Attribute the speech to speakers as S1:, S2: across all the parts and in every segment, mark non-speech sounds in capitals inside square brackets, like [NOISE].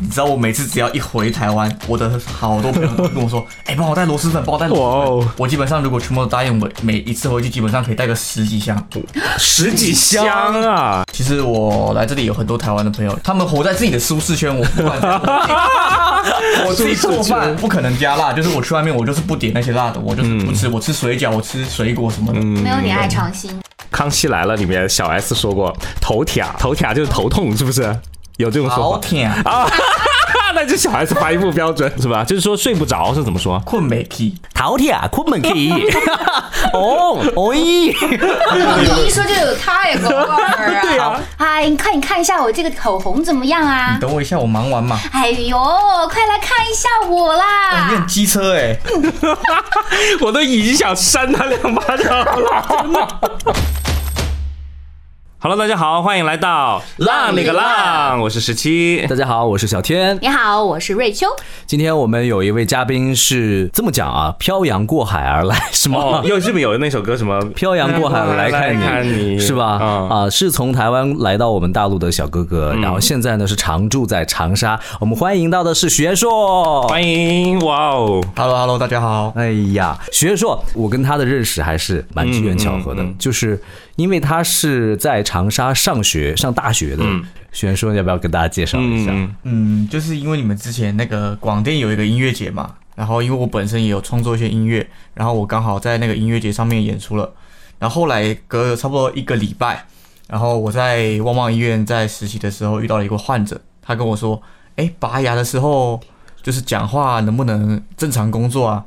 S1: 你知道我每次只要一回台湾，我的好多朋友都会跟我说，哎、帮我带螺蛳粉，帮我带螺
S2: 哇
S1: 蛳
S2: 哦
S1: 粉。我基本上如果全部都答应，我每一次回去基本上可以带个十几箱。
S2: 十几箱啊！
S1: 其实我来这里有很多台湾的朋友，他们活在自己的舒适圈，我不管在我我自己
S2: [LAUGHS]
S1: 做饭不可能加辣，就是我去外面我就是不点那些辣的，我就是不
S2: 嗯
S1: 吃，我吃水饺，我吃水果什么的。
S3: 没有你爱尝新。
S2: 《康熙来了》里面小 S 说过，头挑，头挑就是头痛，是不是？有这种说
S1: 好
S2: 法？啊
S1: 甜，啊
S2: 那就小 S 发音不标准是吧？就是说睡不着是怎么说？
S1: 困美 K，
S2: 头铁
S4: 啊
S2: 困门 [LAUGHS] K，哦哦咦，
S3: 你一说就有太狗味儿啊！对呀、哎，你快你看一下我这个口红怎么样啊？
S1: 等我一下，我忙完嘛。
S3: 哎呦，快来看一下我
S1: 哇你
S3: 啦！
S1: 很机车哎、
S2: 我都已经想扇他两巴掌了，真的。Hello，大家好，欢迎来到浪里个浪，我是十
S4: [LAUGHS]
S2: 七
S4: 大。家好，我是小天。
S3: 你好，我是 [LAUGHS] 瑞秋。
S4: 今天我们有一位嘉宾是这么讲啊，漂洋过海而来，是吗？
S2: 哦，又是不是有那首歌什么
S4: 漂洋过海而来看你，
S2: 来看你
S4: [LAUGHS] 是吧？
S2: 嗯
S4: 啊，是从台湾来到我们大陆的小哥哥，然后现在呢是常住在长沙。我们欢迎到的是许元硕。
S2: 欢迎，哇哦，
S1: Hello Hello，大家好。
S4: 哎呀，许元硕，我跟他的认识还是蛮机缘巧合的，
S2: 嗯嗯嗯
S4: 就是因为他是在长沙上学、上大学的。许元硕，要不要跟大家介绍一下？
S2: 嗯，
S1: 嗯，就是因为你们之前那个广电有一个音乐节嘛，然后因为我本身也有创作一些音乐，然后我刚好在那个音乐节上面演出了，然后后来隔了差不多一个礼拜，然后我在旺旺医院在实习的时候遇到了一个患者，他跟我说，哎，拔牙的时候就是讲话能不能正常工作啊？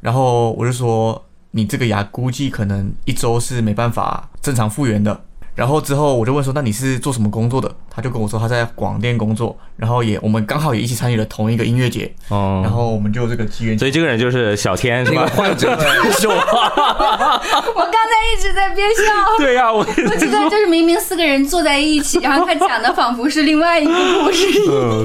S1: 然后我就说，你这个牙估计可能一周是没办法正常复原的。然后之后我就问说，那你是做什么工作的？他就跟我说他在广电工作，然后也我们刚好也一起参与了同一个音乐节，然
S2: 哦，
S1: 后我们就有这个机缘。
S2: 所以这个人就是小天是吧？
S4: 患者是我，
S3: 我刚才一直在憋笑，
S2: [LAUGHS] [LAUGHS] 对呀、我
S3: 我觉得就是明明四个人坐在一起，然后他讲的仿佛是另外一个故事一样。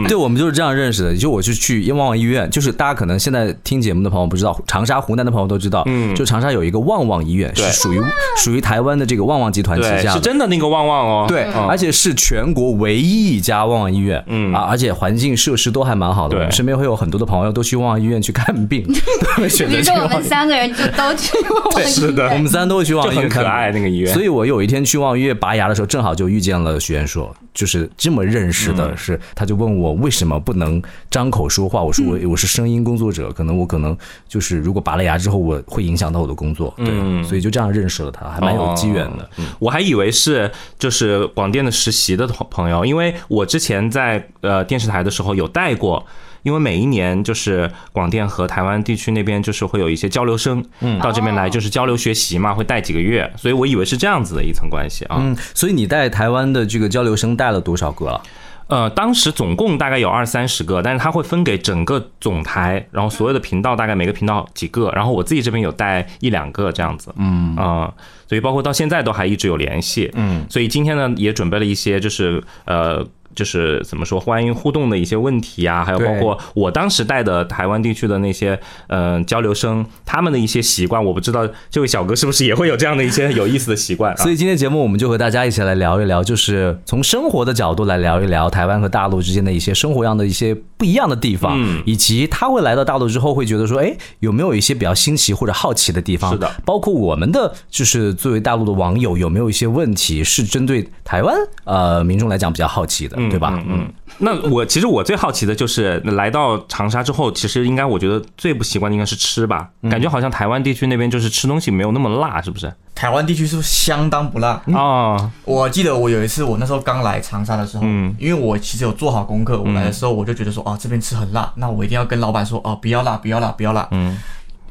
S2: 嗯
S4: 对，我们就是这样认识的。就我是去旺旺医院，就是大家可能现在听节目的朋友不知道，长沙、湖南的朋友都知道，嗯，就长沙有一个旺旺医院，是
S2: 对
S4: 属于属于台湾的这个旺旺集团旗
S2: 对，
S4: 下
S2: 是
S4: 的。
S2: 真的那个旺旺哦。
S4: 对，
S2: 嗯
S4: 而且是全国唯一一家旺旺医院，嗯啊，而且环境设施都还蛮好的。
S2: 对
S4: 我们身边会有很多的朋友都去旺旺医院去看
S2: [LAUGHS]
S4: 病，都会选
S3: 比
S4: 择
S3: 如
S4: 去
S3: 说我
S4: 旺旺
S3: 们
S4: 医院。
S3: 三个人就都去往医院。
S2: 是的
S4: 我们三都会去旺旺医院看
S2: 就很可爱
S4: 病
S2: 那个医院
S4: 所以我有一天去旺旺医院拔牙的时候，正好就遇见了许愿硕，就是这么认识
S2: 嗯
S4: 的是，他就问我为什么不能张口说话，我说
S2: 嗯
S4: 我我是声音工作者，可能我可能就是如果拔了牙之后，我会影响到我的工作，对，
S2: 嗯
S4: 所以就这样认识了他，还蛮
S2: 哦
S4: 有机缘的。
S2: 我还以为是就是广电的实习的同朋友，因为我之前在呃电视台的时候有带过。因为每一年就是广电和台湾地区那边就是会有一些交流生，嗯，到这边来就是交流学习嘛，会带几个月，所以我以为是这样子的一层关系啊。
S4: 嗯，所以你带台湾的这个交流生带了多少个啊了？
S2: 呃，当时总共大概有二三十个，但是他会分给整个总台，然后所有的频道大概每个频道几个，然后我自己这边有带一两个这样子，嗯啊、所以包括到现在都还一直有联系，嗯，所以今天呢也准备了一些就是呃。就是怎么说，欢迎互动的一些问题啊，还有包
S4: 对
S2: 括我当时带的台湾地区的那些嗯、呃交流生，他们的一些习惯，我不知道这位小哥是不是也会有这样的一些有意思的习惯啊？
S4: 所以今天节目我们就和大家一起来聊一聊，就是从生活的角度来聊一聊台湾和大陆之间的一些生活上的一些不一样的地方，以及他会来到大陆之后会觉得说，哎，有没有一些比较新奇或者好奇的地方？
S2: 是的
S4: 包括我们的就是作为大陆的网友有没有一些问题是针对台湾呃民众来讲比较好奇的，对吧？嗯，
S2: 那我其实我最好奇的就是来到长沙之后，其实应该我觉得最不习惯的应该是吃吧，感觉好像台湾地区那边就是吃东西没有那么辣，是不是？
S1: 台湾地区是相当不辣。
S2: 哦，
S1: 我记得我有一次，我那时候刚来长沙的时候，因为我其实有做好功课，我来的时候我就觉得说，哦，这边吃很辣，那我一定要跟老板说，哦，不要辣，不要辣，不要辣。嗯，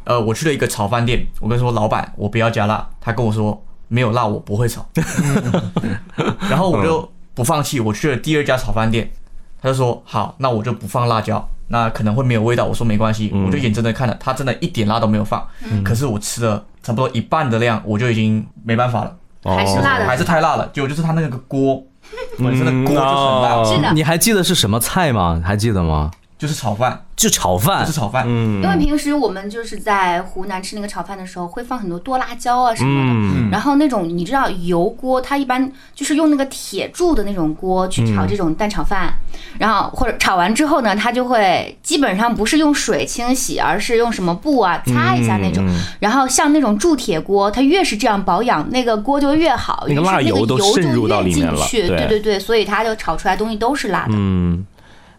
S1: 呃，我去了一个炒饭店，我跟说老板，我不要加辣，他跟我说没有辣我不会炒，然后我就不放弃，我去了第二家炒饭店，他就说好，那我就不放辣椒，那可能会没有味道。我说没关系，我就眼睁睁看了，他真的一点辣都没有放，可是我吃了差不多一半的量，我就已经没办法了。
S3: 还是辣的
S1: 哦还是太辣了。结果就是它那个锅本身的锅就是很辣，
S2: 嗯哦
S3: 是的
S4: 你还记得是什么菜吗？还记得吗？
S1: 就是炒饭，
S4: 就炒
S1: 就 [LAUGHS]
S4: 饭
S1: 是，炒饭。
S2: 嗯
S3: 因为平时我们就是在湖南吃那个炒饭的时候，会放很多剁辣椒啊什么的。
S2: 嗯
S3: 然后那种你知道油锅，它一般就是用那个铁铸的那种锅去
S2: 嗯
S3: 炒这种蛋炒饭，然后或者炒完之后呢，它就会基本上不是用水清洗，而是用什么布啊擦一下那
S2: 嗯
S3: 种。然后像那种铸铁锅，它越是这样保养，那个锅就越好，
S2: 那个
S3: 于是
S2: 辣油
S3: 油
S2: 都
S3: 就
S2: 渗入
S3: 越
S2: 到里面
S3: 进
S2: 了
S3: 去
S2: 对嗯
S3: 对对对，所以它就炒出来东西都是辣的。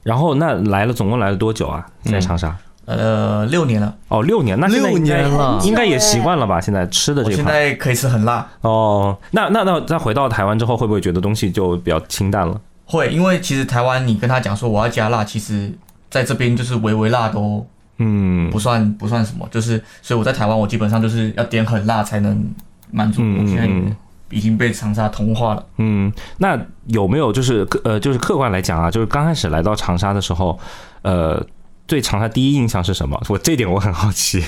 S2: 然后那来了，总共来了多久啊？在长沙？
S1: 呃，六年了，
S2: 哦，六年，那现在应该
S4: 六年了
S2: 应该也习惯了吧？现在吃的
S1: 我
S2: 这一
S1: 现
S2: 块，
S1: 在可以吃很辣，
S2: 哦，那那那再回到台湾之后，会不会觉得东西就比较清淡了？
S1: 会，因为其实台湾你跟他讲说我要加辣，其实在这边就是微微辣都
S2: 嗯
S1: 不算不算什么，就是所以我在台湾我基本上就是要点很辣才能满足
S2: 嗯嗯
S1: 我。
S2: 嗯
S1: 现在已经被长沙同化了，
S2: 嗯，那有没有就是呃，就是客观来讲啊，就是刚开始来到长沙的时候，呃，对长沙第一印象是什么？我这点我很好奇。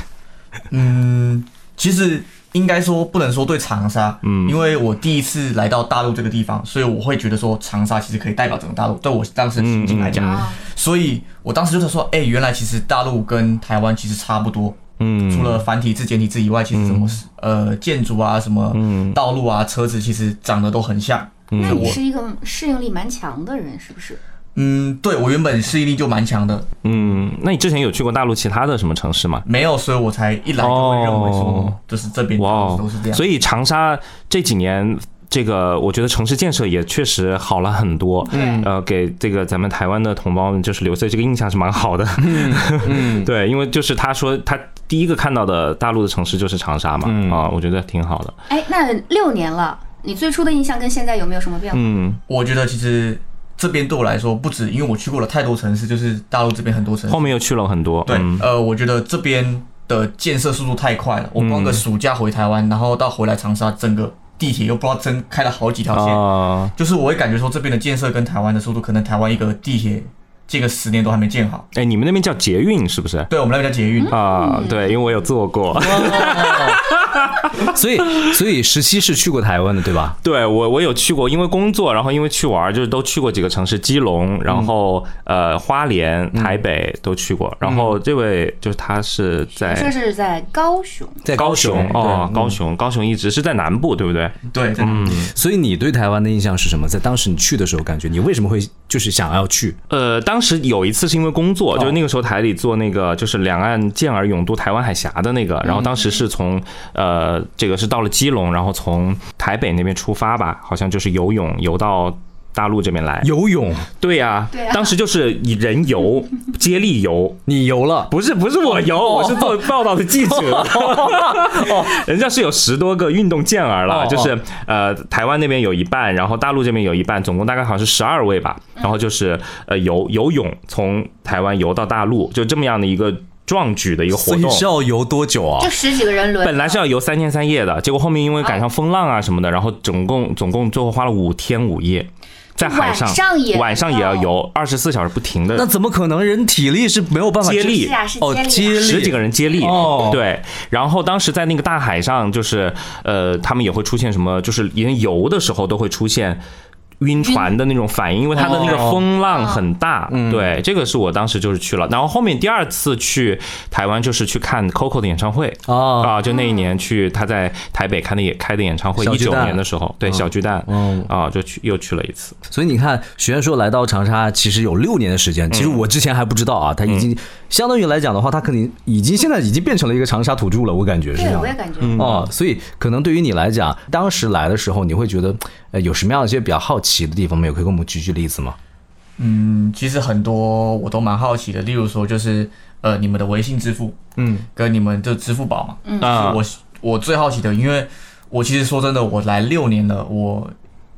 S1: 嗯，其实应该说不能说对长沙，
S2: 嗯
S1: 因为我第一次来到大陆这个地方，所以我会觉得说长沙其实可以代表整个大陆，对我当时的心境来
S2: 嗯
S1: 讲，
S3: 啊，
S1: 所以我当时就是说，哎、原来其实大陆跟台湾其实差不多，
S2: 嗯，
S1: 除了繁体字、简体字以外，其实什么、呃建筑啊、什么
S2: 嗯
S1: 道路啊、车子，其实长得都很像。
S3: 那你
S1: 我
S3: 是一个适应力蛮强的人，是不是？
S1: 嗯，对我原本适应力就蛮强的，
S2: 嗯，那你之前有去过大陆其他的什么城市吗？
S1: 没有，所以我才一来就会认为
S2: 哦
S1: 说，就是这边
S2: 哇哦
S1: 都是这样。
S2: 所以长沙这几年，这个我觉得城市建设也确实好了很多。
S3: 嗯
S2: 呃，给这个咱们台湾的同胞们就是留下这个印象是蛮好的。嗯， [LAUGHS] 对，因为就是他说他第一个看到的大陆的城市就是长沙嘛，啊，我觉得挺好的。
S3: 哎，那六年了，你最初的印象跟现在有没有什么变化？
S2: 嗯，
S1: 我觉得其实这边对我来说不止，因为我去过了太多城市，就是大陆这边很多城市
S2: 后。面又去了很多。
S1: 对，
S2: 嗯
S1: 呃，我觉得这边的建设速度太快了，我光个暑假回台湾，然后到回来长沙，整个地铁又不知道真开了好几条线。
S2: 啊，
S1: 就是我会感觉说这边的建设跟台湾的速度，可能台湾一个地铁建个十年都还没建好。
S2: 哎，你们那边叫捷运是不是？
S1: 对我们那边叫捷运，
S2: 啊，对，因为我有坐过。嗯
S4: 所以所以十七是去过台湾的对吧？
S2: 对我，我有去过，因为工作，然后因为去玩儿，就是都去过几个城市，基隆，然后、呃花莲、台北都去过。然后这位就是他是在
S3: 说是在高雄，
S4: 在
S2: 高
S4: 雄
S2: 哦，高雄，高雄一直是在南部，对不对？
S1: [LAUGHS] 对，在
S4: 所以你对台湾的印象是什么？在当时你去的时候，感觉你为什么会就是想要去？
S2: 呃，当时有一次是因为工作，就是那个时候台里做那个就是两岸健儿勇渡台湾海峡的那个，然后当时是从呃这个是到了基隆，然后从台北那边出发吧，好像就是游泳游到大陆这边来。
S4: 哎游泳，
S2: 对呀、
S3: 对呀啊
S2: 当时就是以人
S3: [LAUGHS]
S2: 游接力游。哦
S4: 你游了，
S2: 不是不是我游，我是做报道的记 [LAUGHS] 者。哦人家是有十多个运动健儿了，
S4: 哦
S2: 就是呃，台湾那边有一半，然后大陆这边有一半，总共大概好像是十二位吧。
S3: 嗯
S2: 然后就是呃游游泳从台湾游到大陆，就这么样的一个壮举的一个活
S4: 所以
S2: 动。
S4: 是要游多久啊
S3: 就？十几个人轮。
S2: 哦本来是要游三天三夜的，结果后面因为赶上风浪啊什
S3: 哦
S2: 么的，然后总共总共最后花了五天五夜，在海上
S3: 晚上也哦
S2: 晚上也要游，二十四小时不停的
S4: 那怎么可能？人体力是没有办法
S2: 接力
S3: 是啊，是
S4: 哦
S3: 接力啊、
S4: 接力
S2: 十几个人接力，
S4: 哦
S2: 对。然后当时在那个大海上，就是呃，他们也会出现什么，就是连游的时候都会出现。晕船的那种反应，因为它的那
S4: 哦
S2: 个风浪很大，
S4: 嗯
S2: 对，这个是我当时就是去了，然后后面第二次去台湾就是去看 Coco 的演唱会
S4: 啊。
S2: 啊，就那一年去他在台北开的也开的演唱会，
S4: 小
S2: 一
S4: 巨
S2: 九
S4: 蛋
S2: 年的时候，对，小巨蛋
S4: 哦，
S2: 啊，就去又去了一次，
S4: 所以你看，许愿说来到长沙其实有六年的时间，其实我之前还不知道啊，他已经相当于来讲的话，他肯定已经现在已经变成了一个长沙土著了，我感觉是这
S3: 对，
S4: 样
S3: 我也
S4: 的。
S3: 感觉。
S2: 嗯
S4: 哦，所以可能对于你来讲，当时来的时候，你会觉得，呃，有什么样的一些比较好奇的地方没有？可以给我们举举例子吗？
S1: 嗯，其实很多我都蛮好奇的，例如说就是呃，你们的微信支付，嗯，跟你们的支付宝嘛，嗯
S2: 啊
S1: 我我最好奇的，因为我其实说真的，我来六年了，我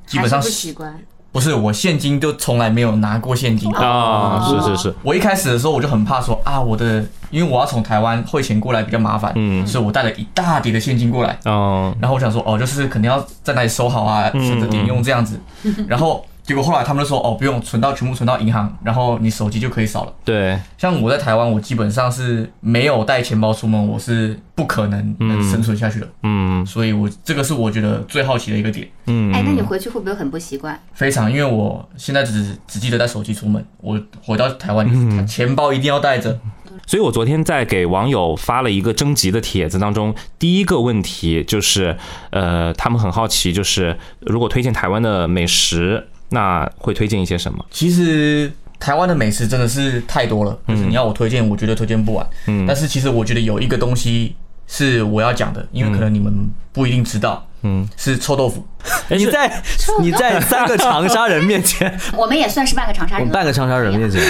S1: 基本上
S3: 还是不习惯，
S1: 不是我现金就从来没有拿过现金
S2: 啊，是是是，
S1: 我一开始的时候我就很怕说啊，我的因为我要从台湾汇钱过来比较麻烦，嗯，所以我带了一大叠的现金过来，
S2: 嗯
S3: [LAUGHS]
S1: 然后我想说哦，就是肯定要在那里收好啊，省着点用这样子。然后结果后来他们就说哦不用存到全部存到银行，然后你手机就可以扫了。
S2: 对，
S1: 像我在台湾，我基本上是没有带钱包出门，我是不可能能生存下去的。
S2: 嗯
S1: 所以我这个是我觉得最好奇的一个点，
S2: 嗯，
S3: 哎，那你回去会不会很不习惯？
S1: 非常，因为我现在只只记得带手机出门，我回到台
S2: 嗯
S1: 湾，钱包一定要带着。
S2: 所以我昨天在给网友发了一个征集的帖子当中，第一个问题就是，呃，他们很好奇，就是如果推荐台湾的美食，那会推荐一些什么？
S1: 其实台湾的美食真的是太多了，
S2: 嗯
S1: 就是你要我推荐，我觉得推荐不完。嗯，但是其实我觉得有一个东西是我要讲的，因为可能你们不一定知道，
S2: 嗯，
S1: 是臭豆腐。
S4: 你在你在三个长沙人面
S3: [LAUGHS]
S4: 前，
S3: 我们也算是半个长沙
S4: 我
S3: 人
S4: 们半
S3: 了。
S4: 个长沙人面前，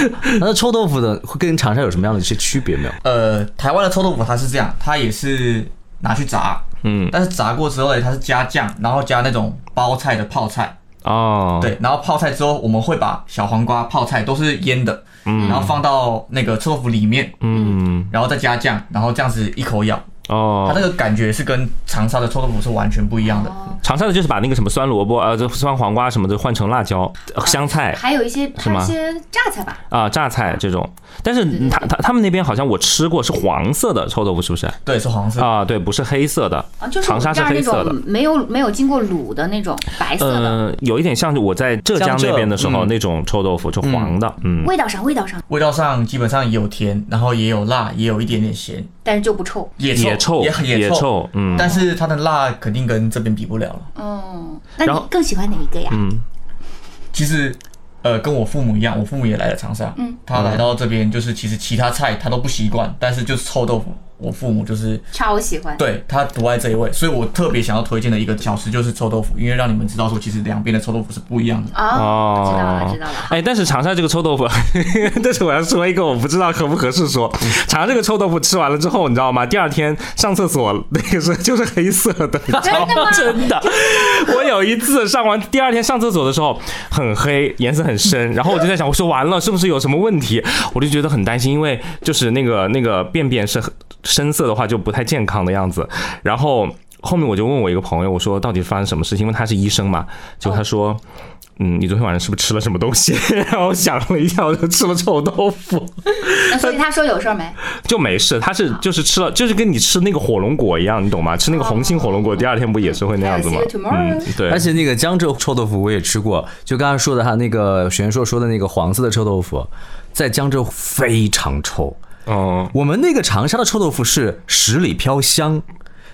S4: 那臭豆腐的会跟长沙有什么样的一些区别没有？
S1: 呃，台湾的臭豆腐它是这样，它也是拿去炸，
S2: 嗯，
S1: 但是炸过之后呢，它是加酱，然后加那种包菜的泡菜。
S2: 哦，，
S1: 对，然后泡菜之后，我们会把小黄瓜、泡菜都是腌的，然后放到那个臭豆腐里面，
S2: 嗯，
S1: 然后再加酱，然后这样子一口咬，它
S2: 哦
S1: 那，个感觉是跟长沙的臭豆腐是完全不一样的。
S3: 哦
S2: 长沙的就是把那个什么酸萝卜、呃，这酸黄瓜什么的换成辣椒、呃香菜
S3: 还有一些
S2: 是
S3: 还有
S2: 吗
S3: 一些榨菜吧，
S2: 啊、榨菜这种。但是他他他们那边好像我吃过是黄色的臭豆腐，是不是？
S1: 对，是黄色。
S2: 啊、对，不是黑色的。
S3: 啊，就是我
S2: 长
S3: 们
S2: 沙
S3: 这
S2: 是
S3: 儿
S2: 黑
S3: 那
S2: 色的。
S3: 种没有没有经过卤的那种白色的，
S2: 呃，有一点像是我在浙江那边的时
S1: 江
S2: 候
S1: 浙
S2: 那种臭豆腐，就黄的，嗯，
S3: 味道上味道上，
S1: 味道上基本上有甜，然后也有辣，也有一点点咸，
S3: 但是就不臭。
S1: 也
S2: 也
S1: 臭，
S2: 臭，
S1: 也很也臭。
S2: 臭，嗯，
S1: 但是它的辣肯定跟这边比不了了。
S3: 嗯，那
S2: 然
S3: 你
S2: 后嗯
S3: 更喜欢哪一个呀？
S1: 其实，呃，跟我父母一样，我父母也来了长沙。嗯，他来到这边就是其实其他菜他都不习惯，但是就是臭豆腐，我父母就是
S3: 超喜欢。
S1: 对他独爱这一味，所以我特别想要推荐的一个小吃就是臭豆腐，因为让你们知道说，其实两边的臭豆腐是不一样的。
S3: 哦，知道了，知道了。
S2: 哎，但是长沙这个臭豆腐， [LAUGHS] 但是我要说一个我不知道合不合适说，长沙这个臭豆腐吃完了之后，你知道吗？第二天上厕所那个是 [LAUGHS] 就是黑色的，你知道
S3: 真的吗
S2: 吗？ [LAUGHS] 真的，我有一次上完第二天上厕所的时候很黑，颜色很深，然后我就在想，我说完了是不是有什么问题？我就觉得很担心，因为就是那个那个便便是很深色的话就不太健康的样子，然后。后面我就问我一个朋友，我说到底发生什么事情？因为他是医生嘛，就他说，嗯，你昨天晚上是不是吃了什么东西？ [LAUGHS] 然后我想了一下，我就吃了臭豆腐，
S3: 那所以他说有事儿没？
S2: 就没事。他是就是吃了，就是跟你吃那个火龙果一样，你懂吗？吃那个红心火龙果，第二天不也是会那样子吗
S3: I see you？tomorrow
S2: 嗯，对
S4: 而。且那个江浙臭豆腐我也吃过，就刚刚说的他那个玄硕说的那个黄色的臭豆腐，在江浙非常臭。
S2: 哦，
S4: 我们那个长沙的臭豆腐是十里飘香，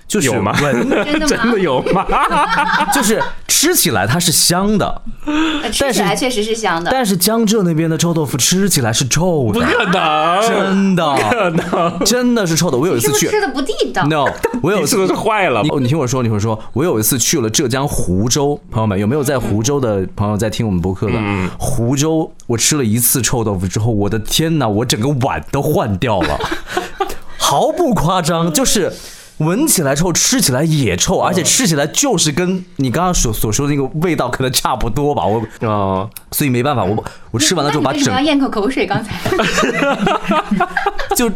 S4: 就是
S2: 有吗 [LAUGHS]
S4: 闻，
S3: 真的
S2: 真
S3: 吗
S2: 的？有吗？
S4: 就是吃起来它是香的，
S3: 呃吃起来确实是香的。
S4: 但是江浙那边的臭豆腐吃起来是臭
S2: 不
S4: 的，
S2: 可能，
S4: 真的，
S2: 不可能，
S4: 真的是臭的。我有一
S3: 你是
S4: 次
S3: 不是
S4: 去
S3: 吃的不地道？
S4: ，no，我有一
S2: 你是
S4: 次
S2: 不是坏了
S4: 你？哦，你听我说，你听我说，我有一次去了浙江湖州，朋友们有没有在湖州的朋友在听我们播客的？湖州，我吃了一次臭豆腐之后，我的天呐，我整个碗都换掉了，毫不夸张，就是。闻起来臭，吃起来也臭，而且吃起来就是跟你刚刚所所说的那个味道可能差不多吧。我
S2: 哦，
S4: 所以没办法，我我吃完了之后把
S3: 那你为什
S4: 整
S3: 么要咽口口水？刚才
S2: [LAUGHS]
S4: 就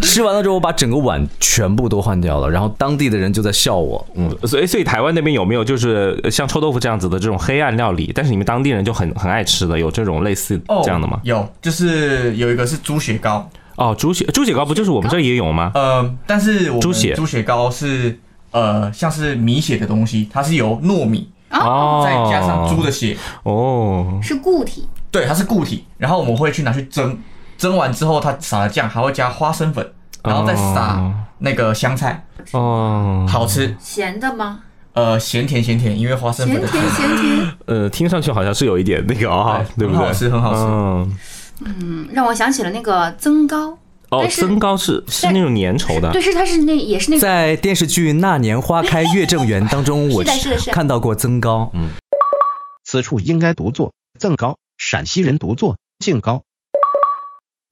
S4: 吃完了之后，我把整个碗全部都换掉了，然后当地的人就在笑我，嗯，
S2: 所以所以台湾那边有没有就是呃像臭豆腐这样子的这种黑暗料理？但是你们当地人就很很爱吃的，有这种类似
S1: 哦，
S2: 这样的吗？
S1: 有，就是有一个是猪血糕，
S2: 哦，猪血猪血糕不就是我们这儿也有吗？
S1: 呃，但是我们
S2: 猪血
S1: 猪血糕是呃像是米血的东西，它是由糯米
S2: 哦，
S1: 再加上猪的血，
S2: 哦，
S3: 是固体，
S1: 对，它是固体，然后我们会去拿去蒸，蒸完之后它撒了酱，还会加花生粉，然后再
S2: 哦
S1: 撒那个香菜，
S2: 哦，
S1: 好吃。
S3: 咸的吗？
S1: 呃，咸甜咸甜，因为花生
S3: 咸
S1: 粉的
S3: 甜
S1: 甜
S3: 咸
S2: [LAUGHS]
S3: 甜，
S2: 呃，听上去好像是有一点那个啊、
S1: 对
S2: 对不对？
S1: 很好吃很好吃
S2: 嗯，
S3: 嗯让我想起了那个增高，
S2: 哦，
S3: 但是
S2: 增高是是那种粘稠的
S3: 对，是它是那也 [LAUGHS] 是那个
S4: 在电视剧《那年花开月正圆》当中，我
S3: [LAUGHS] 是的是的是的
S4: 看到过增高。嗯，
S5: 此处应该读作赠高，陕西人读作敬高。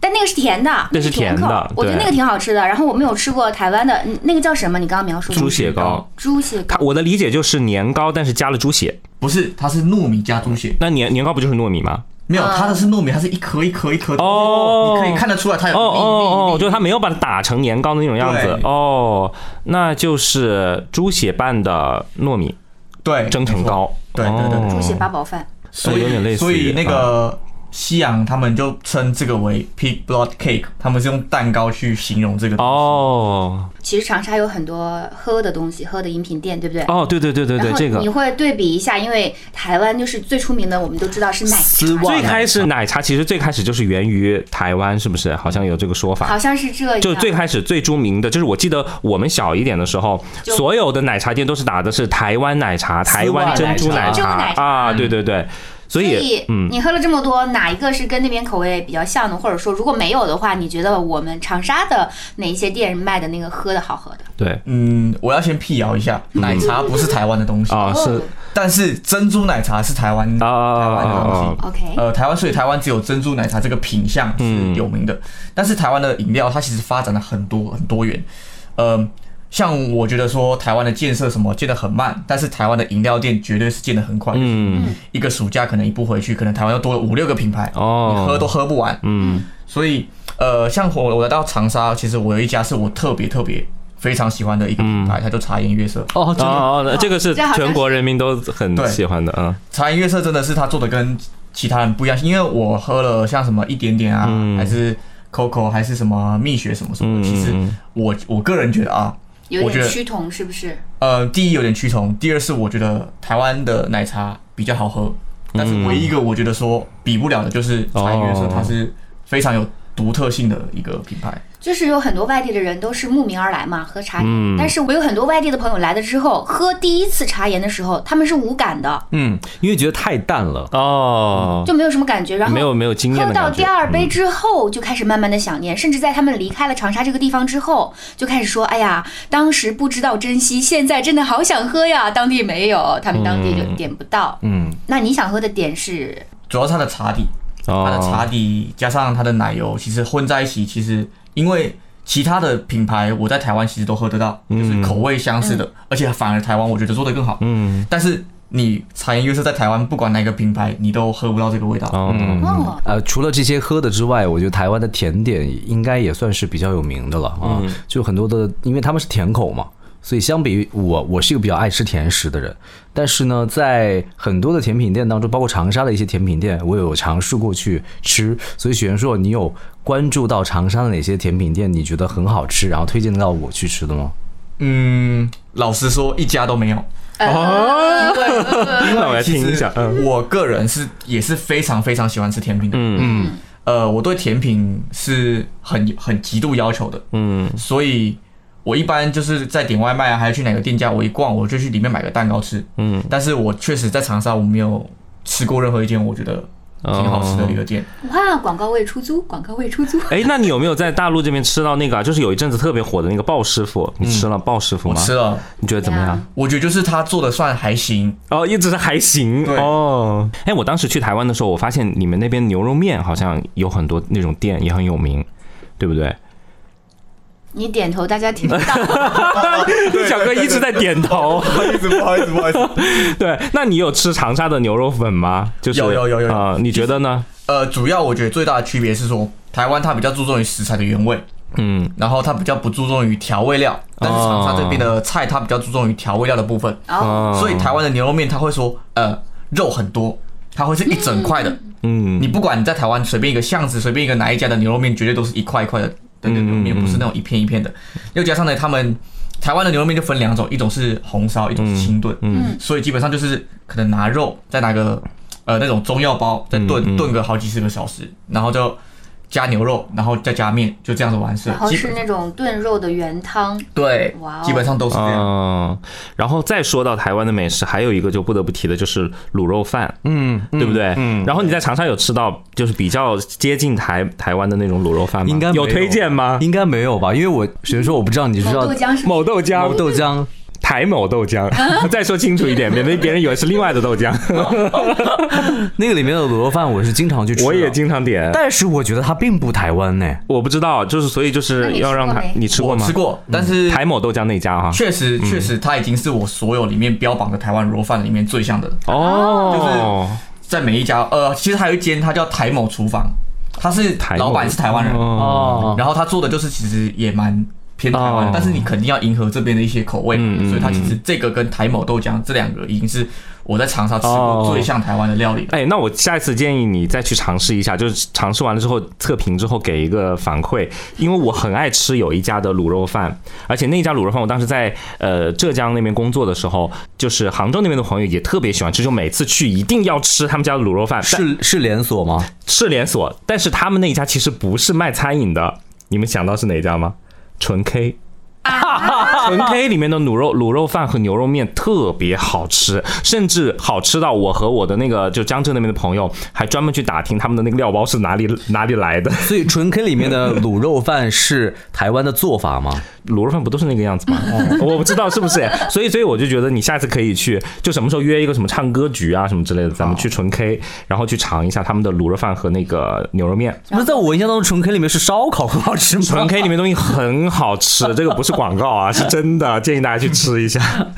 S3: 但那个是甜的，
S2: 那是甜的
S3: 口我觉得
S2: 对
S3: 那个挺好吃的。然后我们有吃过台湾的，嗯那个叫什么？你刚刚描述的
S2: 猪血糕。
S3: 猪血糕
S2: 它，我的理解就是年糕，但是加了猪血。
S1: 不是，它是糯米加猪血，
S2: 那年年糕不就是糯米吗？
S1: 没有，
S3: 嗯
S1: 它的是糯米，它是一颗一颗一颗的，
S2: 哦
S1: 你可以看得出来它有
S2: 哦
S1: 粒粒
S2: 哦哦，
S1: 粒
S2: 就是它没有把它打成年糕的那种样子
S1: 对。
S2: 哦，那就是猪血拌的糯米
S1: 对
S2: 蒸成
S1: 没错
S2: 糕。
S1: 对对对
S2: 哦
S3: 猪血八宝饭，
S1: 所以
S2: 有点类似于嗯
S1: 所以那个西洋他们就称这个为 pig blood cake，他们是用蛋糕去形容这个。
S2: 哦
S3: 其实长沙有很多喝的东西，喝的饮品店，对不对？
S2: 哦，对对对对对，
S3: 然后
S2: 这个
S3: 你会对比一下，因为台湾就是最出名的，我们都知道是奶茶，
S2: 最开始奶茶其实最开始就是源于台湾，是不是？好像有这个说法
S3: 好。像是这样。
S2: 就最开始最著名的，就是我记得我们小一点的时候，
S3: 就
S2: 所有的奶茶店都是打的是台湾奶茶、台湾珍珠奶
S3: 珍珠
S2: 茶
S3: 奶茶
S2: 啊，对对对，所
S3: 所
S2: 以
S3: 以
S2: 嗯，
S3: 你喝了这么多，哪一个是跟那边口味比较像的？或者说，如果没有的话，你觉得我们长沙的哪一些店卖的那个喝的好喝的？
S2: 对
S1: 嗯，我要先辟谣一下，奶茶不是台湾的东西，
S2: 啊
S3: 哦
S2: 是
S1: 但是珍珠奶茶是台湾
S2: 啊
S1: 台
S2: 啊
S1: 湾的东西
S2: 啊。
S3: OK，
S1: 呃，台湾所以台湾只有珍珠奶茶这个品相是有名的，但是台湾的饮料它其实发展了很多很多元，呃，像我觉得说台湾的建设什么建得很慢，但是台湾的饮料店绝对是建得很快，
S2: 嗯
S1: 一个暑假可能一步回去，可能台湾又多了五六个品牌，
S2: 哦
S1: 你喝都喝不完，
S2: 嗯
S1: 所以呃，像我我来到长沙，其实我有一家是我特别特别非常喜欢的一个品牌，它叫茶颜悦色，
S4: 哦，
S2: 哦哦，这个是
S3: 这好像
S2: 全国人民都很
S1: 对
S2: 喜欢的啊，
S1: 茶颜悦色真的是它做的跟其他人不一样，因为我喝了像什么一点点啊，还是 Coco 还是什么蜜雪什么什么，
S2: 嗯
S1: 其实
S2: 嗯
S1: 我我个人觉得啊，
S3: 有
S1: 我觉
S3: 点
S1: 得
S3: 趋同，是不是？
S1: 呃，第一有点趋同，第二是我觉得台湾的奶茶比较好喝，但是唯一一个我觉得说比不了的就是茶颜悦色
S2: 哦，
S1: 它是非常有独特性的一个品牌。
S3: 就是有很多外地的人都是慕名而来嘛，喝茶。
S2: 嗯
S3: 哎但是我有很多外地的朋友来了之后，喝第一次茶颜的时候，他们是无感的，
S4: 嗯，因为觉得太淡了。
S2: 哦，
S3: 就没有什么感觉。然后
S2: 没有没有经验
S3: 喝
S2: 的
S3: 到
S2: 感觉
S3: 第。二杯之后，就开始慢慢的想念，甚至在他们离开了长沙这个地方之后，就开始说：“哎呀，当时不知道珍惜，现在真的好想喝呀！”当地没有，他们当地就点不到。
S4: 嗯，
S3: 那你想喝的点是
S1: 主要是它的茶底，
S2: 哦
S1: 它的茶底加上它的奶油，其实混在一起，其实因为其他的品牌我在台湾其实都喝得到，就是口味相似的，而且反而台湾我觉得做得更好。
S2: 嗯
S1: 但是你茶颜悦色在台湾不管哪个品牌，你都喝不到这个味道。
S2: 哦
S3: 哦，
S4: 呃，除了这些喝的之外，我觉得台湾的甜点应该也算是比较有名的了啊。
S1: 嗯
S4: 就很多的，因为他们是甜口嘛，所以相比于我，我是一个比较爱吃甜食的人。但是呢，在很多的甜品店当中，包括长沙的一些甜品店，我有尝试过去吃。所以许元硕，你有关注到长沙的哪些甜品店？你觉得很好吃，然后推荐到我去吃的吗？
S1: 嗯，老实说，一家都没有。
S3: 呃
S2: 哦， [LAUGHS] 那我来听一下，嗯
S1: 我个人是也是非常非常喜欢吃甜品的。
S2: 嗯
S1: 呃，我对甜品是很很极度要求的。
S2: 嗯
S1: 所以我一般就是在点外卖啊，还有去哪个店家，我一逛我就去里面买个蛋糕吃。
S2: 嗯，
S1: 但是我确实在长沙我没有吃过任何一间我觉得
S2: 嗯
S1: 挺好吃
S2: 哦
S1: 的一个店。
S3: 嗯哇，广告位出租，广告位出租。
S2: 哎，那你有没有在大陆这边吃到那个啊？就是有一阵子特别火的那个鲍师傅，你吃了鲍师
S1: 嗯
S2: 傅
S1: 我
S2: 吗？
S1: 吃了，
S2: 你觉得怎么
S3: 哎
S2: 样？
S1: 我觉得就是他做的算还行，
S2: 哦，一直是还行
S1: 啊对
S2: 哦。哎，我当时去台湾的时候，我发现你们那边牛肉面好像有很多那种店也很有名，对不对？
S3: 你点头，大家听不到。
S2: [LAUGHS] 小哥一直在点
S1: [LAUGHS]
S2: 头。
S1: 不好意思，不好意思，不好意思。
S2: [LAUGHS] 对，那你有吃长沙的牛肉粉吗？就是
S1: 有有有有有
S2: 啊、你觉得呢？
S1: [LAUGHS] 呃，主要我觉得最大的区别是说，台湾它比较注重于食材的原味，
S2: 嗯，
S1: 然后它比较不注重于调味
S2: 哦
S1: 料，但是长沙这边的菜它比较注重于调味料的部分。
S3: 哦，
S2: 哦
S1: 所以台湾的牛肉面，它会说，呃，肉很多，它会是一整块的，
S2: 嗯
S1: 你不管你在台湾随便一个巷子，随便一个哪一家的牛肉面，绝对都是一块一块的
S2: 嗯
S1: 的牛肉面，不是那种一片一片的。又加上呢，他们台湾的牛肉面就分两种，一种是红烧，一种是清炖。
S2: 嗯
S1: 所以基本上就是可能拿肉，再拿个呃那种中药包，再炖、
S2: 嗯嗯
S1: 炖个好几十个小时，然后就加牛肉，然后再加面，就这样子完事
S3: 然。后
S1: 基
S3: 是
S1: 本
S3: 那种炖肉的原汤，
S1: 对
S3: 哇哦，
S1: 基本上都是这样。
S2: 嗯，然后再说到台湾的美食，还有一个就不得不提的就是卤肉饭，嗯，对不对？嗯，然后你在长沙有吃到就是比较接近台台湾的那种卤肉饭吗？
S4: 应该没
S2: 有推荐吗？
S4: 应该没有吧，因为我许元硕，我不知道你知
S3: 某
S4: 道
S3: 豆浆是
S2: 某豆
S4: 某
S2: 浆，
S4: 豆浆。
S2: 台某豆浆，再说清楚一点，免得别人以为是另外的豆浆。
S4: 那个里面的卤肉饭，我是经常去吃的，
S2: 我也经常点，
S4: 但是我觉得它并不台湾呢。
S2: 我不知道，就是所以就
S3: 那
S2: 是
S3: 你
S2: 要让
S3: 吃
S2: 他
S3: 过没
S2: 你吃过
S1: 我
S2: 吗？嗯
S1: 吃过，但是
S2: 台某豆浆那家哈。
S1: 确实确实，它已经是我所有里面标榜的台湾卤肉饭里面最像的了。
S2: 哦，
S1: 在每一家，呃，其实还有一间，它叫台某厨房，它是
S2: 台某
S1: 老板是台湾人，
S2: 哦
S4: 哦，
S1: 然后他做的就是其实也蛮偏台湾，
S2: 哦
S1: 但是你肯定要迎合这边的一些口味嘛，
S2: 嗯嗯
S1: 所以它其实这个跟台某豆浆这两个已经是我在长沙吃过
S2: 哦
S1: 最像台湾的料理了。
S2: 哎，那我下一次建议你再去尝试一下，就是尝试完了之后测评之后给一个反馈，因为我很爱吃有一家的卤肉饭，而且那家卤肉饭我当时在呃浙江那边工作的时候，就是杭州那边的朋友也特别喜欢吃，就每次去一定要吃他们家的卤肉饭，但
S4: 是是连锁吗？
S2: 是连锁，但是他们那一家其实不是卖餐饮的，你们想到是哪一家吗？纯 K。纯 [LAUGHS] K 里面的卤肉卤肉饭和牛肉面特别好吃，甚至好吃到我和我的那个就江浙那边的朋友还专门去打听他们的那个料包是哪里哪里来的。
S4: 所以纯 K 里面的卤肉饭是台湾的做法吗？
S2: 卤肉饭不都是那个样子吗？我不知道是不是，所以所以我就觉得你下次可以去，就什么时候约一个什么唱歌局啊什么之类的，咱们去纯 K，然后去尝一下他们的卤肉饭和那个牛肉面。
S4: 那在我印象当中，纯 K 里面是烧烤很好吃吗？
S2: 纯 K 里面东西很好吃，
S4: [LAUGHS]
S2: 这个不是广告啊，是真的，建议大家去吃一下。 [LAUGHS]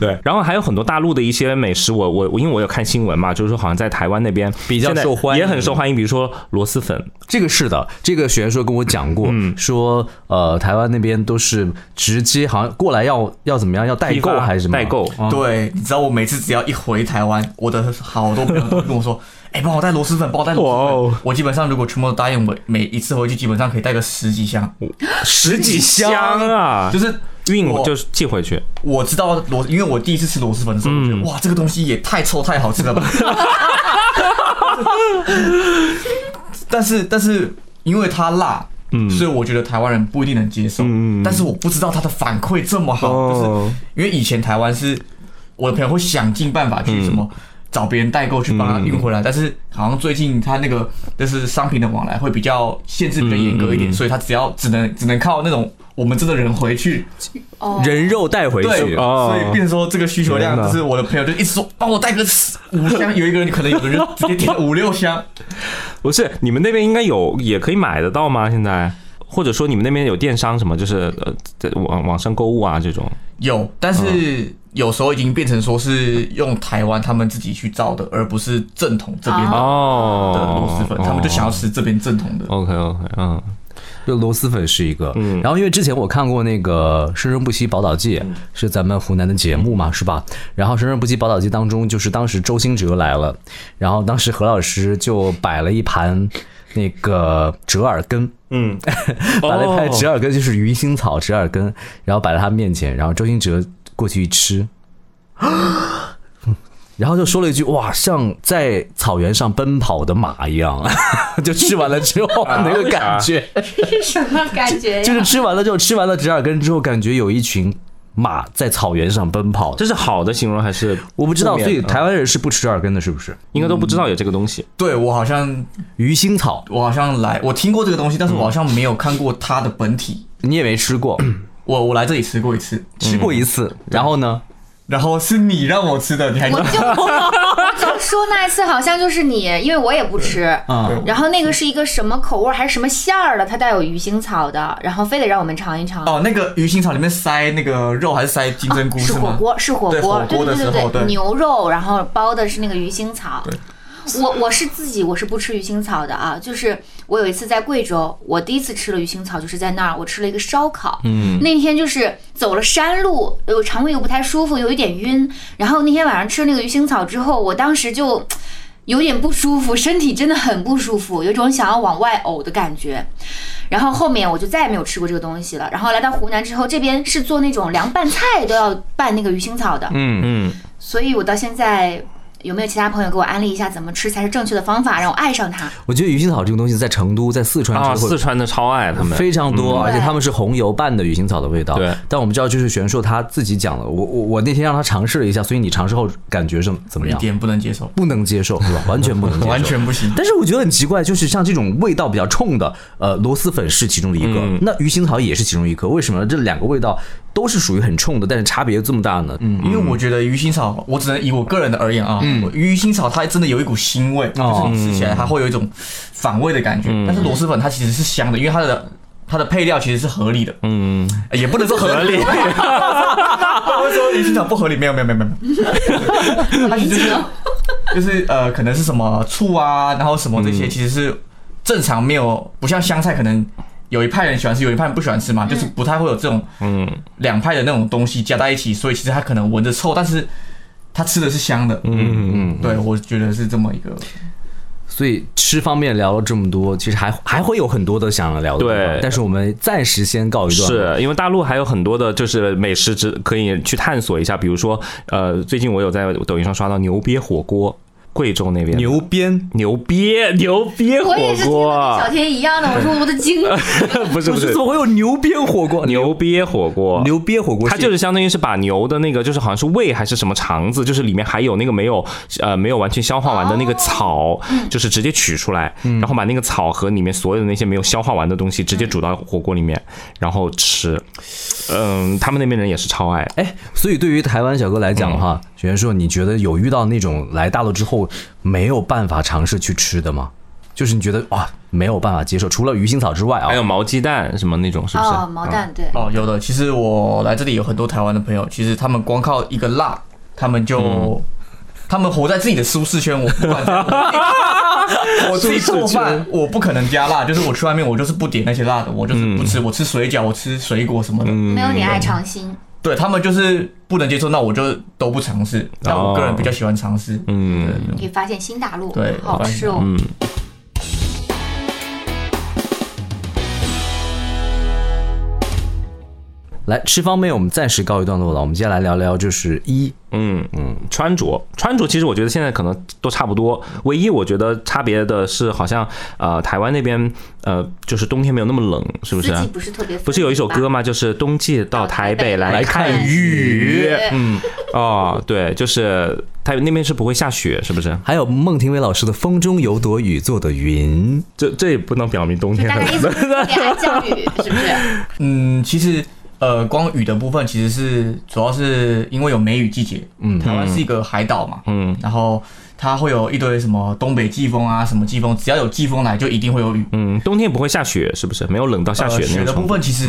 S2: 对，然后还有很多大陆的一些美食，我我我因为我有看新闻嘛，就是说好像在台湾那边
S4: 比较
S2: 现在
S4: 受欢迎
S2: 也很受欢迎，比如说螺蛳粉，
S4: [LAUGHS] 这个是的，这个学员说跟我讲过，
S2: 嗯
S4: 说呃，台湾那边都是直接好像过来要要怎么样，要代
S2: 批
S4: 购
S2: 发
S4: 还是什么
S2: 代购
S4: 嗯
S1: 对，你知道我每次只要一回台湾，我的好多朋友都跟我
S2: [LAUGHS]
S1: 说：“哎、帮我带螺蛳粉，帮我带螺蛳
S2: 哇哦
S1: 粉。”我基本上如果全部都答应，我每一次回去基本上可以带个十几箱，
S2: 十几箱啊，
S1: 就是是
S2: 运
S1: 我
S2: 就是寄回去。
S1: 我知道螺，因为我第一次吃螺蛳粉的
S2: 嗯
S1: 时候，我觉得哇，这个东西也太臭太好吃
S2: [LAUGHS]
S1: 了吧。但是但是因为它辣，嗯，所以我觉得台湾人不一定能接受。
S2: 嗯
S1: 但是我不知道它的反馈这么好，
S2: 哦
S1: 就是因为以前台湾是我的朋友会想尽办法
S2: 嗯
S1: 去什么。找别人代购去帮他运回来，但是好像最近他那个就是商品的往来会比较限制比较严格一
S2: 嗯
S1: 点，所以他只要只能只能靠那种我们真的人回去，
S3: 哦，
S4: 人肉带回
S1: 对，
S4: 去。
S2: 哦
S1: 所以变成说这个需求量
S2: 天哪
S1: 就是我的朋友就一直说帮我带个五箱，有一个人可能有的人直接点五六箱，
S2: 不是，你们那边应该有也可以买得到吗？现在？或者说你们那边有电商什么，就是呃，在网网上购物啊这种，
S1: 有，但是有时候已经变成说是用台湾他们自己去造的，而不是正统这边的
S2: 哦
S1: 螺蛳粉，他们就想要吃这边正统的。
S2: OK OK，嗯，
S4: 就螺蛳粉是一个，
S2: 嗯
S4: 然后因为之前我看过那个《生生不息宝岛记》，是咱们湖南的节目嘛，是吧？然后《生生不息宝岛记》当中，就是当时周星哲来了，然后当时何老师就摆了一盘那个折耳根，
S2: [LAUGHS] 嗯，
S4: 摆了一盘折耳根，就是鱼腥草折耳根，然后摆在他面前，然后周星哲过去一吃，然后就说了一句：“哇，像在草原上奔跑的马一样。” [LAUGHS] 就吃完了之后那个感觉。
S3: 是 [LAUGHS] 什么感觉呀？
S4: 就是吃完了之后，吃完了折耳根之后，感觉有一群马在草原上奔跑。
S2: 这是好的形容还是
S4: 我不知道，
S2: 负面
S4: 所以
S2: 嗯
S4: 台湾人是不吃折耳根的，是不是？
S2: 应该都不知道有这个东西？
S1: 对我好像
S4: 鱼腥草
S1: 我好像来我听过这个东西，但是我好像没有看过它的本体。
S4: 你也没吃过，
S1: 我我来这里吃过一次，
S4: [COUGHS] 吃过一次，然后呢？
S1: 然后是你让我吃的，你还
S3: [LAUGHS] 我就我就说那一次好像就是你，因为我也不吃。
S1: 嗯
S4: 啊、
S3: 然后那个是一个什么口味儿还是什么馅儿的，它带有鱼腥草的，然后非得让我们尝一尝。
S1: 哦，那个鱼腥草里面塞那个肉还是塞金针菇
S3: 是啊火
S1: 吗？
S3: 锅，是火
S1: 对
S3: 锅
S1: 火，
S3: 对
S1: 锅的
S3: 对
S1: 时
S3: 对
S1: 候
S3: 对
S1: 对
S3: 牛肉，然后包的是那个鱼腥草。我我是自己我是不吃鱼腥草的啊，就是我有一次在贵州，我第一次吃了鱼腥草，就是在那儿我吃了一个烧烤，嗯，那天就是走了山路，我肠胃又不太舒服，有一点晕，然后那天晚上吃那个鱼腥草之后，我当时就有点不舒服，身体真的很不舒服，有一种想要往外呕的感觉。然后后面我就再也没有吃过这个东西了。然后来到湖南之后，这边是做那种凉拌菜都要拌那个鱼腥草的，
S2: 嗯
S3: 所以我到现在有没有其他朋友给我安利一下怎么吃才是正确的方法，让我爱
S2: [LAUGHS]
S3: 上它？
S4: 我觉得鱼腥草这个东西在成都、在四川
S2: 啊，
S4: 吃会
S2: 四川的超爱他们，
S4: 非常多，
S3: 嗯
S4: 而且他们是红油拌的鱼腥草的味道。
S2: 对
S4: 但我们知道，就是玄硕他自己讲了，我我我那天让他尝试了一下，所以你尝试后感觉怎么怎么
S1: 一
S4: 样？
S1: 点不能接受，
S4: 不能接受是吧？ [LAUGHS] 完全不能接受，
S1: 完全不行。
S4: 但是我觉得很奇怪，就是像这种味道比较冲的，呃，螺蛳粉是其中的一个，那鱼腥草也是其中一个，为什么这两个味道都是属于很冲的，但是差别又这么大呢？嗯，
S1: 因为我觉得鱼腥草，我只能以我个人的而言啊，鱼腥草它真的有一股腥味，就是你吃起来它会有一种反胃的感觉。但是螺蛳粉它其实是香的，因为它的它的配料其实是合理的，
S2: 嗯，
S1: 呃也不能说合 [LAUGHS] 理。我会说鱼腥草不合理，没有没有没有没有，它其实就是就是呃，可能嗯是什么醋啊，然后什么这些，其实是正常没有，不像香菜可能有一派人喜欢吃，有一派人不喜欢吃嘛，就是不太会有这种
S2: 嗯
S1: 两派的那种东西加在一起，所以其实它可能闻着臭，但是它吃的是香的。
S2: 嗯嗯，
S1: 对，我觉得是这么一个。
S4: 嗯所以吃方面聊了这么多，其实还还会有很多的想聊的地方
S2: 对
S4: 但是我们暂时先告一段落。
S2: 是因为大陆还有很多的，就是美食只可以去探索一下，比如说，呃，最近我有在抖音上刷到牛瘪火锅，贵州那边的
S4: 牛鞭，
S2: 牛瘪牛瘪
S3: 我也
S2: 火
S3: 是听的跟
S2: 锅
S3: 小，天一样的，我说我的经历，
S2: [LAUGHS] 不是不是
S4: 怎么会有牛鞭火锅？
S2: 牛瘪火锅，
S4: 牛鞭火锅，
S2: 它就是相当于是把牛的那个，就是好像是胃还是什么肠子，就是里面还有那个没有呃没有完全消化完的那个
S3: 哦
S2: 草，
S3: 嗯
S2: 就是直接取出来，然后把那个草和里面所有的那些没有消化完的东西直
S3: 嗯
S2: 接煮到火锅里面，然后吃。嗯，他们那边人也是超爱。
S4: 哎，所以对于台湾小哥来讲
S2: 嗯
S4: 哈，雪原硕，你觉得有遇到那种来大陆之后没有办法尝试去吃的吗？就是你觉得哇，没有办法接受，除了鱼腥草之外啊
S2: 还，有毛鸡蛋什么那种，是不是？
S3: 哦，毛蛋对，
S1: 哦，有的。其实我来这里有很多台湾的朋友，其实他们光靠一个辣，他们就、
S4: 嗯
S1: 他们活在自己的舒适圈。我不管怎
S4: [LAUGHS]
S1: 样，我自己做饭，我不可能加辣。就是我去外面，我就是不点那些辣的，我
S4: 嗯
S1: 就是不吃。我吃水饺，我吃水果什么
S2: 嗯
S1: 的。
S3: 没有你爱尝新。
S1: 对他们就是不能接受，那我就都不尝试。但我个人比较喜欢尝试。
S2: 嗯
S1: 对，
S3: 可以发现新大陆，
S1: 对
S3: 好吃哦。
S4: 来吃方面我们暂时告一段落了。我们接下来聊聊就是一
S2: 嗯嗯，穿着穿着，其实我觉得现在可能都差不多，唯一我觉得差别的是，好像呃台湾那边呃就是冬天没有那么冷，是不是？啊
S3: 四季不是特别分明吧，
S2: 不是有一首歌吗？就是冬季到台北来看
S3: 看
S2: 雨。
S3: 雨
S2: 嗯，哦，对，就是台那边是不会下雪，是不是？
S4: 还有孟庭苇老师的《风中有朵雨做的云》，
S2: 这这也不能表明冬
S3: 就
S2: 天
S3: 大概意
S2: 很
S3: 思
S2: 冷。
S3: 就是有点爱降雨，是不是？
S1: 嗯，其实呃，光雨的部分其实是主要是因为有梅雨季节。嗯，台湾是一个海岛嘛，
S2: 嗯，
S1: 然后它会有一堆什么东北季风啊，什么季风，只要有季风来，就一定会有雨。
S2: 嗯，冬天不会下雪，是不是？没有冷到下雪
S1: 呃、
S2: 那
S1: 雪的
S2: 种嗯程
S1: 部
S2: 度。
S1: 分其实。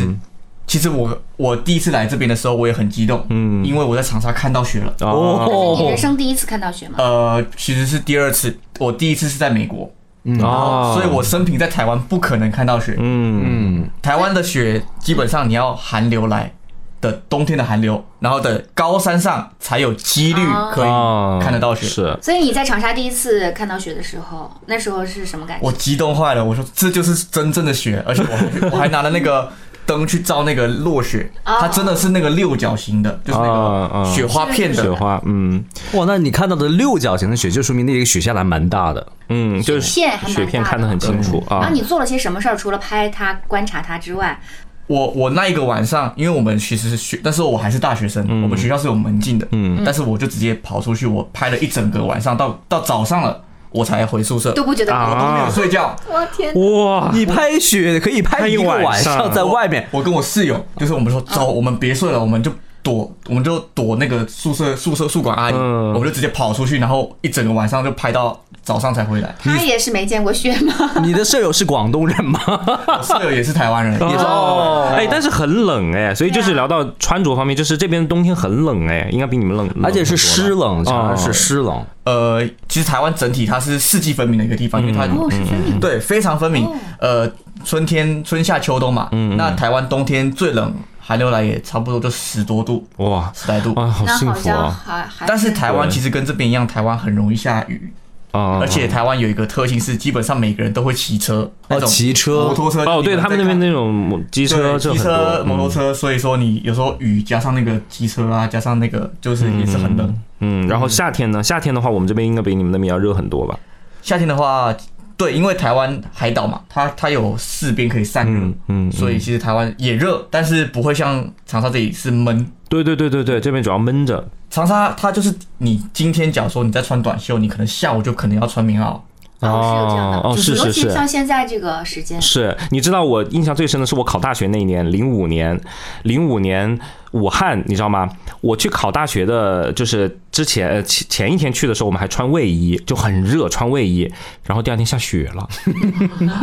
S1: 其实我我第一次来这边的时候，我也很激动，嗯，因为我在长沙看到雪了。
S2: [LAUGHS] 哦
S3: 你人生第一次看到雪吗？
S1: 呃，其实是第二次，我第一次是在美国，
S2: 哦，
S1: 所以我生平在台湾不可能看到雪。
S2: 嗯
S1: 台湾的雪基本上你要寒流来的冬天的寒流，然后的高山上才有几率可
S2: 哦
S1: 以看得到雪。
S2: 是
S3: 所以你在长沙第一次看到雪的时候，那时候是什么感觉？
S1: 我激动坏了，我说这就是真正的雪，而且我还我还拿了那个灯去照那个落雪，
S3: 哦
S1: 它真的是那个六角形的，就是那
S2: 哦哦
S1: 个雪花片
S2: 雪
S1: 的。
S2: 花，嗯
S4: 哇，那你看到的六角形的雪，就说明那个雪下来蛮大的。
S2: 嗯，就是
S3: 雪片还蛮
S2: 雪片看得很清楚
S1: 嗯
S3: 然
S2: 啊
S3: 后。你做了些什么事儿？除了拍它、观察它之外，
S1: 我我那一个晚上，因为我们其实是学，那时候我还是大学生，
S2: 嗯
S1: 我们学校是有门禁的，嗯，但是我就直接跑出去，我拍了一整个晚上，到到早上了，我才回宿舍，
S3: 都不觉得
S1: 我
S3: 冷。
S1: 都没有
S2: 呃啊
S1: 睡觉，
S3: 我天，
S2: 哇，
S4: 你拍雪可以拍
S2: 啊拍一
S4: 一个
S2: 晚
S4: 晚
S2: 上
S4: 上，在外面
S1: 我跟我室友，就是我们说走，我们别睡了，我们就躲，我们就躲那个宿舍宿舍宿管阿姨，
S2: 嗯
S1: 我们就直接跑出去，然后一整个晚上就拍到早上才回来。
S3: 他也是没见过雪吗？
S4: 你的舍友是广东人吗？
S1: 我室友也是台湾人，
S4: 啊
S1: 也是
S2: 哦，哎，但是很冷哎，所以就
S3: 对
S2: 是
S3: 啊
S2: 聊到穿着方面，就是这边冬天很冷哎，应该比你们冷，冷
S4: 而且是
S2: 很多
S4: 湿
S2: 吧
S4: 冷，
S2: 多了哦
S4: 长沙是湿冷。
S1: 呃，其实台湾整体它是四季分明的一个地方，因为它
S2: 嗯
S3: 哦，是分明。
S1: 对非常分明
S3: 哦，
S1: 呃，春天、春夏秋冬嘛，那台湾冬天最冷，寒流来也差不多就十多度、
S2: 哇
S1: 十来度。
S2: 啊，好
S3: 那
S2: 幸
S3: 好
S2: 福
S3: 像
S2: 啊！
S3: 还还
S1: 但是台湾其实跟这边一样，台湾很容易下雨，
S2: 啊，
S1: 而且台湾有一个特性是，基本上每个人都会骑车，那种
S4: 哦骑车
S1: 摩托车
S2: 哦，对他们那边那种机
S1: 机
S2: 车，这
S1: 机
S2: 很
S1: 车、
S2: 多嗯
S1: 摩托，车，所以说你有时候雨加上那个机车啊，加上那个就是
S2: 嗯
S1: 也是很冷。
S2: 嗯，嗯然后夏天呢，夏天的话，我们这边应该比你们那边要热很多吧？
S1: 夏天的话，对，因为台湾海岛嘛，它它有四边可以散热
S2: 嗯，嗯，
S1: 所以其实台湾也热，但是不会像长沙这里是闷。
S2: 对对对对对，这边主要闷着，
S1: 长沙它就是你今天假如说你在穿短袖，你可能下午就可能要穿棉袄。
S3: 哦，是有这样的，
S2: 哦哦是是
S3: 尤其
S2: 是
S3: 像现在这个时间，
S2: 是你知道我印象最深的是我考大学那一年，零五年，零五年武汉，你知道吗？我去考大学的，就是之前呃前前一天去的时候，我们还穿卫衣，就很热，穿卫衣，然后第二天下雪了，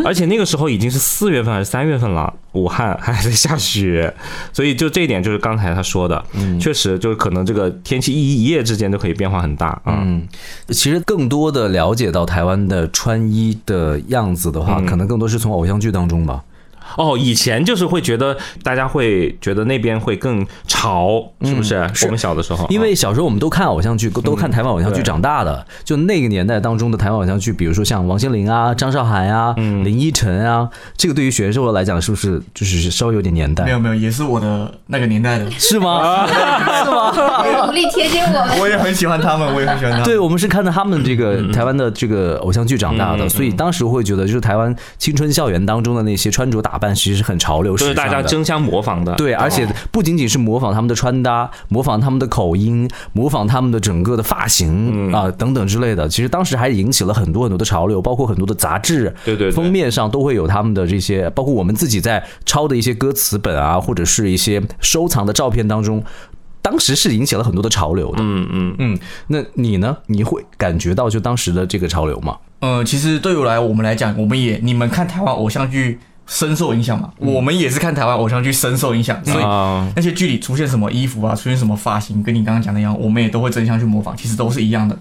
S2: 而且那个时候已经是四月份还是三月份了，武汉还在下雪，所以就这一点就是刚才他说的，确实就是可能这个天气一一夜之间就可以变化很大啊。嗯
S4: 其实更多的
S1: 嗯
S4: 了解到台湾的穿衣的样子的话，可能更多是从偶像剧当中吧。
S2: 哦，以前就是会觉得大家会觉得那边会更潮，是不是？
S4: 是
S2: 我们小的时候，
S1: 哦
S4: 因
S2: 嗯
S4: 为小时候我们都看偶像剧，都看台湾偶像剧
S2: 对
S4: 长大的。就那个年代当中的台湾偶像剧，比如说像王心凌啊、张韶涵啊、
S1: 嗯
S4: 林依晨啊，这个对于学生来讲，是不是就是稍微有点年
S1: 没
S4: 代？
S1: 有没有，也是我的那个年代的，
S4: 是吗？
S1: 啊
S4: [LAUGHS]
S1: [LAUGHS]
S4: 是吗？
S3: 鼓励贴近我们。
S1: 我也很喜欢他们，我也很喜欢他们。
S4: 对，我们是看着他们这
S1: 嗯
S4: 个台湾的这个偶像剧长大的，所以当时会觉得，就是台湾青春校园当中的那些穿着打扮，其实是很潮流时
S2: 都是
S4: 尚的。
S2: 大家争相模仿的，
S4: 对，而
S2: 哦
S4: 且不仅仅是模仿他们的穿搭，模仿他们的口音，模仿他们的整个的发
S2: 嗯
S4: 型啊、等等之类的。其实当时还引起了很多很多的潮流，包括很多的杂志，
S2: 对对对
S4: 封面上都会有他们的这些，包括我们自己在抄的一些歌词本啊，或者是一些收藏的照片当中。当时是引起了很多的潮流的，
S2: 嗯嗯，
S4: 嗯，那你呢？你会感觉到就当时的这个潮流吗？
S1: 呃，其实对我来我们来讲，我们也你们看台湾偶像剧深受影响嘛，我们也是看台湾偶像剧深受影响，所以
S2: 嗯啊
S1: 那些剧里出现什么衣服啊，出现什么发型，跟你刚刚讲的一样，我们也都会争相去模仿，其实都是一样的。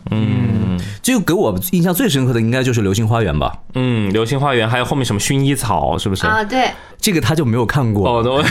S4: 就给我印象最深刻的应该就是《流星花园》吧，
S2: 嗯，流星花园还有后面什么薰衣草，是不是？
S3: 啊，对，
S4: 这个他就没有看过。
S2: 哦，都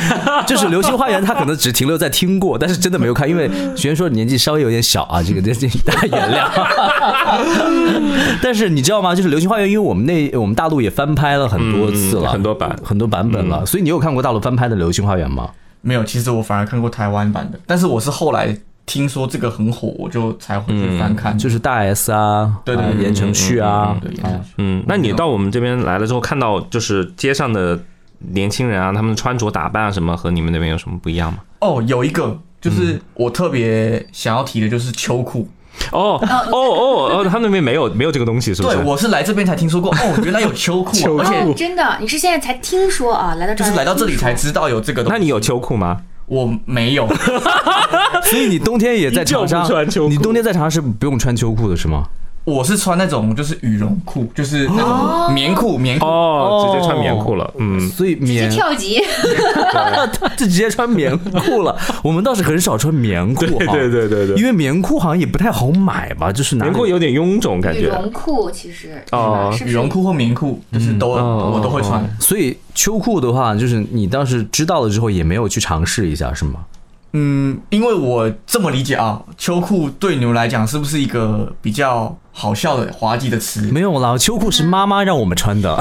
S4: 就是《流星花园》，他可能只停留在听过，但是真的没有看，因为学员说年纪稍微有点小啊，这个这这大家原 [LAUGHS] 谅。但是你知道吗？就是《流星花园》，因为我们那我们大陆也翻拍了很多次了，
S2: 嗯很多版嗯
S4: 很多版本了，所以你有看过大陆翻拍的《流星花园》吗？
S1: 没有，其实我反而看过台湾版的，但是我是后来听说这个很火，我就才会
S2: 嗯
S1: 去翻看。
S4: 就是大 S 啊，
S1: 对对
S4: 啊
S1: 对对
S4: 言承旭啊，
S1: 对，
S4: 啊
S2: 嗯，那你到我们这边来了之后，看到就是街上的年轻人啊，他们的穿着打扮啊什么，和你们那边有什么不一样吗？
S1: 哦，有一个
S2: 嗯
S1: 就是我特别想要提的，就是秋裤。
S2: 哦哦哦哦，他们那边没有没有这个东西，是不是？
S1: 对我是来这边才听说过，哦，原来有秋裤、啊，
S2: [LAUGHS] 秋裤
S1: 而且
S3: 哦，真的，你是现在才听说啊？来到这
S1: 就
S3: 儿
S1: 是来到这里才
S3: 听说
S1: 知道有这个东
S2: 那
S1: 西。
S2: 你有秋裤吗？
S1: 我没有，
S4: 啊所以你冬天也在长
S2: 依旧
S4: 沙
S2: 不穿秋，裤
S4: 你冬天在长沙是不用穿秋裤的是吗？
S1: 我是穿那种就是羽绒裤，就是那种棉裤，棉裤。
S2: 哦，直接穿棉裤了，嗯，
S4: 所以
S3: 直接
S4: 棉
S3: 跳级，
S4: [LAUGHS] 就直接穿棉裤了。我们倒是很少穿棉裤哈，
S2: 对对对对
S4: [LAUGHS] 因为棉裤好像也不太好买吧，就是拿
S2: 棉裤有点臃肿感
S3: 羽
S2: 觉。
S3: 绒裤其实
S2: 哦
S3: 是吧是不
S1: 羽
S3: 是
S1: 绒裤或棉裤，就是都、
S2: 哦
S1: 我都会穿。
S2: 哦
S4: 所以秋裤的话，就是你当时知道了之后，也没有去尝试一下，是吗？
S1: 嗯，因为我这么理解啊，秋裤对你们来讲是不是一个比较好笑的、滑稽的词？
S2: 嗯
S4: 没有啦，秋裤是妈妈让我们
S2: [LAUGHS]
S4: 穿的。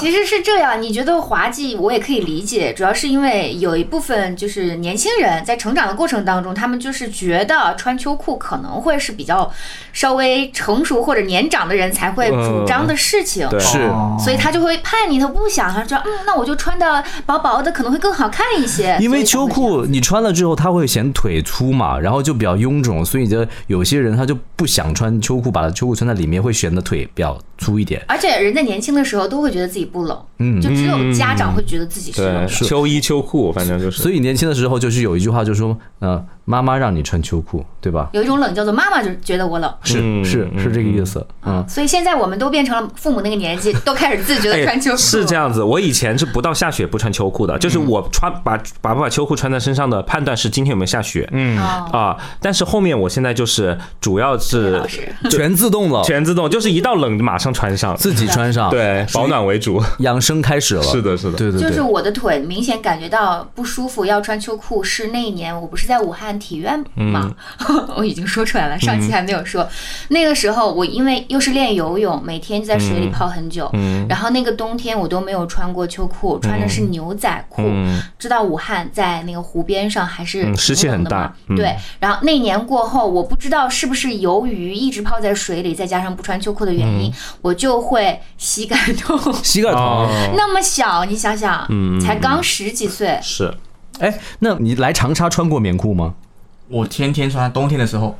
S3: 其实是这样，你觉得滑稽，我也可以理解，主要是因为有一部分就是年轻人在成长的过程当中，他们就是觉得穿秋裤可能会是比较稍微成熟或者年长的人才会主张的事情。
S2: 对
S4: 是
S1: 哦
S3: 所以他就会叛逆，他不想，他说，嗯，那我就穿的薄薄的，可能会更好看一些。
S4: 因为
S3: 所
S4: 秋
S3: 以才会这样
S4: 裤你穿了之后，它会显腿粗嘛，然后就比较臃肿，所以就有些人他就不想穿秋裤，把秋裤穿在里面会显得腿比较粗一点。
S3: 而且人在年轻的时候都会觉得自己不冷，嗯，就只有家长会觉得自己是冷
S4: 嗯
S2: 对，
S3: 的。
S2: 秋衣秋裤，反正就是。
S4: 所以年轻的时候就是有一句话就说，呃，妈妈让你穿秋裤，对吧？
S3: 有一种冷叫做妈妈就觉得我冷，
S4: 是
S2: 嗯
S4: 是是这个意思，嗯。哎
S3: 所以现在我们都变成了父母那个年纪，都开始自觉的穿秋裤。
S2: 哎是这。样子，我以前是不到下雪不穿秋裤的，就是
S4: 嗯
S2: 我穿把把不把秋裤穿在身上的判断是今天有没有下雪，嗯
S3: 哦
S2: 啊，但是后面我现在就是主要是
S3: 老师
S4: 全自动了，
S2: 全自动，就是一到冷马上穿
S4: [LAUGHS]
S2: 上，
S4: 自己穿上，，
S2: 对，保暖为主，
S4: 养生开始了， [LAUGHS]
S2: 是，的，是的，
S4: 对对
S3: 就是
S4: 对。
S3: 我的腿明显感觉到不舒服，要穿秋裤。是那一年我不是在武汉体院
S2: 嗯
S3: 嘛， [LAUGHS] 我已经说出来了，上期还没有说。那个时候我因为又是练游泳，每天在水
S2: 嗯
S3: 里泡很久，然后那个冬天我都没有穿过秋裤，穿的是
S2: 嗯
S3: 牛仔裤。知道武汉在那个湖边上还是挺
S2: 嗯湿气很
S3: 冷的嘛
S2: 大嗯
S3: 对。然后那年过后，我不知道是不是由于一直泡在水里，再加上不穿秋裤的原
S2: 嗯
S3: 因，我就会膝盖 [LAUGHS] 痛。
S4: 膝盖疼，
S2: 哦，嗯
S3: 那么小，你想想，才刚十几岁，
S2: 是
S4: 哎，那你来长沙穿过棉裤吗？
S1: 我天天穿，冬天的时候，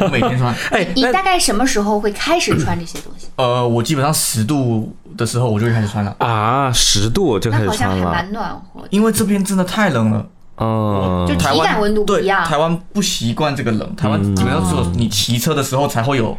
S1: 我每天
S3: [LAUGHS]
S1: 穿。
S4: 哎
S3: 你大概什么时候会开始穿这些东西？
S1: 呃，我基本上十度的时候我就会开始穿了，
S2: 啊，十度就开
S3: 那
S2: 始
S3: 好像
S2: 穿
S3: 还
S2: 了，
S3: 蛮暖和的，
S1: 因为这边真的太冷了。
S2: 嗯，
S3: 就体
S1: 台湾
S3: 感温度不
S1: 对
S3: 一样。
S1: 台湾不习惯这个冷，台湾基本上只
S2: 嗯
S1: 有你骑车的时候才会有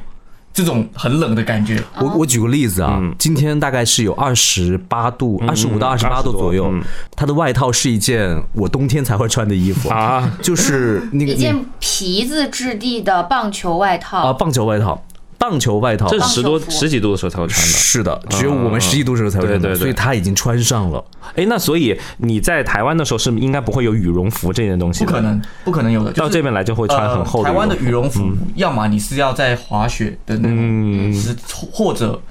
S1: 这种很冷的感觉。
S4: 我我举个例子啊，今天大概是有二十八度，二十五到二十八度左右
S2: 嗯嗯。
S4: 他的外套是一件我冬天才会穿的衣服，
S2: 啊，
S4: 就是那个
S3: 一件皮子质地的棒球外
S4: 啊
S3: 套，
S4: 棒球外套。棒球外套，
S2: 这是
S3: 棒
S2: 十
S3: 球
S2: 多
S3: 服
S2: 十几度的时候才会穿
S1: [LAUGHS]
S2: 的。
S4: 是的，只有我们十一度的时候才会
S2: 对
S4: 穿的
S2: 对对
S4: 所以他已经穿上了。
S2: 哎，那所以你在台湾的时候是应该不会有羽绒服这件东西
S1: 不
S2: 的，
S1: 可能，不可能有的。就是
S2: 到哦这边来就会穿很厚
S1: 呃、台湾的
S2: 羽
S1: 羽绒服，要么你是要在滑雪的那种时，或者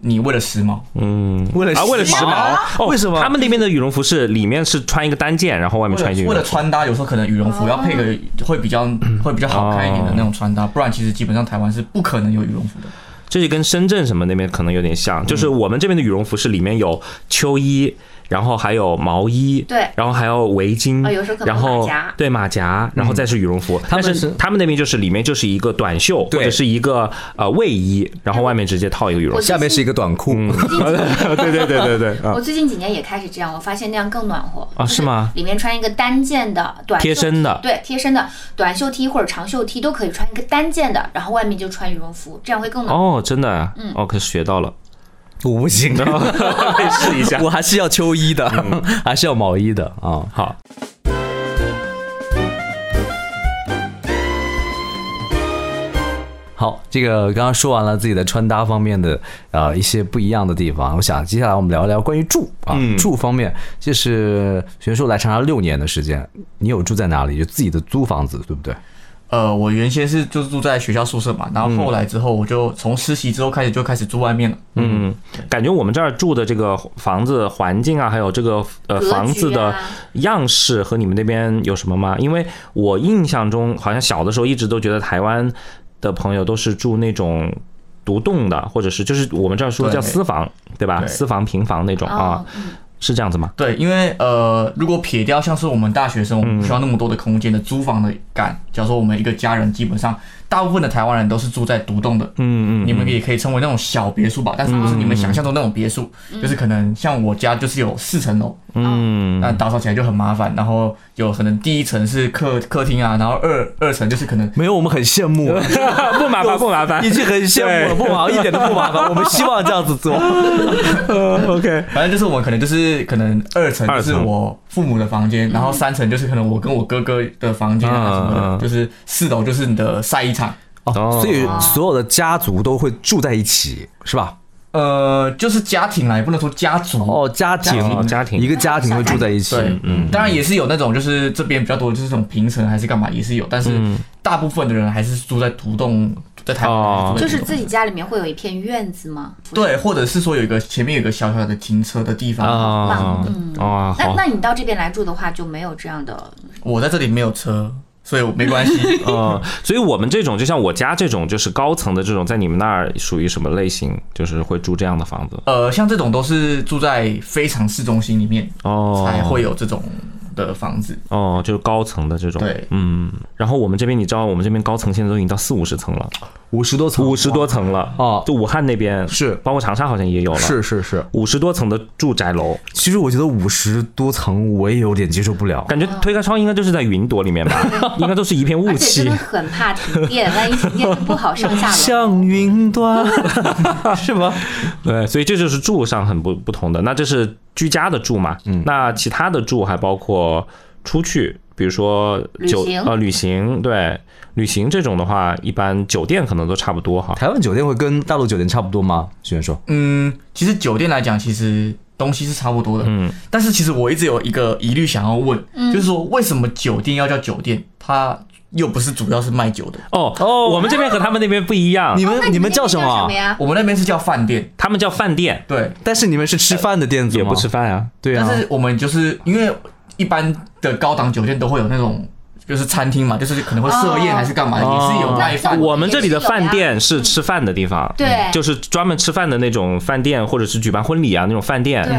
S1: 你为了时髦，
S2: 嗯，
S4: 为了
S2: 啊，为了时
S4: 时
S2: 髦
S4: 髦
S2: 哦，
S4: 为什么
S2: 他们那边的羽绒服是里面是穿一个单件，然后外面
S1: 为
S2: 穿一件
S1: 了
S2: 羽
S1: 为了
S2: 绒服？
S1: 穿搭，有时候可能羽绒服要配个会比较会比较
S2: 哦
S1: 好看一点的那种穿搭，不然其实基本上台湾是不可能有羽绒服的。
S2: 这就跟深圳什么那边可能有点像，
S1: 嗯
S2: 就是我们这边的羽绒服是里面有秋衣，然后还有毛衣， [LAUGHS]
S3: 对
S2: 然后还有围巾，
S3: 啊有时候可能
S2: 然后
S3: 马甲
S2: 对马甲，然后再是羽绒服。
S4: 他们
S2: 嗯但
S4: 是
S2: 他们那边就是里面就是一个短袖或
S4: 对
S2: 者是一个呃卫衣，然后外面直接套一个羽绒
S3: 我
S2: 服。
S4: 下面是一个短裤，
S2: 嗯对对对对对啊
S3: 我！最近几年也开始这样，我发现那样更暖和
S2: 啊
S3: 就是
S2: 吗
S3: 里面穿一个单件的短袖
S2: 贴身的
S3: 对贴身的短袖 T 或者长袖 T 都可以穿一个单件的，然后外面就穿羽绒服，这样会更暖。
S2: 哦，真的啊，哦，可学到了，
S4: 我
S2: [LAUGHS]
S4: 不行，
S2: 可以试一下。嗯
S4: 我还是要秋衣的， [LAUGHS] 还是要毛衣的啊。
S2: 好，
S4: 好，这个刚刚说完了自己的穿搭方面的呃一些不一样的地方，我想接下来我们聊一聊关于住啊、
S2: 嗯
S4: 住方面，就是玄叔来长沙六年的时间，你有住在哪里？有自己的租房子，对不对？
S1: 呃，我原先是就是住在学校宿舍嘛，
S2: 嗯
S1: 然后后来之后我就从实习之后开始就开始住外面了。
S2: [LAUGHS] 嗯，感觉我们这儿住的这个房子环境啊，还有这个呃
S3: 格局啊
S2: 房子的样式和你们那边有什么吗？因为我印象中好像小的时候一直都觉得台湾的朋友都是住那种。独栋的，或者是就是我们这儿说
S1: 对
S2: 叫私房，对吧？
S1: 对
S2: 私房、平房那种啊
S3: 哦，，嗯
S2: 是这样子吗？
S1: 对，因为呃，如果撇掉像是我们大学生，我
S2: 嗯
S1: 们不需要那么多的空间的租房的感，假如说我们一个家人，基本上大部分的台湾人都是住在独栋的，
S2: 嗯嗯，嗯
S1: 你们也可以称为那种小别墅吧，但是不是你们想象中那种别墅，
S3: 嗯
S1: 就是可能像我家就是有四层楼，[LAUGHS]
S2: 嗯
S1: 那打扫起来就很麻烦，然后有可能第一层是客客厅啊，然后二二层就是可能
S4: 没有，我们很羡 [LAUGHS] 慕，
S2: 不麻烦不麻
S4: [LAUGHS]
S2: 烦
S4: 已经很羡慕了，不麻烦一点都不麻烦，我们希望这样子 [LAUGHS] 做。呃
S2: ，OK，
S1: 反正就是我们可能就是可能二层
S2: 二
S1: 就
S2: 层
S1: 是我父母的房间，然后三层就是可能我跟我哥哥的房间啊什么
S2: 嗯嗯嗯
S1: 的，就是四楼就是你的晒衣场。
S4: 哦，所以所有的家族都会住在一起，是吧？
S1: 呃，就是家庭啦，也不能说家族。
S4: 哦，家庭，
S2: 哦家庭
S4: 一个家庭会住在一起。
S1: 对，嗯，当然也是有那种，就是这边比较多，就是这种平层还是干嘛也是有，但是大部分的人还是住在独栋，在台
S2: 哦
S1: 湾
S3: 就
S1: 还是住在
S3: 是
S1: 独栋
S3: 自己家里面会有一片院子吗？不是
S1: 对，或者是说有一个前面有一个小小的停车的地方。
S2: 啊
S3: 嗯
S2: 啊，
S3: 那
S2: 好
S3: 那你到这边来住的话，就没有这样的
S1: 我在这里没有车，所以我没关系。
S2: 嗯，所以我们这种就像我家这种，就是高层的这种，在你们那儿属于什么类型？就是会住这样的房子
S1: 呃，像这种都是住在非常市中心里面
S2: 哦
S1: 才会有这种的房子。
S2: 哦，就是高层的这种。
S1: 对
S2: 嗯。然后我们这边你知道，我们这边高层现在都已经到四五十层了，
S4: 五十多层，
S2: 五十多层了。
S4: 哦
S2: 就武汉那边
S4: 是
S2: 包括长沙好像也有了，
S4: 是是是。
S2: 五十多层的住宅楼，
S4: 其实我觉得五十多层我也有点接受不了。
S2: 感觉推开窗应该就是在云朵里面吧，应该都是一片雾
S3: 而且
S2: 气
S3: 真的。很怕停电， [LAUGHS] 万一停电就不好上
S4: [LAUGHS]
S3: 下楼。
S4: 像云端，是吗？
S2: 对，所以这就是住上很不不同的。那这是居家的住嘛？嗯，那其他的住还包括出去，比如说
S3: 旅
S2: 酒
S3: 行
S2: 呃旅行，对，旅行这种的话，一般酒店可能都差不多哈。
S4: 台湾酒店会跟大陆酒店差不多吗？徐远说，
S1: 嗯，其实酒店来讲，其实东西是差不多的。
S2: [LAUGHS] 嗯，
S1: 但是其实我一直有一个疑虑想要问，
S3: 嗯
S1: 就是说为什么酒店要叫酒店？它又不是主要是卖酒的，
S3: 啊
S2: 哦哦，我们这边和他们那边不一样
S4: 你，
S3: 哦那
S4: 们
S3: 你
S4: 们叫
S3: 什
S4: 什么？
S3: 呀？
S1: 我们那边是叫饭店。
S2: 他们叫饭店，
S1: 对，
S4: 但是你们是吃饭的店子
S2: 也
S4: 吗？
S2: 不吃，饭啊。
S4: 对啊
S1: 但。是我们就是因为一般的高档酒店都会有那种。就是餐厅嘛，就是可能会设宴
S3: 哦
S1: 还是干嘛，也是有卖饭的。
S3: 那
S2: 我们这里的饭店是吃饭的地方，
S3: 对
S2: 哦就是专门吃饭的那种饭店，或者是举办婚礼啊那种饭店。
S3: 对，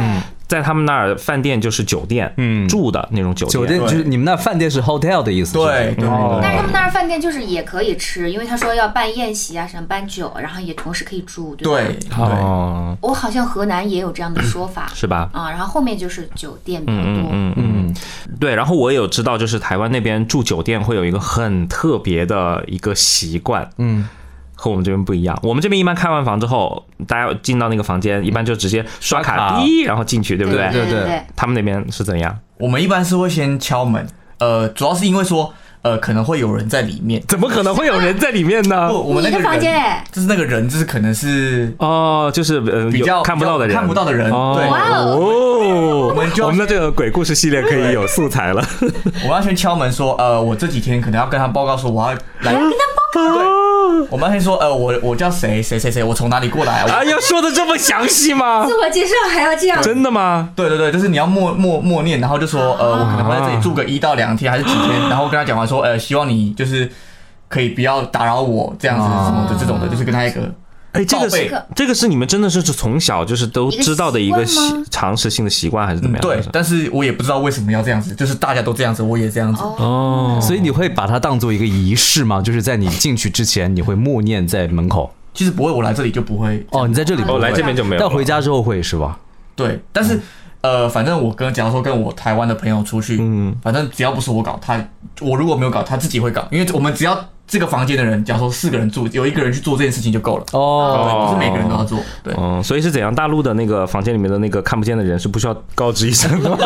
S2: 在他们那儿，饭店就是酒店，嗯，住的那种酒店。
S4: 酒店就是
S1: 对
S4: 你们那饭店是 hotel 的意思，
S1: 对对
S2: 哦
S3: 但是他们那儿饭店就是也可以吃，因为他说要办宴席啊，什么办酒，然后也同时可以住，对吧
S1: 对对，
S2: 哦，
S3: 我好像河南也有这样的
S2: [CLEARS THROAT]
S3: 说法
S2: 是吧？
S3: 啊，然后后面就是酒店比较多，
S2: 嗯嗯，对。然后我有知道，就是台湾那边住酒店会有一个很特别的一个习惯，嗯，和我们这边不一样。我们这边一般开完房之后，大家进到那个房间，一般就直接刷
S4: 刷卡
S2: 卡，滴，然后进去，对不
S3: 对
S4: 对
S3: 对
S4: 对
S2: 他们那边是怎样？
S1: 我们一般是会先敲门，呃，主要是因为说，呃，可能会有人在里面。
S2: 怎么可能会有人在里面
S3: [LAUGHS]
S2: 呢？
S1: 不，我们那
S3: 哦你
S1: 个
S3: 的房
S1: 人
S3: 间哎，
S1: 就是那个人，就是可能是
S2: 哦，就是呃，有
S1: 比较
S2: 看不到的人，
S1: 看不到的人。
S2: 哦
S1: 对，
S3: 哇
S2: 哦，我
S1: 们就要
S2: 的这个鬼故事系列可以有素材了。
S1: 我要先敲门说，呃，我这几天可能要跟他报告说，我要来。对，我们要先说，呃，我我叫谁谁谁谁，我从哪里过来。我
S2: 啊，要说的这么详细
S3: [LAUGHS]
S2: 吗？
S3: 自我介绍还要这样，
S2: 真的吗？
S1: 对对对，就是你要默默默念，然后就说，呃，我可能会在这里住个一到两天还是几天，然后跟他讲完说，呃，希望你就是可以不要打扰我这样子什么的这种的，就是跟他一个
S2: 哎，这个
S1: 报备
S2: 是这个是你们真的是从小就是都知道的一个
S3: 一个习惯
S2: 习
S3: 吗
S2: 常识性的习惯还是怎么样？
S1: 嗯对，但是我也不知道为什么要这样子，就是大家都这样子，我也这样子。
S2: 哦，
S4: 所以你会把它当做一个仪式吗？就是在你进去之前，你会默念在门口。
S1: 其实不会，我来这里就不会。
S4: 哦，你在这里不
S2: 哦，
S4: 会
S2: 来这边就没有了。
S4: 但回家之后会是吧？
S1: 对，但是、呃，反正我跟假如说跟我台湾的朋友出去，
S2: 嗯
S1: 反正只要不是我搞，他我如果没有搞，他自己会搞，因为我们只要这个房间的人，假如说四个人住，有一个人去做这件事情就够了。
S4: 哦，
S1: 对，不是每个人都要做。对，
S2: 嗯，所以是怎样？大陆的那个房间里面的那个看不见的人是不需要告知一声的吗？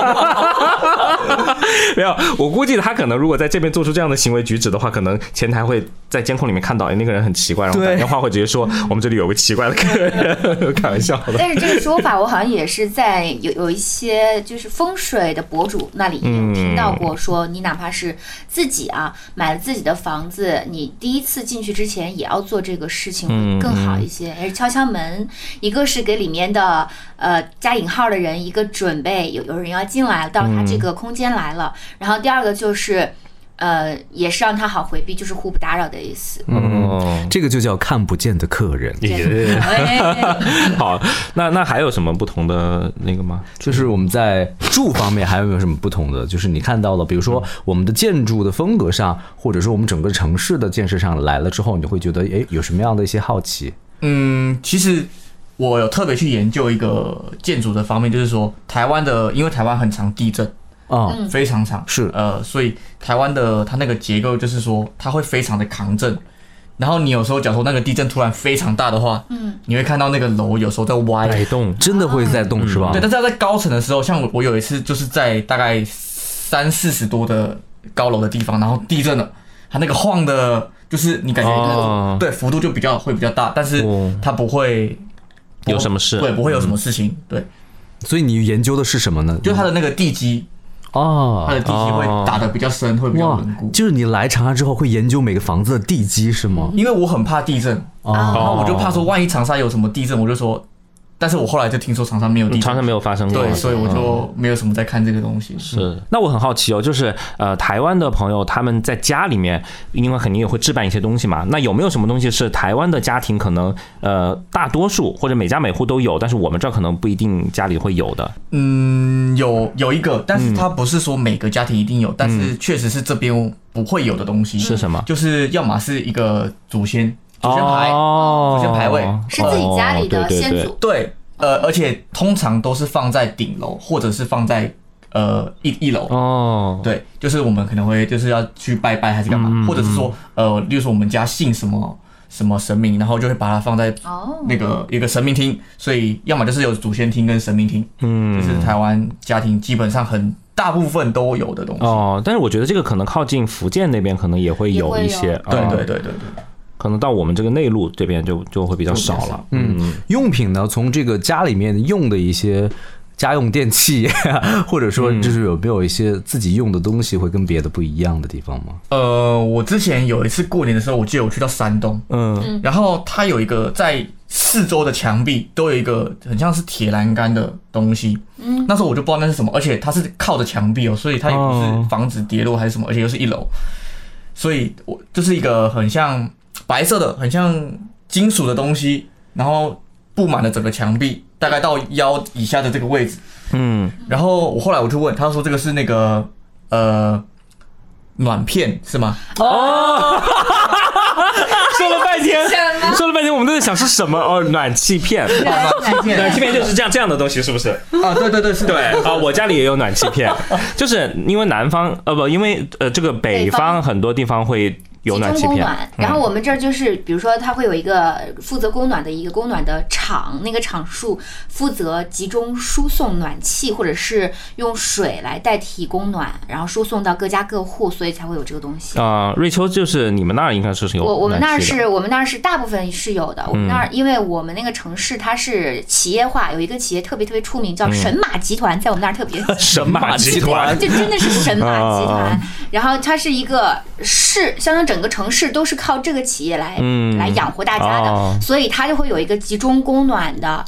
S2: 没有，我估计他可能如果在这边做出这样的行为举止的话，可能前台会在监控里面看到，哎，那个人很奇怪，然后打
S4: 对
S2: 电话会直接说我们这里有个奇怪的客人，开玩笑的。
S3: [LAUGHS] 但是这个说法，我好像也是在有有一些就是风水的博主那里也有听
S2: 嗯
S3: 到过，说你哪怕是自己啊买了自己的房子，你第一次进去之前也要做这个事情
S2: 嗯
S3: 会更好一些，还是敲敲门，一个是给里面的呃加引号的人一个准备，有有人要进来到他
S2: 嗯
S3: 这个空间来了，然后第二个就是。呃，也是让他好回避，就是互不打扰的
S2: [LAUGHS]
S3: 意思。
S2: 嗯，
S4: 这个就叫看不见的客人。
S2: 也
S3: 哎
S2: [LAUGHS] 好。那那还有什么不同的那个吗？
S4: 就是我们在住方面还有没有什么不同的？就是你看到了，比如说我们的建筑的风格上，或者说我们整个城市的建设上来了之后，你会觉得诶有什么样的一些好奇？
S1: 嗯，其实我有特别去研究一个建筑的方面，就是说台湾的，因为台湾很常地震，
S2: 哦
S4: 啊、
S3: 嗯
S1: 非常长，
S4: 是
S1: 呃，所以台湾的它那个结构就是说，它会非常的抗震。然后你有时候假如说那个地震突然非常大的话，嗯，你会看到那个楼有时候在歪。
S2: 摆动，
S4: 真的会在动是吧
S1: 对，？但是要在高层的时候，像我我有一次就是在大概三四十多的高楼的地方，然后地震了，它那个晃的，就是你感觉、
S2: 哦
S1: 对幅度就比较会比较大，但是
S2: 哦
S1: 它不会
S2: 有什么事嗯
S1: 对，不会有什么事情，对，
S4: 所以你研究的是什么呢？
S1: 就它的那个地基，
S4: 哦
S1: 它的地基会
S2: 哦
S1: 打得比较深，会比较
S4: 哇
S1: 稳固，。
S4: 就是你来长沙之后会研究每个房子的地基是吗？
S1: 因为我很怕地震，
S4: 哦，
S1: 然后我就怕说万一长沙有什么地震，我就说，但是我后来就听说长沙没有地震，
S2: 嗯常常没有发生过。嗯
S1: 对，所以我就没有什么在看这个东西。
S2: 是，那我很好奇哦，就是呃，台湾的朋友他们在家里面，因为肯定也会置办一些东西嘛。那有没有什么东西是台湾的家庭可能呃大多数或者每家每户都有，但是我们这儿可能不一定家里会有的？
S1: 嗯，有有一个，但是它不是说每个家庭一定有，但是确实是这边不会有的东西
S2: 嗯是什么
S1: 就是要么是一个祖先祖先牌，
S2: 哦，
S1: 祖先牌位
S3: 是自己家里
S2: 哦
S3: 的
S2: 对对
S3: 先
S2: 对
S3: 祖，
S1: 对，呃，而且通常都是放在顶楼或者是放在呃一一楼。
S2: 哦，
S1: 对，就是我们可能会就是要去拜拜还是干嘛，
S2: 嗯
S1: 或者是说呃，例如说我们家信什么什么神明，然后就会把它放在
S3: 哦，
S1: 那个一个神明厅，所以要么就是有祖先厅跟神明厅，
S2: 嗯
S1: 这是台湾家庭基本上很大部分都有的东西。
S2: 哦，但是我觉得这个可能靠近福建那边可能也会有一些
S3: 也，
S1: 对
S2: 啊
S1: 对对对对，
S2: 可能到我们这个内陆这边就就会比较少
S1: 就比较
S2: 了
S1: 少。
S4: 嗯，用品呢，从这个家里面用的一些家用电器， [LAUGHS] 或者说就是有没有一些自己用的东西会跟别的不一样的地方吗？
S1: 呃，我之前有一次过年的时候，我记得我去到山东，
S2: 嗯
S1: 然后它有一个在四周的墙壁都有一个很像是铁栏杆的东西，嗯，那时候我就不知道那是什么，而且它是靠着墙壁哦，所以它也不
S2: 哦
S1: 是防止跌落还是什么，而且又是一楼，所以我就是一个很像白色的、很像金属的东西，然后布满了整个墙壁，大概到腰以下的这个位置。
S2: 嗯，
S1: 然后我后来我就问他说这个是那个呃暖片是吗？
S2: [LAUGHS] 说了半天
S3: 哦什，么
S2: 说了半天，我们都在想是什么哦，暖气
S3: [LAUGHS]
S2: 片。
S3: 啊
S1: 暖气
S2: 暖
S1: 片
S2: 气片就是这样这样的东西，是不是？
S1: 啊，对对对是的
S2: 对啊，我家里也有
S3: [LAUGHS]
S2: 暖气片，就是因为南方呃不，因为呃这个北
S3: 北
S2: 方
S3: 方
S2: 很多地方会有暖
S3: 集
S2: 气
S3: 中供
S2: 片，嗯
S3: 暖，然后我们这儿就是，比如说，它会有一个负责供暖的一个供暖的厂，那个厂数负责集中输送暖气，或者是用水来代替供暖，然后输送到各家各户，所以才会有这个东西。
S2: 啊，瑞秋就是你们那儿应该是是有
S3: 我我们那儿
S2: 暖气的嗯
S3: 是我们那儿是大部分是有的，我们那儿因为我们那个城市它是企业化，有一个企业特别特别出
S2: 嗯
S3: 名，叫神马集团，在我们那儿特别
S2: 神马集团，
S3: 就真的是神马
S2: 啊
S3: 集团。然后它是一个市，相当于整个城市都是靠这个企业来、
S2: 嗯
S3: 来养活大家的，
S2: 哦
S3: 所以它就会有一个集中供暖的。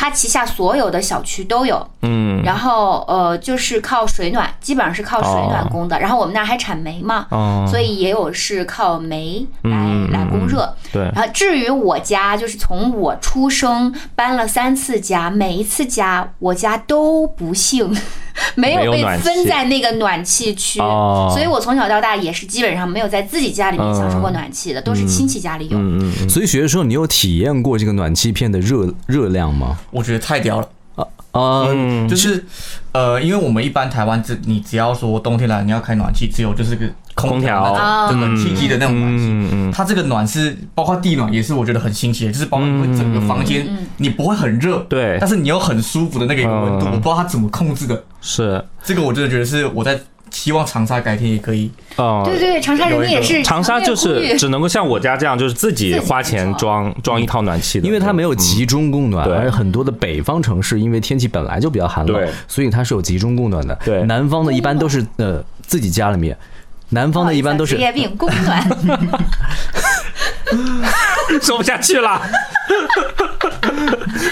S3: 它旗下所有的小区都有，
S2: 嗯，
S3: 然后呃，就是靠水暖，基本上是靠水暖供的。然后我们那儿还产煤嘛，
S2: 哦
S3: 所以也有是靠煤来、
S2: 嗯嗯
S3: 来供热。
S2: 对，
S3: 然后呃至于我家，就是从我出生搬了三次家，每一次家我家都不幸 [LAUGHS] 没
S2: 没有
S3: 有被
S2: 暖气
S3: 分在那个暖气区，
S2: 哦
S3: 所以我从小到大也是基本上没有在自己家里面享受过
S2: 嗯
S3: 暖气的，都是亲戚家里有。
S2: 嗯嗯嗯，
S4: 所以学的时候，你有体验过这个暖气片的热热量吗？
S1: 我觉得太屌了。
S4: 啊、
S2: 嗯
S1: 就是，呃，因为我们一般台湾只你只要说冬天来你要开暖气，只有就是个
S2: 空
S1: 空
S2: 调
S1: 那种就
S2: 嗯
S1: 暖气机的那种暖气。
S2: 嗯嗯
S1: 它这个暖是包括地暖，也是我觉得很新奇的，就是包括你会整个房间
S3: 嗯嗯嗯
S1: 你不会很热，
S2: 对
S1: 但是你又很舒服的那个一个温度，
S2: 嗯
S1: 我不知道它怎么控制的。
S2: 是，
S1: 这个我真的觉得是我在希望长沙改天也可以。
S2: 哦，
S3: 对对，长沙人民也是
S2: 长沙就
S3: 强
S2: 是
S3: 烈呼吁
S2: 只能够像我家这样，就是自己花钱装装一套暖气的，
S4: 因为它没有集中供暖，
S2: 对
S4: 而很多的北方城市因为天气本来就比较寒
S2: 对
S4: 冷，所以它是有集中供暖的。
S2: 对
S4: 南方的一般都是呃自己家里面，南方的哦一般都是
S3: 职业病供
S2: [LAUGHS]
S3: 暖。
S2: 说不下去了。 [LAUGHS]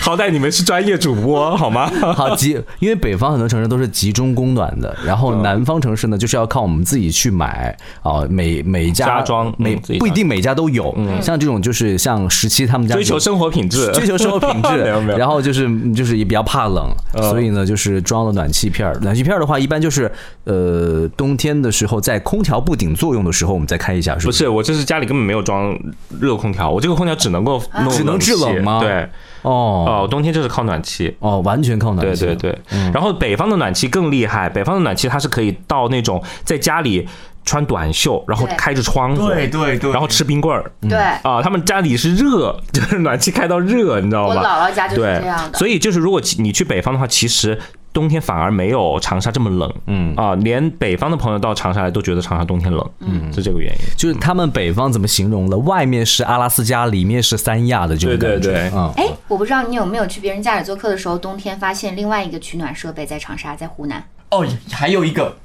S2: 好歹你们是专业主播好吗？ [LAUGHS]
S4: 好集，因为北方很多城市都是集中供暖的，然
S2: 啊
S4: 后南方城市呢，就是要靠我们自己去买啊，每每家
S2: 家装
S4: 每
S2: 嗯自己
S4: 不一定每家都有，像这种就是像十七他们家
S2: 追求
S4: 有
S2: 生活品质，
S4: [LAUGHS] 追求生活品质
S2: [LAUGHS] 没有没，嗯有
S4: 然后就是就是也比较怕冷，所以呢就是装了暖气片儿。暖气片儿的话，一般就是呃冬天的时候，在空调不顶作用的时候，我们再开一下，是
S2: 不
S4: 不是？
S2: 是，我这是家里根本没有装热空调，我这个空调只能够弄
S4: 只能
S2: 冷气
S4: 制冷吗
S2: 对，
S4: 哦
S2: 哦，冬天就是靠暖气。
S4: 哦，完全靠暖
S2: 对
S4: 气，
S2: 对对，然后北方的暖气更厉害，北方的暖气它是可以到那种在家里穿短袖，然后
S3: 对
S2: 开着窗户，
S1: 对对对，
S2: 嗯然后吃冰棍儿
S3: 对，
S2: 啊，他们家里是热， [LAUGHS] 就是暖气开到热，你知道
S3: 我
S2: 吧？
S3: 姥姥家就是
S2: 对
S3: 这样，的。
S2: 所以就是如果其你去北方的话，其实冬天反而没有长沙这么冷，嗯啊，连北方的朋友到长沙来都觉得长沙冬天冷，嗯，是这个原因。
S4: 就是他们北方怎么形容了？外面是阿拉斯加，里面是三亚的这种
S2: 对对
S4: 感觉，
S2: 对
S4: 嗯。
S3: 哎，我不知道你有没有去别人家里做客的时候，冬天发现另外一个取暖设备在长沙，在湖南。
S1: 哦，还有一个，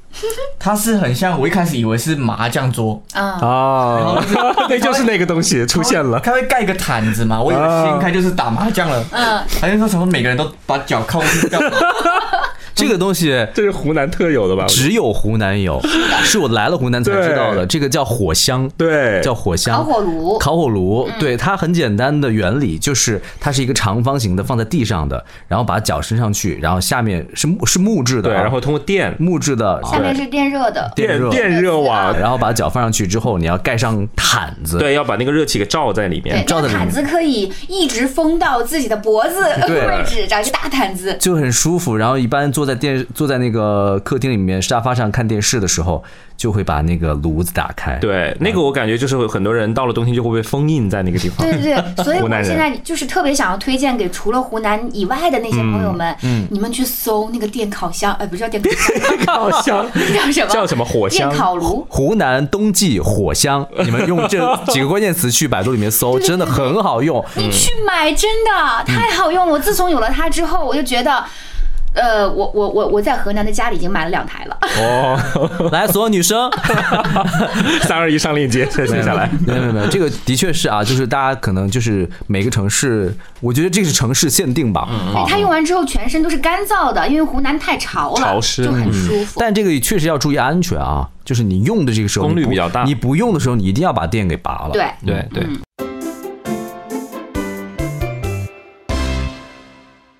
S1: 它是很像我一开始以为是麻将桌，
S3: 嗯，
S2: 啊， [LAUGHS] 对，就是那个东西出现了。
S1: 它会盖一个毯子嘛，我以为掀开就是打麻将了。嗯，还是说什么每个人都把脚靠住这样
S4: 这个东西
S2: 这是湖南特有的吧？
S4: 只有湖南有，是我来了湖南才知道的。这个叫火箱，
S2: 对，
S4: 叫火箱。
S3: 烤火炉嗯
S4: 烤火炉，对它很简单的原理就是，它是一个长方形的放在地上的，然后把脚伸上去，然后下面是木是木质的
S2: 对，
S4: 啊，
S2: 然后通过电
S4: 木质的
S3: 下面是电热的。
S4: 电热，
S2: 电热网，
S4: 然后把脚放上去之后，你要盖上毯子，
S2: 对，要把那个热气给罩在里面
S3: 对，。
S4: 罩
S3: 那
S4: 在
S3: 个
S4: 里面
S3: 毯子可以一直封到自己的脖
S2: [LAUGHS]
S3: 子
S4: 对
S3: 位置，找一个大毯子。
S4: 就很舒服。然后一般坐在电坐在那个客厅里面沙发上看电视的时候，就会把那个炉子打开，，
S2: 对，那个我感觉就是很多人到了冬天就会被封印在那个地方。
S3: 对对
S2: [LAUGHS]
S3: 对，所以
S2: 湖
S3: 我
S2: 南人
S3: 现在就是特别想要推荐给除了湖南以外的那些朋友们，
S2: 嗯
S3: 你们去搜那个电烤箱，呃，不是叫电烤箱，
S2: 烤箱
S3: [LAUGHS] 叫什么？
S2: 叫什么火箱嗯
S3: 电烤炉。
S4: 湖南冬季火箱，你们用这几个关键词去百度里面搜，真的很好用。
S3: 你去买，真的
S2: 嗯
S3: 太好用了。我自从有了它之后，我就觉得，呃，我我我我在河南的家里已经买了两台了。
S2: 哦， [LAUGHS]
S4: 来，所有女生，
S2: 三二一上链 [LAUGHS] 接，接下来。
S4: 没有没有没有，这个的确是啊，就是大家可能就是每个城市，我觉得这个是城市限定吧。啊
S3: 对，它用完之后全身都是干燥的，因为湖南太潮了，
S2: 潮嗯湿
S3: 就很嗯舒服。
S4: 但这个确实要注意安全啊，就是你用的这个时候
S2: 功率
S4: 你不
S2: 比较大
S4: 你不用的时候你一定要把电给拔了。
S3: 对，
S2: 对对，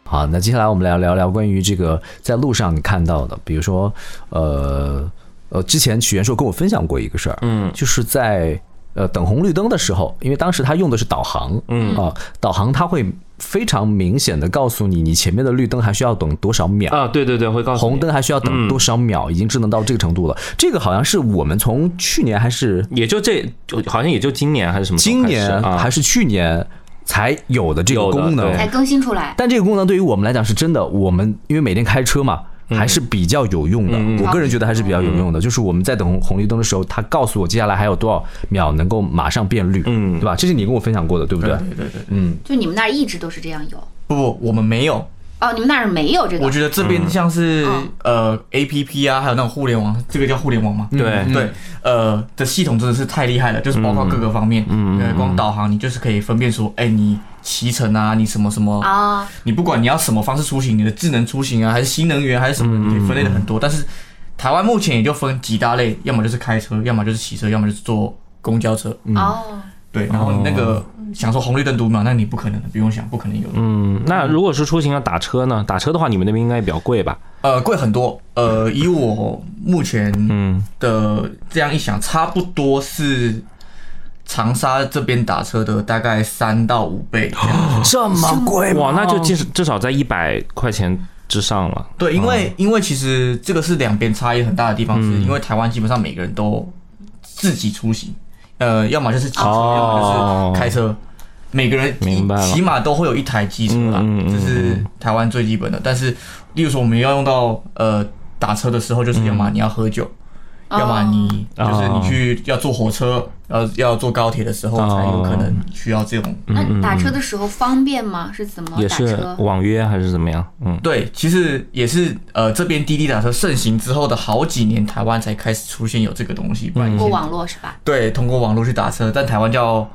S4: 好，那接下来我们来聊聊关于这个在路上你看到的，比如说，呃呃，之前许元硕跟我分享过一个事儿，嗯，就是
S2: 嗯
S3: 嗯
S4: 在呃等红绿灯的时候，因为当时他用的是导航，嗯啊、导航它会非常明显的告诉你，你前面的绿灯还需要等多少秒。
S2: 啊，对对对，会告诉你嗯
S4: 红灯还需要等多少秒？已经智能到这个程度了。这个好像是我们从去年还是
S2: 也就这，就好像也就今年还是什么时候
S4: 今
S2: 开始，
S4: 年
S2: 啊
S4: 还是去年才有的这个
S2: 有的
S4: 功能
S2: 对。
S3: 才更新出来。
S4: 但这个功能对于我们来讲是真的，我们因为每天开车嘛。还是比较有用的，我个人觉得还是比较有用的。就是我们在等红红绿灯的时候，它告诉我接下来还有多少秒能够马上变绿，
S2: 嗯
S4: 对吧？这是你跟我分享过的，对不对？
S1: 对对对，
S4: 嗯，
S3: 就你们那儿一直都是这样有
S1: 不不，我们没有。
S3: 哦，你们那儿没有这个
S1: 我觉得这边像是
S3: 嗯
S1: 呃 A P P 啊，还有那种互联网，这个叫互联网吗？
S2: 对
S4: 嗯
S1: 对，呃的系统真的是太厉害了，就是包括各个方面，嗯，光导航你就是可以分辨出，哎，你骑乘啊，你什么什么，
S3: 啊，
S1: 你不管你要什么方式出行，你的智能出行啊，还是新能源，还是什么，你可以分类的很多。但是台湾目前也就分几大类，要么就是开车，要么就是骑车，要么就是坐公交车。
S2: 嗯
S3: 哦，
S1: 对，然后你那个想说红绿灯读秒，那你不可能的，不用想，不可能有。
S2: 嗯，那如果是出行要打车呢？打车的话，你们那边应该也比较贵吧？
S1: 呃，贵很多。呃，以我目前
S2: 嗯
S1: 的这样一想，差不多是长沙这边打车的大概三到五倍这样子。
S4: 这么贵
S2: 哇，那就至至少在一百块钱之上了。
S1: 对，因
S2: 哦
S1: 为因为其实这个是两边差异很大的地
S2: 嗯
S1: 方，是因为台湾基本上每个人都自己出行，呃，要么就是骑车，
S2: 哦
S1: 要么就是开车。每个人
S2: 明白了
S1: 起码都会有一台机车啦
S2: 嗯嗯，嗯
S1: 这是台湾最基本的。但是，例如说我们要用到呃打车的时候，就是要
S2: 嗯
S1: 么你要喝酒，
S3: 哦
S1: 要么你就是
S2: 哦
S1: 你去要坐火车，要要坐高铁的时候才有可能需要这种。
S3: 那打车的时候方便吗？是怎么
S2: 嗯也
S3: 打
S2: 是
S3: 车？
S2: 网约还是怎么样？嗯，
S1: 对，其实也是呃，这边滴滴打车盛行之后的好几年，台湾才开始出现有这个东西。不
S2: 嗯
S1: 然以
S3: 通
S1: 前
S3: 过网络是吧？
S1: 对，通过网络去打车，但台湾叫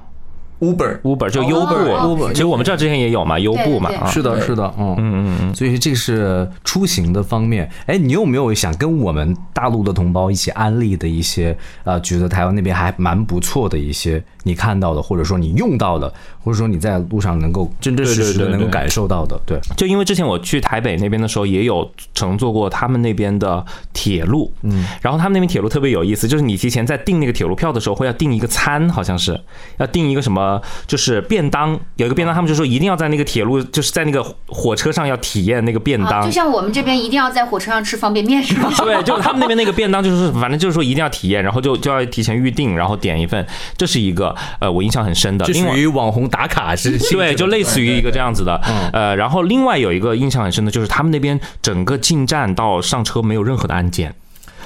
S1: Uber。
S2: Uber 就优步
S3: 哦
S2: 其实我们这儿之前也有嘛，优步嘛
S3: 对对
S2: 啊，
S4: 是的，
S1: 对
S4: 是的，嗯嗯嗯，所以这是出行的方面。哎，你有没有想跟我们大陆的同胞一起安利的一些呃，觉得台湾那边还蛮不错的一些你看到的，或者说你用到的，或者说你在路上能够真真实实
S2: 对对
S4: 的
S2: 对
S4: 能够
S2: 对
S4: 感受到的，对，
S2: 就因为之前我去台北那边的时候，也有乘坐过他们那边的铁路，嗯，然后他们那边铁路特别有意思，就是你提前在订那个铁路票的时候，会要订一个餐，好像是要订一个什么，就是便当，有一个便当，他们就说一定要在那个铁路，就是在那个火车上要体验那个便
S3: 啊，
S2: 当
S3: 就，像我们这边一定要在火车上吃方便面是
S2: [LAUGHS]
S3: 吧？
S2: 对，就是他们那边那个便当，就是反正就是说一定要体验，然后就就要提前预定，然后点一份，这是一个呃我印象很深的。
S4: 这
S2: 另
S4: 属
S2: 外。
S4: 于网红打卡是
S2: 对，就类似于一个这样子的，呃，然后另外有一个印象很深的就是他们那边整个进站到上车没有任何的按键，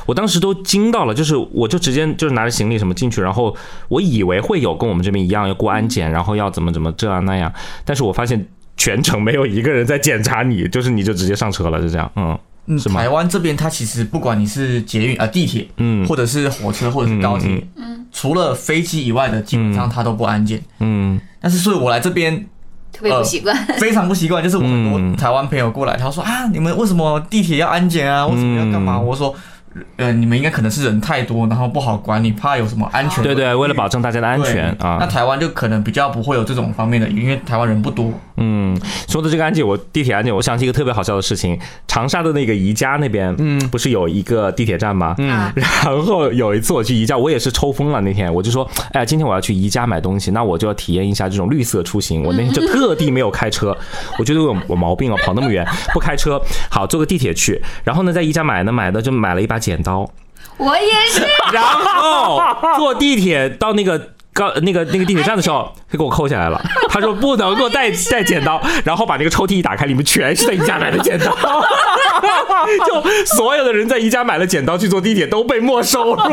S2: 我当时都惊到了，就是我就直接就是拿着行李什么进去，然后我以为会有跟我们这边一样要过安检，然后要怎么怎么这啊样那样，但是我发现全程没有一个人在检查你，就是你就直接上车了，就这样，嗯
S1: 嗯，
S2: 是吗
S1: 台湾这边它其实不管你是捷运啊、地铁，
S2: 嗯
S1: 或者是火车或者是高铁，嗯，除了飞机以外的，基本上它都不安检。
S2: 嗯
S1: 但是所以我来这边 [LAUGHS]
S3: 特别不习惯。
S1: 非常不习惯，就是我很
S2: 嗯
S1: 多台湾朋友过来，他说啊，你们为什么地铁要安检
S2: 嗯
S1: 啊？为什么要干嘛？我说，呃，你们应该可能是人太多，然后不好管理，怕有什么安全。
S2: 对对，为了保证大家的安
S1: 对
S2: 全啊，
S1: 那台湾就可能比较不会有这种方面的，因为台湾人不多。
S2: 嗯，说到这个安检，我地铁安检，我想起一个特别好笑的事情。长沙的那个宜家那边，嗯，不是有一个地铁站吗？
S3: 啊
S2: 嗯然后有一次我去宜家，我也是抽风了。那天我就说，哎呀，今天我要去宜家买东西，那我就要体验一下这种绿色出行。我那天就特地没有开车，我觉得我有毛病啊，跑那么远不开车，好坐个地铁去。然后呢，在宜家买呢，买的就买了一把剪刀，
S3: 我也
S2: [LAUGHS]
S3: 是，
S2: 然后坐地铁到那个。高那个那个地铁站的时候，他给我扣下来了。他说不能够
S3: [LAUGHS]
S2: 带带剪刀，然后把那个抽屉一打开，里面全是在宜家买的剪
S3: [LAUGHS]
S2: 刀，就所有的人在宜家买了剪刀去坐地铁都被没收了。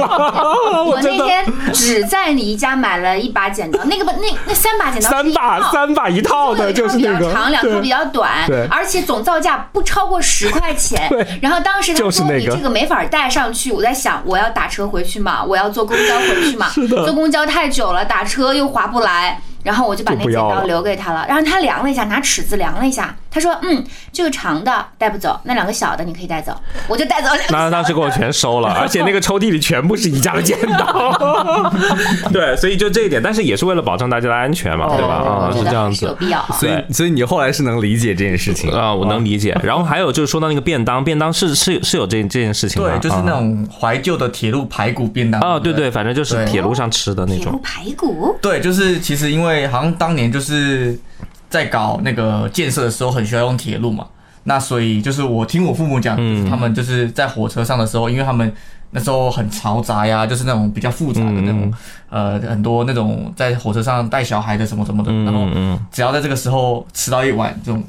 S3: 我
S2: 真
S3: 那
S2: 的
S3: 天只在你家买了一把剪刀，那个不，那那三把剪
S2: [LAUGHS]
S3: 刀是
S2: 三
S3: 一
S2: 把
S3: 套
S2: 三把一套的，
S3: 就
S2: 就是
S3: 一
S2: 那
S3: 套比
S2: 个
S3: 较长，两
S2: 对
S3: 头比较短
S2: 对，
S3: 而且总造价不超过十块钱
S2: 对。
S3: 然后当时他
S2: 就是
S3: 说
S2: 那
S3: 你
S2: 个
S3: 这个没法带上去，我在想我要打车回去嘛，我要坐公交回去嘛，
S2: 的
S3: 坐公交太久了，打车又划不来。然后我就把
S2: 就
S3: 那
S2: 不
S3: 剪
S2: 要
S3: 刀
S2: 了
S3: 留给他了，然后他量了一下，拿尺子量了一下，他说：“嗯，这个长的带不走，那两个小的你可以带走。”我就带走两个
S2: 那当时给我全收了，而且那个抽屉里全部是宜家的剪 [LAUGHS] 刀。对，所以就这一点，但是也是为了保障大家的安全嘛，对吧？啊，
S3: 我觉
S2: 是
S3: 得
S2: 这样
S3: 还
S2: 子
S3: 是有。必要。啊
S4: 所以所以你后来是能理解这件事情
S2: 啊，我能理解。然后还有就是说到那个便当，便当是是是有这这件事情
S1: 对
S2: 的，，
S1: 就是那种怀旧的铁路排骨便当。
S2: 啊，啊对对，反正就是
S1: 对
S2: 铁路上吃的那
S3: 铁路
S2: 种。
S3: 排骨，
S1: 对，就是其实因为好像当年就是在搞那个建设的时候很需要用铁路嘛，那所以就是我听我父母讲，
S2: 嗯
S1: 就是他们就是在火车上的时候，因为他们那时候很嘈杂呀，就是那种比较复杂的那
S2: 嗯
S1: 种，呃，很多那种在火车上带小孩的什么什么的，然后
S2: 嗯嗯，
S1: 只要在这个时候吃到一碗这种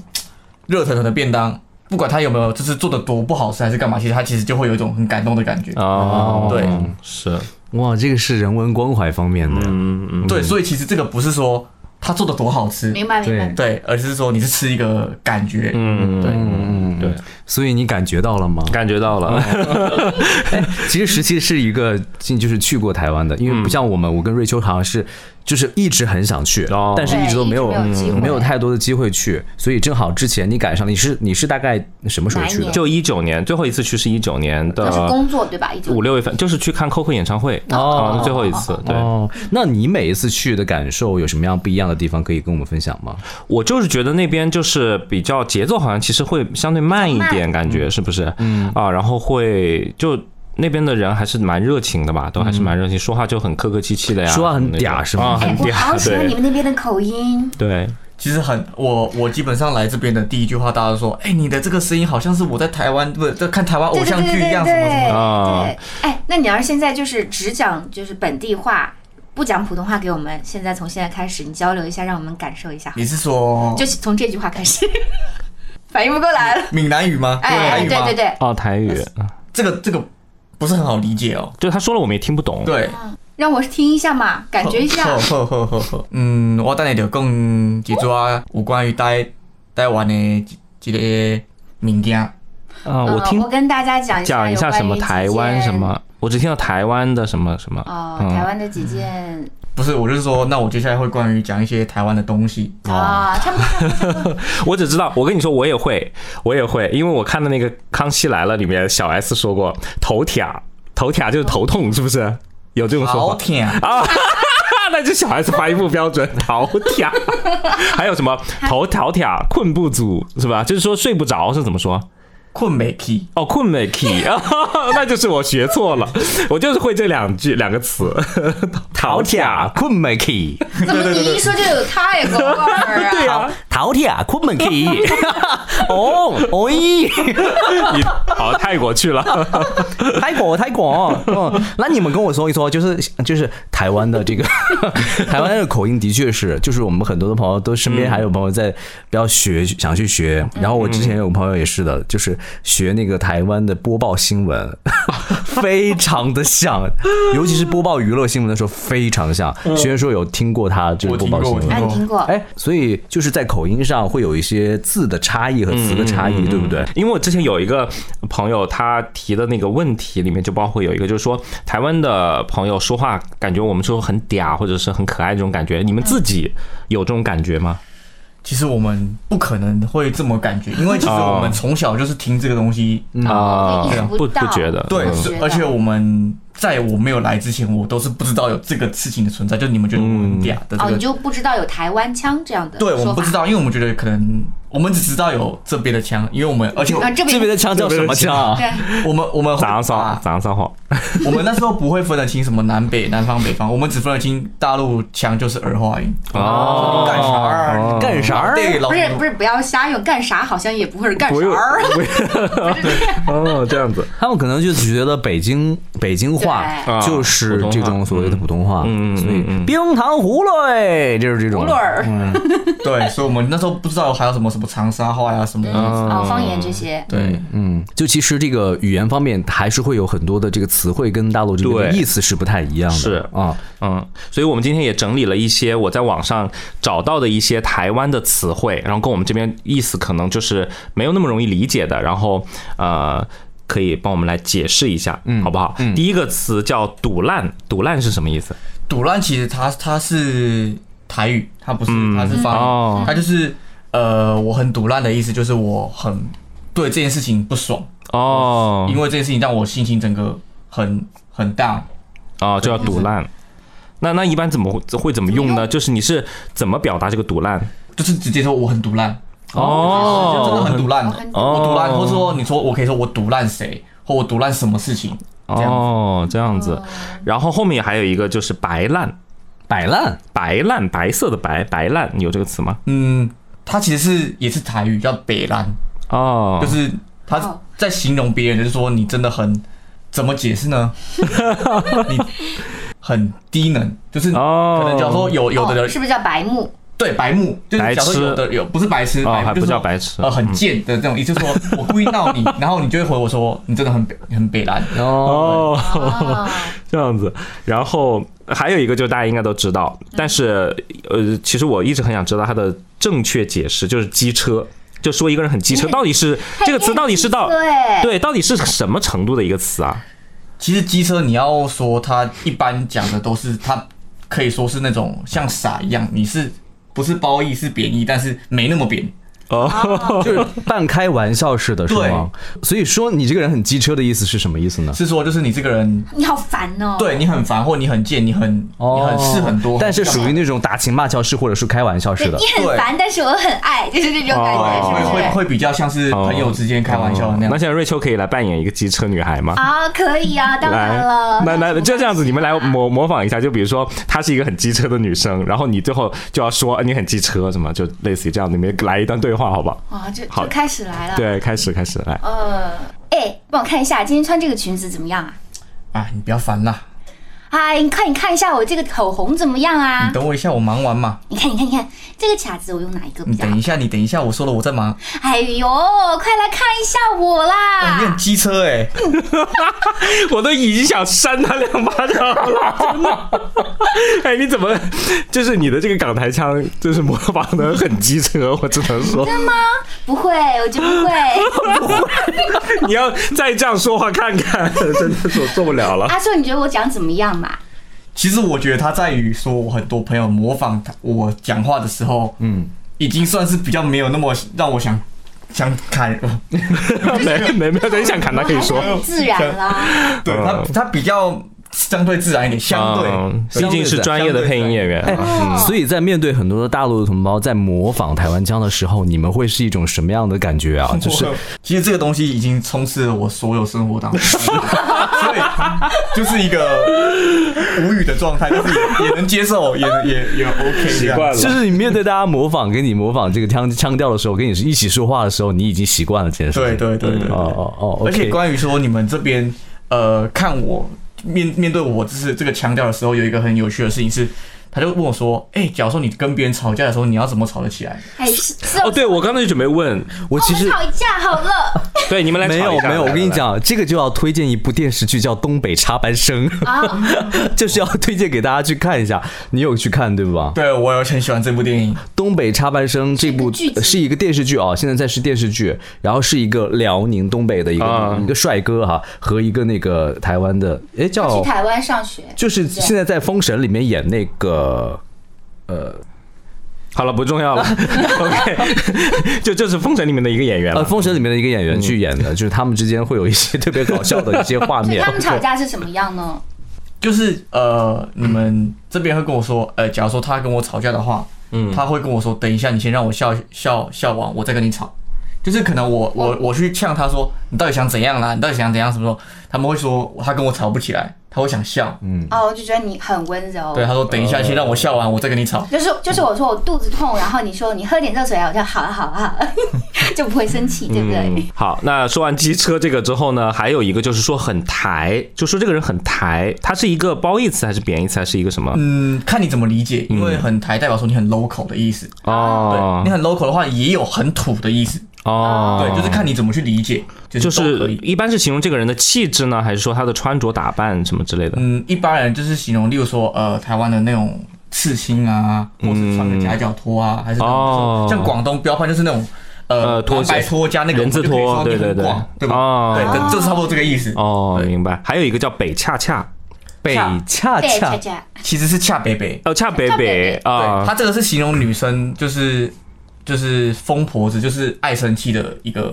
S1: 热腾腾的便当，不管他有没有就是做的多不好吃还是干嘛，其实他其实就会有一种很感动的感觉。
S2: 哦，
S1: 对，
S2: 是，
S4: 哇，这个是人文关怀方面的，
S2: 嗯嗯，
S1: 对，所以其实这个不是说他做的多好吃，
S3: 明白明白
S4: 对。
S1: 对，而是说你是吃一个感觉。
S2: 嗯
S1: 对
S4: 嗯
S2: 对，
S4: 所以你感觉到了吗？
S2: 感觉到了，
S4: 其实十七是一个进就是去过台湾的，因为
S2: 嗯
S4: 不像我们，我跟瑞秋好像是就是一直很想去，
S2: 哦
S4: 但是一直都没有嗯
S3: 对一直没有机会
S4: 没有太多的机会去，所以正好之前你赶上了，你是你是大概什么时候去
S3: 哪一
S4: 的
S3: 年？
S2: 就一九年最后一次去是一九年
S3: 那是
S2: 的
S3: 工作对吧？已经
S2: 五六月份，就是去看 Coco 演唱会，
S4: 哦
S2: 啊，是最后一次，对。
S4: 哦，那你每一次去的感受有什么样不一样的地方可以跟我们分享吗？
S2: 我就是觉得那边就是比较节奏好像其实会相对哦慢一点，感觉是不是？嗯啊，然后会就那边的人还是蛮热情的吧，都还是蛮热情，说话就很客客气气的呀，
S4: 说话很
S2: 那种
S4: 嗲是吗
S2: 啊，
S3: 哎
S2: 很，
S3: 我好
S2: 嗲，
S3: 喜欢你
S2: 对
S3: 们那边的口音，
S2: 对，
S1: [LAUGHS] 其实很，我我基本上来这边的第一句话，大家都说，哎、你的这个声音好像是我在台湾不是在看台湾偶
S3: 对对
S1: 像
S3: 对
S1: 剧一
S3: 对
S1: 样，
S3: 对
S1: 什么什么的。
S2: 啊
S3: 对。哎，那你要是现在就是只讲就是本地话，不讲普通话给我们，现在从现在开始你交流一下，让我们感受一下，
S1: 你是说
S3: 就是从这句话开始， [LAUGHS] 反应不过来了。
S1: 闽南语吗？台
S3: 哎，对
S1: 语吗？
S3: 对对，
S2: 哦，台语，
S1: 这个这个不是很好理解哦。
S2: 就他说了我们也听不懂，
S1: 对，
S3: 让我听一下嘛，感觉一下。
S1: 好好好好， [LAUGHS] 嗯，我等下就讲一撮啊有关于台台湾的一一个物件。
S2: 啊，
S3: 嗯
S2: 我听
S3: 我跟大家讲一下
S2: 讲一下
S3: 有关于
S2: 什么台湾
S3: 几件
S2: 什么，我只听到台湾的什么什么，
S3: 哦，
S2: 嗯
S3: 台湾的几件
S1: 不是，我就是说，那我接下来会关于讲一些台湾的东西。
S3: 啊，差不多差不多差不多。
S2: 我只知道，我跟你说，我也会，我也会，因为我看的那个《康熙来了》里面，小 S 说过头嗲，头嗲就是头痛，是不是？有
S1: [LAUGHS]
S2: 这种说
S1: 好
S2: 法？
S1: 甜，
S2: 那就小 S 发音不标准，头嗲。还有什么头头嗲、困不足，是吧？就是说睡不着是怎么说？
S1: 困没起，
S2: 哦，困没 key，那 [LAUGHS] 就是我学错了，我就是会这两句两个词，头嗲。
S4: 啊困美 key，
S3: 怎么你一说就有泰国味儿啊？
S2: 对呀、
S4: 淘铁啊困美 key，哦哦咦，
S2: 你跑到泰国去了，
S4: [LAUGHS] 泰国泰国，嗯，那你们跟我说一说，就是就是台湾的这个 [LAUGHS] 台湾的口音，的确是，就是我们很多的朋友都身
S2: 嗯
S4: 边还有朋友在要学想去学，然后我之前有朋友也是
S2: 嗯
S4: 的，就是学那个台湾的播报新闻， [LAUGHS] 非常的像，尤其是播报娱乐新闻的时候非常像。
S2: 嗯
S4: 虽然说有听过他这个
S1: 我
S4: 播
S1: 听
S4: 报
S1: 过，
S4: 新
S1: 我
S4: 闻
S1: 听，
S3: 啊，你听
S1: 过。
S3: 过？
S4: 哎，所以就是在口音上会有一些字的差异和词的差
S3: 嗯
S4: 异，对不对？
S2: 因为我之前有一个朋友，他提的那个问题里面就包括有一个，就是说台湾的朋友说话，感觉我们说很嗲或者是很可爱这种感觉，你们自己有这种感觉吗？
S1: 其实我们不可能会这么感觉，因为其实我们从小就是听这个东西。
S3: 嗯
S2: 啊
S3: 我也意识
S2: 不
S3: 到
S2: 不觉得
S1: 对
S2: 嗯，
S1: 是
S3: 觉得
S1: 而且我们在我没有来之前，我都是不知道有这个事情的存在，就是你们觉得我们很嗲的这
S3: 哦，你
S1: 个，
S3: 就不知道有台湾腔这样的
S1: 对我
S3: 说
S1: 们不
S3: 法
S1: 知道，因为我们觉得可能我们只知道有这边的腔，因为我们而且
S3: 啊？这
S4: 这边
S3: 边
S4: 的腔叫什么腔啊？
S3: 对，
S1: 我们我们
S2: 早上烧，
S1: 啊
S2: 早上烧火，
S1: 我们那时候不会分得清什么南北、南方、北方，我们只分得清大陆腔就是儿化音。
S2: 哦
S1: 干啥儿？
S4: 干啥儿
S1: 对，老
S3: 不是
S1: 牛
S3: 不是，不要瞎用，干啥好像也不会是干啥儿。
S2: 哦，这样子，
S4: 他们可能就觉得北京北京话
S2: 对
S4: 就是这种所谓的普通话，
S2: 嗯嗯嗯
S4: 所以
S2: 嗯
S4: 冰糖葫芦哎，就是这种嗯
S3: 葫芦儿
S1: 对，所以我们那时候不知道还有什么什么长沙话呀
S2: 嗯
S1: 什么的。
S3: 啊，方言这些，
S1: 对，
S4: 嗯，就其实这个语言方面还是会有很多的这个词汇跟大陆这边的
S2: 对
S4: 意思是不太一样的，
S2: 是
S4: 啊，
S2: 嗯，所以我们今天也整理了一些我在网上找到的一些台湾的词汇，然后跟我们这边意思可能就是没有那么容易理解的，然后呃，可以帮我们来解释一下，嗯，好不好？第一个词叫“赌烂”，赌烂是什么意思？
S1: 赌烂其实它它是台语，它不是，它是方
S2: 哦
S1: 言，它就是呃，我很赌烂的意思就是我很对这件事情不爽，
S2: 哦
S1: 因为这件事情让我心情整个很很大。
S2: 哦，就叫赌烂。那那一般怎么会会怎么用呢？就是你是怎么表达这个赌烂？
S1: 就是直接说我很毒烂，
S2: 哦
S1: 就真的很毒烂，
S3: 我很
S1: 我毒烂，或者说你说我可以说我毒烂谁，或我毒烂什么事情，这样
S2: 哦，这样子。然后后面还有一个就是“白烂
S4: 摆烂”，
S2: 白烂，白色的白，白烂，你有这个词吗？
S1: 嗯，它其实是也是台语叫北兰，
S2: 哦，
S1: 就是他
S3: 哦
S1: 在形容别人，就是说你真的很怎么解释
S2: [LAUGHS]
S1: 呢？你很低能，就是
S2: 哦
S1: 可能假如说有有的
S3: 哦
S1: 人
S3: 是不是叫白
S2: [LAUGHS]
S3: 目？
S1: 对白目，就是假如说有的有不是白痴，
S2: 哦，还
S1: 白目
S2: 不
S1: 就是
S2: 叫
S1: 说
S2: 白痴嗯
S1: 呃，很贱的这种意思，就是说我故意闹你，然后你就会回我说你真的很北很北蓝，
S2: 哦， [LAUGHS]
S3: 哦，
S2: 这样子。然后还有一个，就是大家应该都知
S1: 嗯
S2: 道，但是呃，其实我一直很想知道它的正确解释，就是机车，就说一个人很机车，到底是这个词到底是到
S3: 对，
S2: 对，到底是什么程度的一个词啊？
S1: 其实机车你要说它一般讲的都是它可以说是那种像傻一样，你是不是褒义是贬义，但是没那么贬。
S3: 哦
S4: 就是半开玩笑似的，是吗？所以说你这个人很机车的意思是什么意思呢？
S1: 是说就是你这个人
S3: 你好烦哦。
S1: [LAUGHS] 对你很烦，或你很贱，你很你很事很多，
S4: 哦但是属于那种打情骂俏式或者是开玩笑式的
S3: 你。很烦，但是我很爱，就是这种感
S1: 会
S2: 哦
S3: 觉，是不
S1: 会
S3: 是？
S1: 会比较像是朋友之间开玩笑的那
S2: 那
S4: 哦
S1: 样。
S2: 现在瑞秋可以来扮演一个机车女孩吗？
S3: 啊，可以啊，当然了。
S2: 来来，就这
S3: [LAUGHS]
S2: 样子，你们来模模仿一下，就比如说她是一个很机车的女生，然后你最后就要说呃你很机车什么，就类似于这样，你们来一段对话，好不好？
S3: 啊，这
S2: 好
S3: 就开始来了。，
S2: 对，开始开始来，
S3: 呃，哎，帮我看一下今天穿这个裙子怎么样啊？
S1: 哎，你不要烦啦，
S3: 哎，你看，你看一下我这个口红怎么样啊
S1: 你？等我一下，我忙完嘛。
S3: 你看，你看，你看，这个卡子我用哪一个比
S1: 你
S3: 较好
S1: 嗯等一？下，你等一下，我说了我在忙。
S3: 哎呦，快来看一下我
S1: 哎你
S3: 啦！
S1: 很机车哎、
S2: 我都已经想扇他两巴掌了， [LAUGHS] 真的。哎，你怎么就是你的这个港台腔，就是模仿的很机车，我只能说，
S3: 不会，我就不会。
S2: 你要再这样说话看看，真的是我受不了了。
S3: 阿硕，你觉得我讲怎么样嘛？
S1: 其实我觉得它在于说，我很多朋友模仿他我讲话的时候，嗯，已经算是比较没有那么让我想想砍，
S2: 没没没有，等你想砍他可以说
S3: 我。还是很自然啦。
S1: [LAUGHS] 对他他比较相对自然一点，相
S2: 嗯
S1: 对，
S2: 毕竟是专业的配音演员。
S4: 哎，
S3: 哦
S4: 所以在面对很多的大陆的同胞在模仿台湾腔的时候，你们会是一种什么样的感觉
S2: [LAUGHS]
S4: 啊？就
S1: 就是是， [LAUGHS] 其实这个东西已经充斥了我所有生活当中， [LAUGHS] 所以就是一个无语的状态，但是也也能接受，也也也 OK 这样。
S4: 就是你面对大家模仿跟你模仿这个腔腔调的时候，跟你是一起说话的时候，你已经习惯了这件事情。
S1: 对对对对对
S4: 哦哦哦，
S1: 而且
S4: OK
S1: 关于说你们这边，呃，看我面面对我就是这个腔调的时候，有一个很有趣的事情是，他就问我说：“哎、假如说你跟别人吵架的时候，你要怎么吵得起来
S3: 哎，是是
S2: 哦，对，我刚才就准备问，
S4: 我其实
S3: 吵架好了
S2: 对你们来
S4: 没
S2: 吵
S4: 有
S2: 一架
S4: 没有，我
S2: 来
S4: 跟你
S2: 来
S4: 讲，这个就要推荐一部电视剧叫《东北插班生》， [LAUGHS]
S3: 啊！
S4: 就是要推荐给大家去看一下。你有去看对吧？？”
S1: 对我有很喜欢这部电影，
S4: 《东北插班生》这部
S3: 是一个剧集
S4: 呃是一个电视剧啊，现在在是电视剧，然后是一个辽宁东北的一个、
S2: 啊
S4: 一个帅哥哈、和一个那个台湾的，
S3: 他
S4: 哎
S3: 去
S4: 叫
S3: 台湾上学，
S4: 就是现在在《封神》里面演那个
S2: 好了，不重要了。OK，就就是《封神》里面的一个演员
S4: 呃
S2: 了
S4: 《封神》里面的一个演员去演
S2: 嗯
S4: 的，就是他们之间会有一些特别搞笑的一些
S3: [LAUGHS]
S4: 画
S3: 所以
S4: 面
S3: 他。们吵架是什么样呢？
S1: 就是呃，你们这边会跟我说，呃，假如说他跟我吵架的话，嗯，他会跟我说，等一下，你先让我笑笑笑完，我再跟你吵。就是可能我我我去呛他说，你到底想怎样啦？你到底想怎样？什么时候？他们会说他跟我吵不起来，他会想笑。嗯，
S3: 哦，我就觉得你很温柔。
S1: 对，他说等一下，先让我笑完，我再跟你吵。
S3: 就是就是我说我肚子痛，然后你说你喝点热水啊，我就好了好了好了， [LAUGHS] 就不会生气，对不对？
S1: 嗯
S2: 好，那说完机车这个之后呢，还有一个就是说很台，就说这个人很台，他是一个褒义词还是贬义词，还是一个什么？
S1: 嗯，看你怎么理解，因为很台代表说你很 local 的意思。
S2: 哦
S1: 对，你很 local 的话，也有很土的意思。
S2: 哦，
S1: 对，就是看你怎么去理解，就是
S2: 就
S1: 都可
S2: 是
S1: 以。
S2: 一般是形容这个人的气质呢，还是说他的穿着打扮什么之类的？
S1: 嗯，一般人就是形容，例如说，呃，台湾的那种刺青啊，或是穿个夹脚拖啊，还是那种、
S2: 嗯哦
S1: 像广东标判就是那种，呃，
S2: 呃拖鞋
S1: 蓝白拖加那个
S2: 人字拖
S1: 我们就可以说你很
S2: 对对对
S1: 广对吧？
S2: 哦
S1: 对，这这差不多这个意思。
S2: 哦，明白。还有一个叫北恰恰，
S4: 北哎恰
S3: 对，
S4: 恰
S3: 哎恰，恰
S1: 其实是恰北北，
S2: 呃，恰北
S3: 恰
S2: 北
S3: 北
S1: 对，
S2: 啊
S1: 它这个是形容女生，就是就是疯婆子，就是爱生气的一个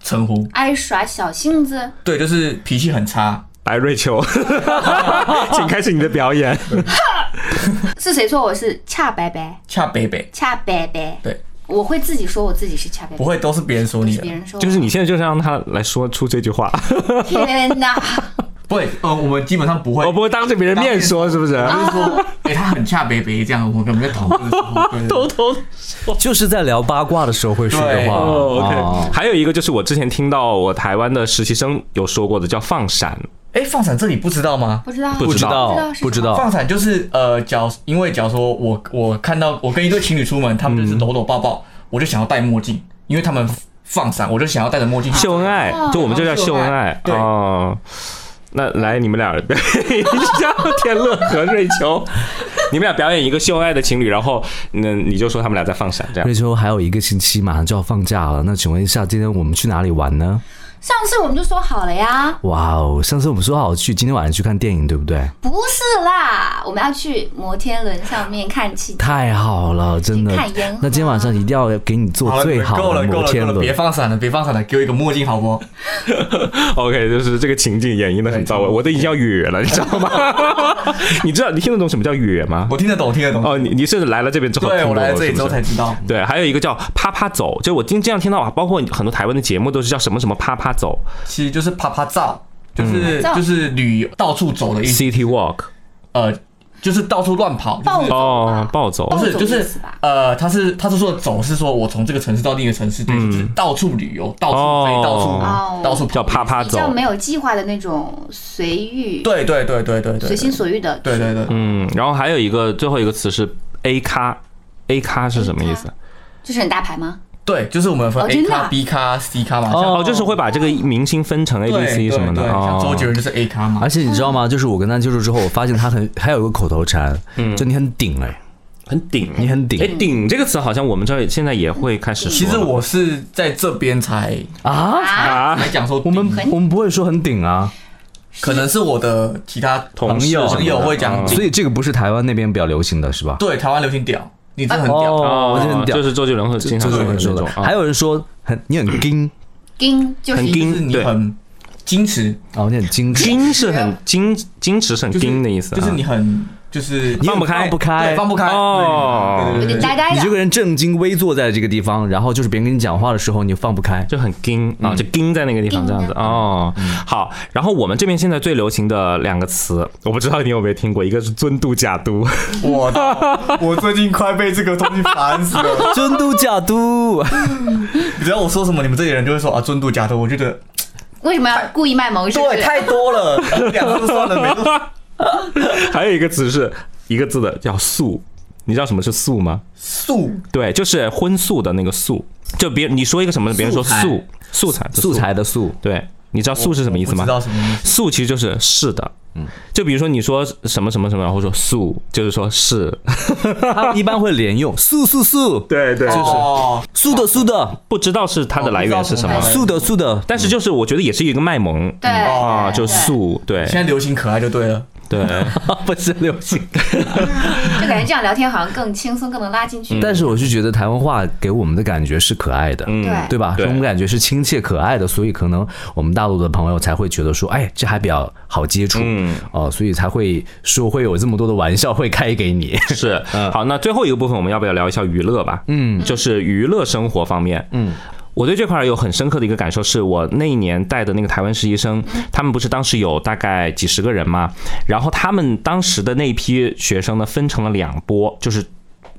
S1: 称呼。
S3: 爱耍小性子，
S1: 对，就是脾气很差。
S2: 来瑞
S1: [LAUGHS]
S2: 秋，请开始你的表演。
S3: 是谁说我是恰白白
S1: 恰北北
S3: 恰白白？
S1: 对，
S3: 我会自己说我自己是恰白
S1: 不
S3: 白，
S1: 会都是别人说
S3: 不
S1: 你
S3: 是
S1: 的
S3: 别，人说我。
S2: 就是你现在就是让他来说出这句话。
S3: 天哪！ [LAUGHS]
S1: 不会，呃，我们基本上不会。
S2: 哦
S4: 我不会当着别人面说，是不是？
S2: 啊
S1: 就是说，哎、他很恰北北这样，我们可能在讨论的时候，
S2: [LAUGHS]
S1: 对对对
S4: 就是在聊八卦的时候会说的
S1: 对
S4: 话。
S2: 哦
S4: 哦
S1: 啊
S2: ，OK。还有一个就是我之前听到我台湾的实习生有说过的，叫放闪，
S1: 哎、放闪这里不知道吗？
S3: 不知道，
S4: 不知道，
S3: 不
S4: 不
S3: 知
S4: 知
S2: 哦
S3: 道
S1: 放
S4: 道。
S1: 闪就是呃，假因为假如说我我看到我跟一对情侣出门，他们
S2: 嗯
S1: 就是搂搂抱抱，我就想要戴墨镜，因为他们放闪，我就想要戴着墨镜
S2: 秀恩爱，就我们这叫秀恩爱
S1: 对
S2: 哦。那来，你们俩 [LAUGHS] 表演一下天乐和瑞秋，你们俩表演一个秀恩爱的情侣，然后那你就说他们俩在放闪，这样
S4: 瑞秋还有一个星期马上就要放假了，那请问一下，今天我们去哪里玩呢？
S3: 上次我们就说好了呀，
S4: 哇哦，上次我们说好去今天晚上去看电影，对不对？
S3: 不是啦，我们要去摩天轮上面看气球。
S4: 太好了，真的
S3: 去看烟花。
S4: 那今天晚上一定要给你
S1: 好
S4: 做
S1: 了，
S4: 最好
S1: 够了
S4: 的
S1: 够
S4: 摩
S1: 了
S4: 天
S1: 够了，别
S4: 轮。
S1: 放闪了，别放闪了，给我一个墨镜好不好？
S2: OK，就是这个情境演绎的很到位，我都已经要哕了，你
S1: [LAUGHS]
S2: 知道吗？你知道你听得懂什么叫哕吗？
S1: 我听得懂，听得懂。
S2: 哦，你你是来了这边之后听
S1: 对
S2: 懂
S1: 我来这里
S2: 是不
S1: 之后
S2: 是
S1: 才知道，
S2: 对，还有一个叫啪啪走，就我经这样听到啊，包括很多台湾的节目都是叫什么什么啪啪走
S1: 其实就是啪啪照，就是、
S3: 照
S1: 就是旅游到处走的意思，
S2: ，City Walk，
S1: 呃，就是到处乱跑，就
S3: 暴
S1: 是
S3: 走
S2: 哦，
S3: 吧，
S2: 暴走
S1: 不是
S3: 暴走
S1: 就
S3: 的
S1: 是
S3: 意思吧
S1: 呃，他是他是说走是说我从这个城市到另一个城市，对，就是到处旅游，到处飞，到
S3: 哦
S1: 处到处跑
S2: 叫啪啪
S3: 比较
S2: 走
S3: 没，有计划的那种随遇、
S1: 对对对对对对，
S3: 随心所欲的。
S1: 对对对，
S2: 嗯，然后还有一个最后一个词是 A 咖，A 咖是什么意思？
S3: 就是很大牌吗？
S1: 对，就是我们分
S3: 哦
S1: A
S3: 真的
S1: 咖、
S3: 啊
S1: B 咖、C 咖嘛，像
S2: 哦，就是会把这个明星分成 A、
S1: 对
S2: B、
S1: 对
S2: C 什么
S1: 对
S2: 的，
S1: 像周杰
S2: 哦，
S1: 伦就是 A 咖嘛
S4: 而，且你知道吗？就是我跟他接触之后，我发现他很还有一个口头禅，就你很顶哎，
S2: 很顶，
S4: 你很
S2: 嗯哎，
S4: 顶
S2: 顶这个词好像我们这儿现在也会开始说了。
S1: 其实我是在这边才
S4: 啊！
S3: 啊，
S2: 啊，
S1: 才讲说
S4: 我们
S1: 顶
S4: 我们不会说很顶啊，
S1: 可能是我的其他
S2: 同事
S1: 朋友
S2: 什么的
S1: 朋友会讲
S2: 嗯
S1: 顶，
S4: 所以这个不是台湾那边比较流行的是吧？
S1: 对，台湾流行屌，你真的很屌，
S4: 哦，我
S2: 哦
S4: 就很，屌
S2: 就，是周杰伦和经
S4: 这
S2: 常说
S4: 是我
S2: 的
S4: 们
S2: 那
S4: 说
S2: 种
S4: 的。，
S2: 啊
S4: 还有人说很你很矜
S3: 丁就是
S2: 很
S3: 一
S2: 丁
S1: 就是你
S2: 对
S1: 很矜持，
S4: 哦，你很矜持，
S2: 矜是很矜，矜持是很
S1: 就是
S2: 矜的意思啊，
S1: 就是你很就是
S2: 你放不开
S4: 放不
S1: 对
S4: 开，
S1: 放不开
S2: 哦
S1: 对对对对
S3: 有
S1: 对
S3: 点呆呆
S4: 你这
S3: 的。
S4: 个人正襟危坐在这个地方，然后就是别人跟你讲话的时候，你放
S2: [LAUGHS]
S4: 不开。
S2: 就很盯啊，就盯在那个地方
S3: 盯
S2: 这样子
S3: 着
S2: 哦。好，然后我们这边现在最流行的两个词， [LAUGHS] 我不知道你有没有听过，一个是尊度假都， [LAUGHS]
S1: 我的，我最近快被这个东西烦死了。 [LAUGHS]
S4: 真都假都，
S1: 只要我说什么，你们这些人就会说啊，尊度假的，我觉得
S3: 为什么要故意卖萌？是不
S1: [LAUGHS] 对
S3: 是？
S1: 太多了，两次算了，没多
S2: 还有一个词是一个字的叫素，你知道什么是素吗？
S1: 素
S2: 对，就是荤素的那个素，就别人你说一个什么，别人说素素材
S4: 素，材的素，
S2: 对，你知道素是什么意思
S1: 不
S2: 吗
S1: 知？道什么意思。
S2: 素其实就是是的，嗯，就比如说你说什么什么什么，然后说素，就是说是，
S4: 它一般会连用素素素
S2: 对对，就是
S1: 哦，
S4: 素的素的
S2: 不知道是它的来源是什么
S1: 哦不知道是什么来。源
S4: 素的素的， [LAUGHS]
S2: 但是就是我觉得也是一个卖萌，
S3: 对
S2: 啊，
S3: 对
S2: 就
S3: 对
S2: 素，对
S1: 现在流行可爱就对了。
S2: 对，
S4: 不是流行。
S3: 就感觉这样聊天好像更轻松，更能拉进去。
S4: 但是我是觉得台湾话给我们的感觉是可爱的，
S2: 嗯
S3: 对
S4: 对吧？
S2: 对
S4: 这种感觉是亲切可爱的，所以可能我们大陆的朋友才会觉得说，哎，这还比较好接触，
S2: 嗯
S4: 哦、所以才会说会有这么多的玩笑会开给你。
S2: 是好。那最后一个部分，我们要不要聊一下娱乐吧？嗯，就是娱乐生活方面，嗯。我对这块儿有很深刻的一个感受，是我那一年带的那个台湾实习生，他们不是当时有大概几十个人嘛，然后他们当时的那一批学生呢，分成了两波，就是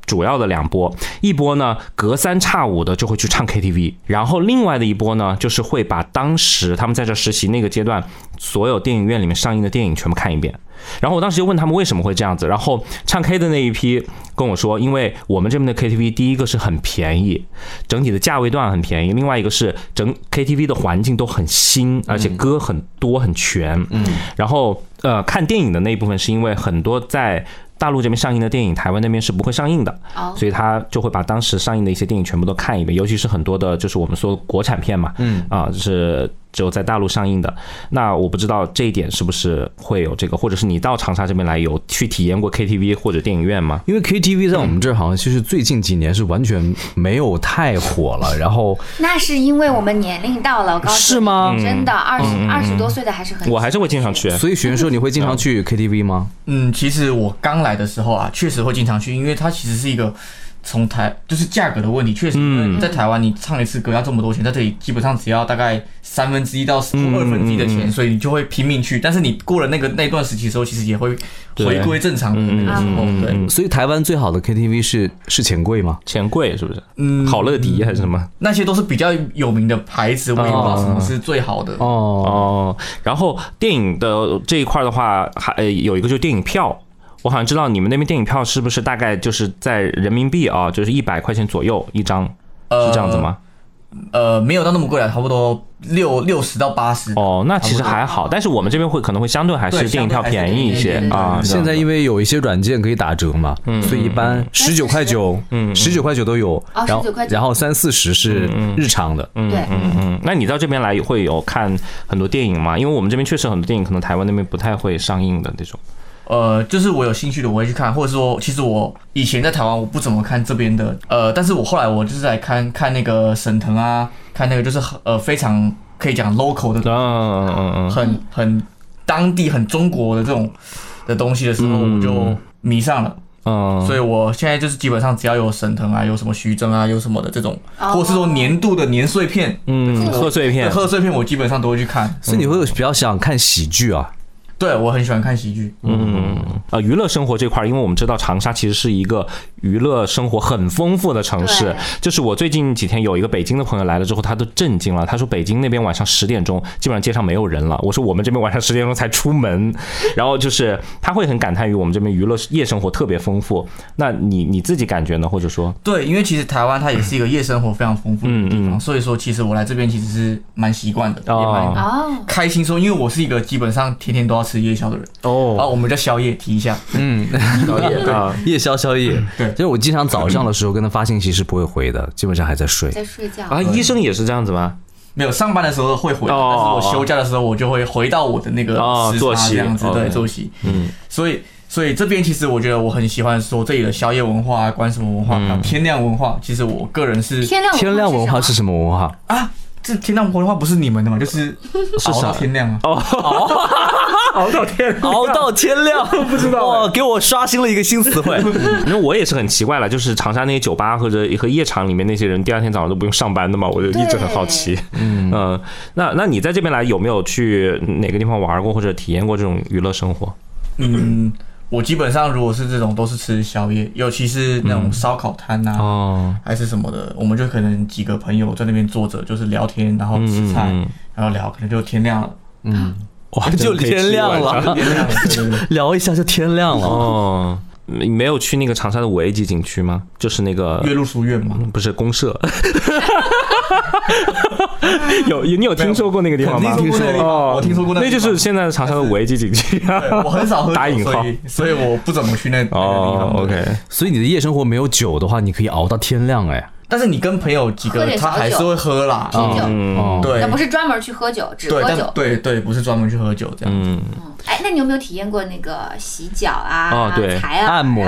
S2: 主要的两波，一波呢隔三差五的就会去唱 KTV，然后另外的一波呢就是会把当时他们在这实习那个阶段所有电影院里面上映的电影全部看一遍。然后我当时就问他们为什么会这样子，然后唱 K 的那一批跟我说，因为我们这边的 KTV 第一个是很便宜，整体的价位段很便宜，另外一个是整 KTV 的环境都很新，而且歌很多很全，嗯，然后呃看电影的那一部分是因为很多在大陆这边上映的电影，台湾那边是不会上映的，
S3: 哦，
S2: 所以他就会把当时上映的一些电影全部都看一遍，尤其是很多的，就是我们说国产片嘛，嗯啊，是只有在大陆上映的。那我不知道这一点是不是会有这个，或者是你到长沙这边来有去体验过 KTV 或者电影院吗？
S4: 因为 KTV 在我们这儿好像就是最近几年是完全没有太火了，然后
S3: 那是因为我们年龄到了，我告诉你
S4: 是吗
S3: 真
S2: 嗯
S3: 的，二十二十多岁的还是很，
S2: 我还是会经常去。
S4: 所以学生说你会经常去 KTV 吗？
S1: 嗯嗯，其实我刚来的时候啊，确实会经常去，因为它其实是一个从台就是价格的问题，确实，因
S2: 嗯
S1: 为在台湾你唱一次歌要这么多钱，在这里基本上只要大概三分之一到
S2: 嗯
S1: 二分之一的钱，所以你就会拼命去。但是你过了那个那段时期之后，其实也会回归正常的
S2: 嗯
S1: 那个时候。嗯哦对，
S4: 嗯所以台湾最好的 KTV 是是钱柜吗？
S2: 钱柜是不是？
S1: 嗯
S2: 好乐迪还是什么？
S1: 那些都是比较有名的牌子，我也不知道什么是最好的。
S4: 哦，
S2: 哦，然后电影的这一块的话，还呃有一个就是电影票。我好像知道你们那边电影票是不是大概就是在人民币啊，就是一百块钱左右一张，是这样子吗？
S1: 呃，没有到那么贵啊，差不多六六十到八十。
S2: 哦，那其实还好，但是我们这边会可能会相对还是
S1: 对
S2: 电影票便宜一些
S1: 相对还是便宜一点
S2: 啊。
S4: 现在
S2: 这样嗯
S4: 因为有一些软件可以打折嘛，嗯所以一般十九块九，嗯，十九块九都有，
S3: 哦
S4: 然后
S3: 19块9
S4: 然后三四十是日常的，
S3: 对，
S2: 嗯嗯，那你到这边来会有看很多电影吗？因为我们这边确实很多电影可能台湾那边不太会上映的那种。
S1: 呃，就是我有兴趣的我会去看，或者说，其实我以前在台湾我不怎么看这边的，呃，但是我后来我就是来看看那个沈腾啊，看那个就是很呃非常可以讲 local 的，
S2: 嗯嗯嗯
S4: 啊
S2: 嗯，
S1: 很很当地很中国的这种的东西的时候，
S2: 嗯
S1: 我就迷上了。
S2: 嗯，
S1: 所以我现在就是基本上只要有沈腾啊，有什么徐峥啊，有什么的这种，
S3: 哦
S1: 或者是说年度的年碎片、
S2: 嗯，贺岁片，
S1: 贺岁片，我基本上都会去看。
S4: 所以你会比较想看喜剧啊，
S1: 对我很喜欢看喜剧，
S2: 嗯，呃，娱乐生活这块儿，因为我们知道长沙其实是一个娱乐生活很丰富的城市
S3: 对。
S2: 就是我最近几天有一个北京的朋友来了之后，他都震惊了，他说北京那边晚上十点钟基本上街上没有人了。我说我们这边晚上十点钟才出门， [LAUGHS] 然后就是他会很感叹于我们这边娱乐夜生活特别丰富。那你你自己感觉呢？或者说，
S1: 对，因为其实台湾它也是一个夜生活非常丰富的地
S2: 嗯
S1: 方，
S2: 嗯
S1: 哦所以说其实我来这边其实是蛮习惯的，
S2: 哦
S1: 也蛮
S3: 哦，
S1: 开心说，因为我是一个基本上天天都要吃夜宵的人。啊，
S2: 哦，
S1: 我们叫宵夜，提一下。
S4: 嗯，
S1: 宵夜，对，
S2: 啊，
S4: 夜宵宵 [LAUGHS] 夜，
S1: 对
S4: 其实我经常早上的时候跟他发信息是不会回的，基本上还在睡。
S3: 在睡觉。
S2: 啊，医生也是这样子吗？
S1: [LAUGHS] 没有上班的时候会回，但
S2: 哦
S1: 是我休假的时候我就会回到我的那个
S2: 哦
S1: 时
S2: 作
S1: 差
S2: 息
S1: 这样子，
S2: OK
S1: 对作息。
S2: 嗯，
S1: 所以所以这边其实我觉得我很喜欢说这里的宵夜文化啊，关什么文
S2: 嗯
S1: 化，还有天亮文化。其实我个人是
S3: 天
S4: [LAUGHS]
S3: 亮
S4: 天亮文化是
S3: 什
S4: 什么文化？
S1: 啊，这天亮文化不是你们的吗？
S2: [LAUGHS]
S1: 就是
S4: 是
S1: 熬到
S4: 啥
S1: 天亮 [LAUGHS] 啊。
S2: 哦熬到天
S4: [LAUGHS] 熬到天 [LAUGHS] 亮，不知道哇，给我刷新了一个新词 [LAUGHS] 汇。
S2: 那我也是很奇怪了，就是长沙那些酒吧或者和夜场里面那些人，第二天早上都不用上班的嘛，我就一直很好奇。嗯、那那你在这边来有没有去哪个地方玩过或者体验过这种娱乐生活？
S1: 嗯，我基本上如果是这种都是吃宵夜，尤其是那种烧烤摊呐、
S2: 哦，
S1: 还是什么的，我们就可能几个朋友在那边坐着，就是聊天，然后吃菜，
S2: 嗯嗯
S1: 然后聊，可能就天亮了。 [LAUGHS]
S2: 哇，
S4: 就天亮了
S1: 天亮了对对对
S4: 聊一下就天亮了，
S2: 哦。你没有去那个长沙的五 A 级景区吗？就是那个
S1: 岳麓书院嘛，
S2: 不是公
S1: [LAUGHS]
S2: 社，有你有听说过那个地方吗？
S1: 肯定听说过那个地方
S2: 哦，
S1: 我听说过那个
S2: 那
S1: 地
S2: 就
S1: 方
S2: 是现在长沙的五 A 级景区啊
S1: 对。我很少喝酒，
S2: 打引号
S1: 所以所以我不怎么去那那个地
S2: 哦
S1: 方。
S2: ，OK，
S4: 所以你的夜生活没有酒的话，你可以熬到天亮哎。
S1: 但是你跟朋友几
S3: 喝
S1: 个，
S3: 点
S1: 他
S3: 小
S1: 还
S3: 酒
S1: 是会喝啦。
S3: 么啤酒？
S2: 嗯
S4: 哦，
S1: 对
S3: 那不是专门去喝酒，只
S1: 对，
S3: 喝
S1: 但
S3: 酒。
S1: 对对，不是专门去喝酒这样。
S2: 嗯，
S3: 哎，那你有没有体验过那个洗脚啊、
S2: 哦对
S3: 采耳啊
S4: 按摩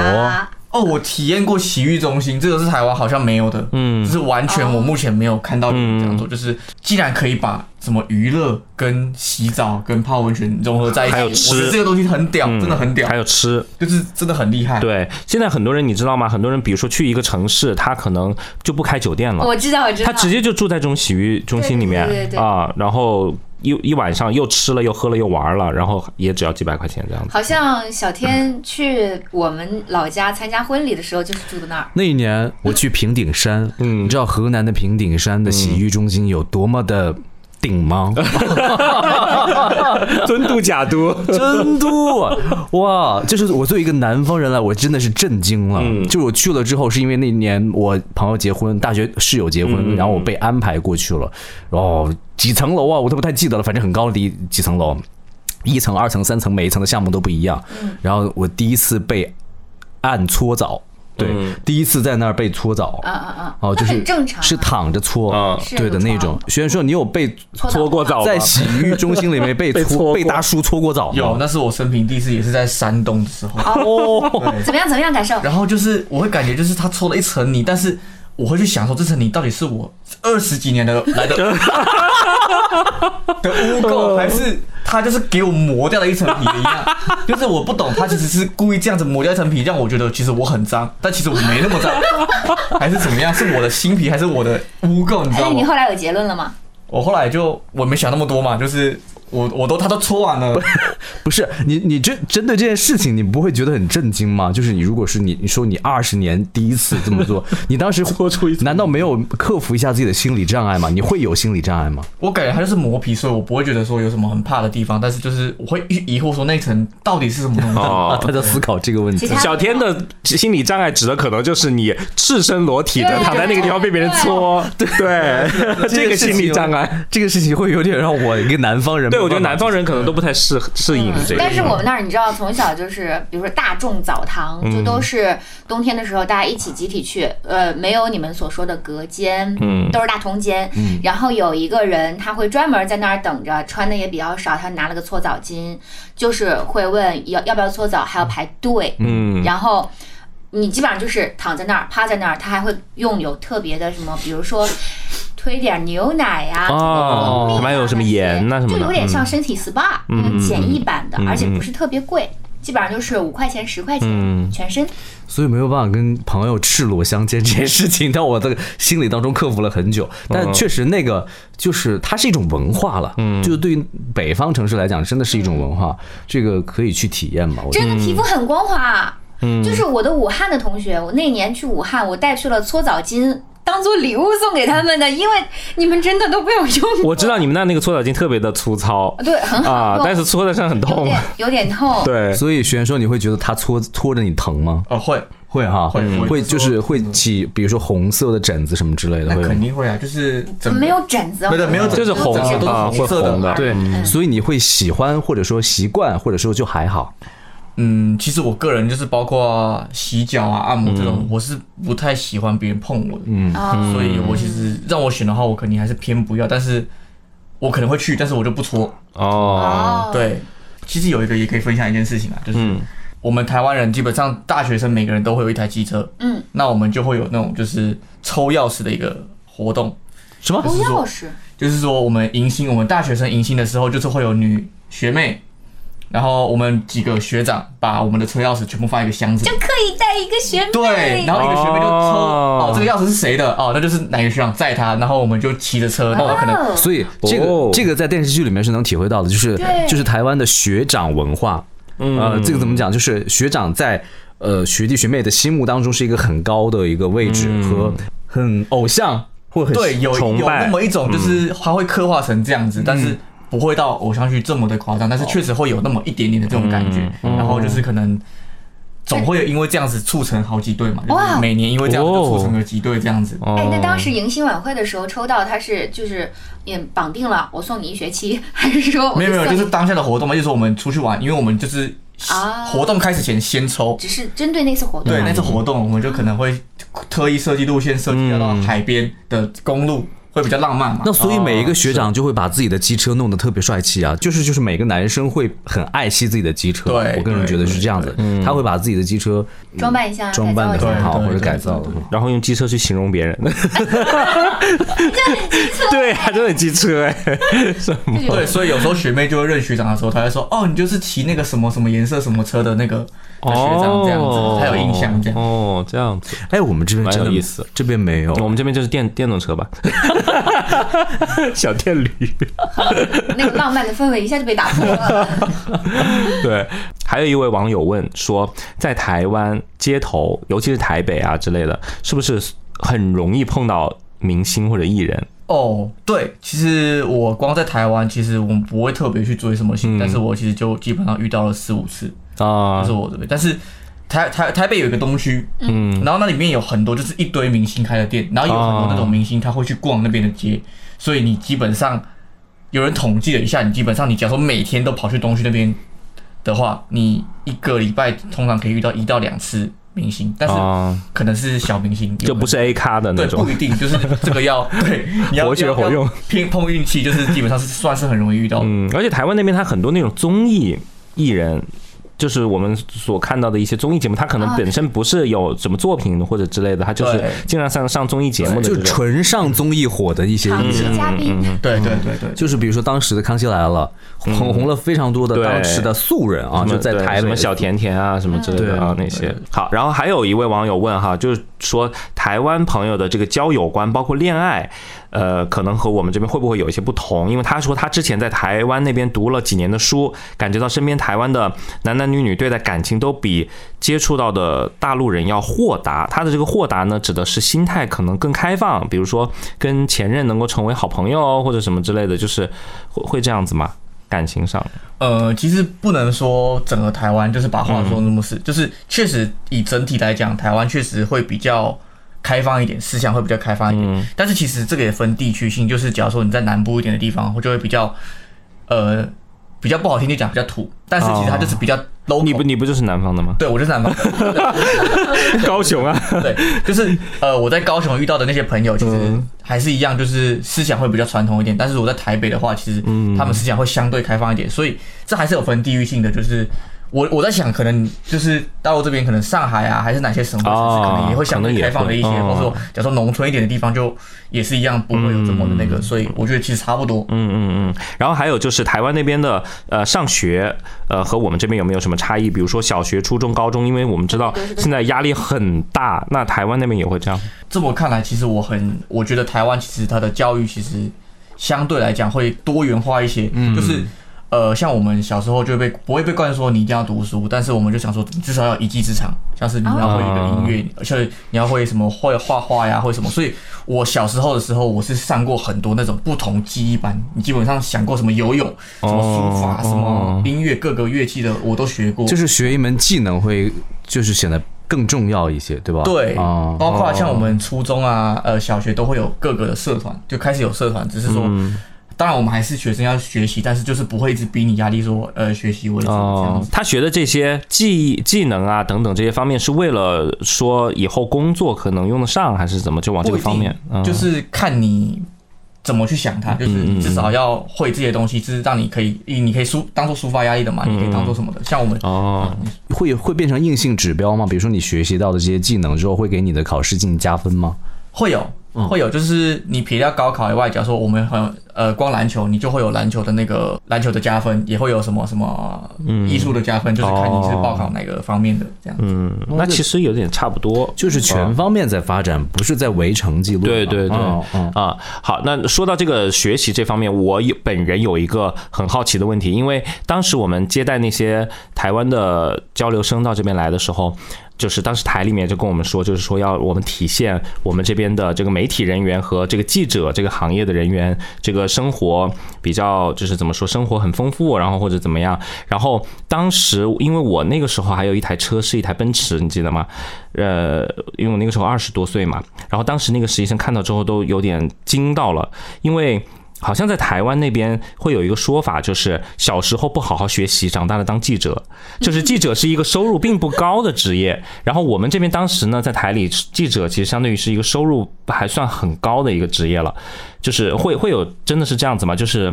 S1: 哦，我体验过洗浴中心，这个是台湾好像没有的，
S2: 嗯
S1: 就是完全我目前没有看到有人这样做，就是既然可以把什么娱乐跟洗澡跟泡温泉融合在一起，
S2: 还有
S1: 我
S2: 吃
S1: 觉得这个东西很屌，真的很屌哎
S2: 还，有吃，
S1: 就是真的很厉害。
S2: 对，现在很多人你知道吗？很多人比如说去一个城市，他可能就不开酒店了，
S3: 我知道，我知道。
S2: 他直接就住在这种洗浴中心里面
S3: 对对对对对
S2: 啊，然后一一晚上又吃了又喝了又玩了，然后也只要几百块钱这 [LAUGHS] 样子。
S3: 好像小天去我们老家参加婚礼的时候，就是住的那儿。
S4: 那一年我去平顶山，
S2: 嗯
S4: 你知道河南的平顶山的洗浴中心有多么的顶吗？
S2: 尊度假 [LAUGHS] 都，
S4: [LAUGHS] 真的哇！就是我作为一个南方人来，我真的是震惊了。
S2: 嗯
S4: 就是我去了之后，是因为那年我朋友结婚，大学室友结婚，
S2: 嗯
S4: 然后我被安排过去了。哦，几层楼啊，我都不太记得了，反正很高的一几层楼，一层、二层、三层，每一层的项目都不一样。
S3: 嗯
S4: 然后我第一次被按搓澡。对，
S2: 嗯
S4: 第一次在那儿被搓澡，
S3: 嗯嗯嗯，
S4: 哦，就
S3: 那
S4: 是
S3: 很正常啊
S4: 是躺着搓，
S3: 是
S4: 对的
S3: 有
S4: 那
S3: 床
S4: 种。虽然说你有被
S2: 啊搓过澡吧
S4: 在？洗浴中心里面
S2: [LAUGHS]
S4: 被
S2: 被搓
S4: 搓被
S2: 过
S4: 大叔搓过澡吗，
S1: 有，那是我生平第一次，也是在山东的时候。
S4: 哦，
S1: 对，
S3: 怎么样？怎么样？感受？
S1: 然后就是我会感觉就是他搓了一层泥，但是我会去想说这层泥到底是
S3: [LAUGHS] 呃
S1: 我二十几年的来的的污垢，还是他就是给我磨掉了一层皮一样，就是我不懂，他其实是故意这样子磨掉一层皮，让我觉得其实我很脏，但其实我没那么
S3: [LAUGHS]
S1: 脏，还是怎么样？是我的新皮还是我的污垢？你知
S3: 那
S1: 道
S3: 哎你
S1: 吗？
S3: 后来有结论了吗？
S1: 我后来就我没想那么多嘛，就是我我都他都搓完了，
S4: 不是你，你这针对这件事情，你不会觉得很震惊吗？就是你，如果是你，你说你二十年第一次这么做，你当
S2: [LAUGHS]
S4: 时难道没有克服一下自己的心理障碍吗？你会有心理障碍吗？
S1: 我感觉他就是磨皮，所以我不会觉得说有什么很怕的地方，但是就是我会疑疑惑说那层到底是什么东西。
S4: 啊，
S2: 哦，
S4: 他在思考这个问
S3: 其
S4: 题
S3: 实。
S2: [LAUGHS]
S3: 他
S2: 小天的心理障碍指的可能就是你赤身裸体的
S3: 对
S2: 躺在那个地方被别人搓，对， [LAUGHS] 这个心理障碍。，
S4: 这个事情会有点让我一个南方人，
S2: [LAUGHS] 对，我觉得南方人可能都不太适适应这个。
S3: 嗯但是我们那儿你知道，从小就是，比如说大众澡堂，就
S2: 嗯
S3: 都是冬天的时候大家一起集体去，呃，没有你们所说的隔间，
S2: 嗯
S3: 都是大同间。
S4: 嗯
S3: 然后有一个人他会专门在那儿等着，穿的也比较少，他拿了个搓澡巾，就是会问要要不要搓澡，还要排队。
S2: 嗯
S3: 然后你基本上就是躺在那儿，趴在那儿，他还会用有特别的什么，比如说推点牛奶呀、
S2: 哦什
S3: 蜂蜜啊
S2: 么有什么
S3: 那些
S2: 盐呐什么的
S3: 就有点像身体 SPA 那
S2: 嗯
S3: 个简易版的
S2: 嗯，
S3: 而且不是特别贵，基本上就是五块钱、十块
S2: 嗯
S3: 钱全身。
S4: 所以没有办法跟朋友赤裸相见这件事情， [LAUGHS] 但我的心理当中克服了很久。
S2: 嗯
S4: 但确实，那个就是它是一种文化了，嗯，就是对于北方城市来讲，真的是一种文化，这个可以去体验嘛？我觉得
S3: 真的皮肤很光滑。啊
S2: 嗯
S3: 就是我的武汉的同学，我那年去武汉，我带去了搓澡巾。当做礼物送给他们的，因为你们真的都没
S2: [LAUGHS]
S3: 有用过。
S2: 我知道你们那那个搓澡巾特别的粗 [LAUGHS] 糙
S3: 对，很好
S2: 啊，
S3: 用
S2: 但是搓在上很
S3: 有
S2: 痛。
S3: 点有点痛。
S1: 哎
S2: 对，
S4: 所以璇说你会觉得它搓搓着你疼吗？
S1: 哦，会，
S4: 会哈，
S1: 会
S4: 嗯
S1: 会
S4: 会就是
S1: 搓
S4: 会起，比如说红色的疹子什么之类的，
S1: 那
S4: 会
S1: 肯
S4: 吗。
S1: 定会啊，就是整个
S3: 没有疹子，哦
S1: 没有没有
S2: 就是红
S1: 整个
S2: 啊，
S1: 都是红
S2: 会
S1: 色的
S2: 红的。
S4: 对，
S3: 嗯
S4: 所以你会喜欢或者说习惯，或者说就还好。
S1: 嗯，其实我个人就是包括洗脚啊、按摩这种，我是不太喜欢别人碰我的，嗯，
S3: 啊，
S1: 所以我其实让我选的话，我肯定还是偏不要，但是我可能会去，但是我就不搓。
S2: 哦，
S3: 哦，
S1: 对，其实有一个也可以分享一件事情啊，就是
S2: 嗯
S1: 我们台湾人基本上大学生每个人都会有一台机车，
S3: 嗯，
S1: 那我们就会有那种就是抽钥匙的一个活动，
S4: 什么
S3: 抽钥匙，
S1: 哦就是说我们迎新，我们大学生迎新的时候，就是会有女学妹。然后我们几个学长把我们的车钥匙全部放在一个箱子里，
S3: 就可以带一个学妹。
S1: 对，然后一个学妹就抽
S2: 哦
S1: 哦这个钥匙是谁的？哦，那就是哪个学长载他，然后我们就骑着车，那我可能
S3: 哦
S4: 所以这个、
S2: 哦
S4: 这个在电视剧里面是能体会到的，就是
S3: 对
S4: 就是台湾的学长文化，
S2: 嗯
S1: 嗯
S4: 呃，
S2: 啊
S4: 这个怎么讲？就是学长在呃学弟学妹的心目当中是一个很高的一个位置和很偶像或很
S1: 嗯对有
S2: 崇
S1: 有
S2: 拜
S1: 那么一种，就是他会刻画成这样子，但是不会到偶像剧这么的夸张，但是确实会有那么一点点的这种感觉，然后就是可能。总会有因为这样子促成好几对嘛，就
S3: 哇
S1: 是每年因为这样子就促成了几对这样子。
S2: 哦
S3: 哎，那当时迎新晚会的时候抽到他是就是也绑定了，我送你一学期，还是说我
S1: 没有没有，哦
S3: 送
S1: 就
S3: 你
S1: 是当下的活动嘛，就是我们出去玩，因为我们就是
S3: 啊
S1: 活动开始前先抽，
S3: 只是针对那次活动
S1: 对
S3: 而已？
S1: 那次活动，我们就可能会特意设计路线，设计到海边的公路，会比较浪漫嘛
S4: 那。所以每一个学
S2: 哦
S4: 长就会把自己的机车弄得特别帅气啊，就是就是每个男生会很爱惜自己的机车，
S1: 对
S4: 我个人觉得是这样子，
S2: 嗯
S4: 他会把自己的机车
S3: 装扮一下，
S4: 装扮的
S3: 改造一
S4: 很
S3: 下
S4: 好
S1: 对对
S4: 或者
S1: 对
S4: 改造的
S1: 对
S4: 很好。
S2: 然后用机车去形容别人， [LAUGHS] 对，还真的机
S1: [LAUGHS]
S2: 车哎，
S1: 对，所以有时候学妹就会认学长的时候，她会说：“哦，你就是骑那个什么什么颜色什么车的那个的学长这样子，她有印象这样。
S2: 哦，这样子，
S4: 哎，我们这边
S2: 蛮有
S4: 真的
S2: 意思，
S4: 这边没
S1: 哦
S4: 有，
S2: 我们这边就是电电
S1: [LAUGHS]
S2: 动车吧，小电驴。
S3: 那个浪漫的氛围一下就被打
S1: [LAUGHS]
S3: 破了。
S2: 对，还有一位网友问说，在台湾街头，尤其是台北啊之类的，是不是很容易碰到明星或者艺人？
S1: 哦，对，其实我光在台湾，其实我们不会特别去追什么星，但是我其实就基本上遇到了四五次，
S2: 啊
S1: 这是我这边。但是台台台北有一个东区，嗯，然后那里面有很多就是一堆明星开的店，然后有很多那种明星他会去逛那边的街，所以你基本上有人统计了一下，你基本上你假如说每天都跑去东区那边的话，你一个礼拜通常可以遇到一到两次明星，但是
S2: 啊，
S1: 可能是小明星，
S2: 就不是 A 咖的那
S1: 对，不
S2: 种
S1: 一定，就是这个要对你要
S2: [LAUGHS] 活学
S1: 要
S2: 活用
S1: 要拼碰运哦
S2: 嗯
S1: 气，就是基本上是算是很容易遇到的。
S2: 嗯，而且台湾那边它很多那种综艺艺人。就是我们所看到的一些综艺节目，它可能
S3: 啊
S2: 本身不是有什么作品或者之类的，它就是
S1: 对
S2: 经常上上综艺节目的这
S4: 就
S2: 种。嗯
S4: 纯上综艺火的一些
S3: 长
S4: 艺
S3: 期
S4: 人。
S3: 嘉宾，
S1: 对对对对，
S4: 就是比如说当时的《康熙来了》，捧红了非常多的
S2: 嗯对
S4: 当时的素人啊，
S2: 什么
S4: 就在
S2: 对
S4: 台
S2: 什么
S4: 北的
S2: 小甜甜啊什么之类的啊那些。好，然后还有一位网友问哈，就是说台湾朋友的这个交友观，包括恋爱，呃，可能和我们这边会不会有一些不同？因为他说他之前在台湾那边读了几年的书，感觉到身边台湾的男男女女对待感情都比接触到的大陆人要豁达。他的这个豁达呢，指的是心态可能更开放，比如说跟前任能够成为好朋友或者什么之类的，就是会会这样子吗？感情上，
S1: 呃，其实不能说整个台湾就是把话说那么死，
S2: 嗯
S1: 就是确实以整体来讲，台湾确实会比较开放一点，思想会比较开放一点。
S2: 嗯
S1: 但是其实这个也分地区性，就是假如说你在南部一点的地方，就会比较呃比较不好听就讲比较土，但是其实它就是比较 low、
S2: 你不你不就是南方
S1: [LAUGHS]
S2: 的吗？
S1: 对我就是南方人，
S2: 高雄啊，
S1: 对，就是呃我在高雄遇到的那些朋友，其实
S2: 嗯
S1: 还是一样，就是思想会比较传统一点。但是我在台北的话，其实
S2: 嗯
S1: 他们思想会相对开放一点，所以这还是有分地域性的。就是我我在想，可能就是大陆这边，可能上海啊，还是哪些省会城市，
S2: 哦
S1: 可能也会相对开放的一些，
S2: 可能也会嗯
S1: 或者说假如说农村一点的地方，就也是一样不会有这么的那个。所以我觉得其实差不多。
S2: [LAUGHS] 嗯嗯嗯。然后还有就是台湾那边的呃上学呃和我们这边有没有什么差异？比如说小学、初中、高中，因为我们知道现在压力很大，那台湾那边也会这样。
S1: 这么看来，其实我很，我觉得台湾其实它的教育其实相对来讲会多元化一些，
S4: 嗯
S1: 就是。呃，像我们小时候就会被不会被灌输说你一定要读书，但是我们就想说你至少要一技之长，像是你要会一个音乐，
S2: 哦
S1: 而且你要会什么会画画呀，会什么。所以我小时候的时候，我是上过很多那种不同技艺班，你基本上想过什么游泳、什么书法、
S2: 哦
S1: 什么音乐各个乐器的我都学过，
S4: 就是学一门技能会就是显得更重要一些，对吧？
S1: 对，
S2: 哦
S4: 啊，
S1: 包括像我们初中啊、呃小学都会有各个的社团，就开始有社团，只是说，
S2: 嗯
S1: 当然我们还是学生要学习，但是就是不会一直逼你压力说，呃，学习为主这样
S2: 哦
S1: 子，。
S2: 他学的这些技艺技能啊等等这些方面，是为了说以后工作可能用得上，还是怎么就往这
S1: 不
S2: 个
S1: 一
S2: 方面
S1: 定？，就是看你怎么去想它，就是
S2: 嗯嗯嗯嗯
S1: 至少要会这些东西，就是让你可以，你可以抒当做抒发压力的嘛，你可以当做什么的。像我们
S2: 嗯哦，
S4: 会会变成硬性指标吗？比如说你学习到的这些技能之后，会给你的考试进行加分吗？
S1: 会有，
S2: 哦
S1: 会有，就是你撇掉高考以外，假如说我们很呃光篮球，你就会有篮球的那个篮球的加分，也会有什么什么艺术的加分，就是看你是报考哪个方面的这样子。
S2: 哦嗯，那其实有点差不多，
S4: 就是全方面在发展，不是在围成绩论啊。
S2: 嗯对对对，
S4: 嗯嗯
S2: 啊，好，那说到这个学习这方面，我有本人有一个很好奇的问题，因为当时我们接待那些台湾的交流生到这边来的时候，就是当时台里面就跟我们说，就是说要我们体现我们这边的这个媒体人员和这个记者这个行业的人员，这个生活比较就是怎么说，生活很丰富，然后或者怎么样。然后当时因为我那个时候还有一台车是一台奔驰，你记得吗？呃，因为我那个时候二十多岁嘛，然后当时那个实习生看到之后都有点惊到了，因为好像在台湾那边会有一个说法，就是小时候不好好学习，长大了当记者，就是记者是一个收入并不高的职业。然后我们这边当时呢，在台里记者其实相对于是一个收入还算很高的一个职业了，就是会会有真的是这样子吗？就是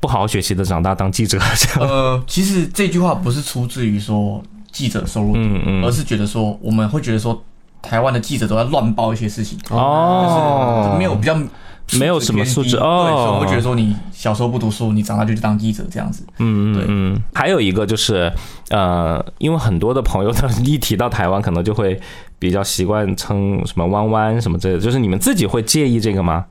S2: 不好好学习的长大当记者这样。
S1: 呃，其实这句话不是出自于说记者收入低，
S2: 嗯嗯
S1: 而是觉得说我们会觉得说台湾的记者都在乱报一些事情，
S2: 哦
S1: 就是没有比较。
S2: 没有什么素质
S1: 偏低
S2: 哦
S1: 对，所以我会觉得说你小时候不读书，你长大就去当记者这样子。
S2: 嗯
S1: 对
S2: 嗯嗯，还有一个就是，呃，因为很多的朋友他一提到台湾，可能就会比较习惯称什么弯弯什么之类的，就是你们自己会介意这个吗？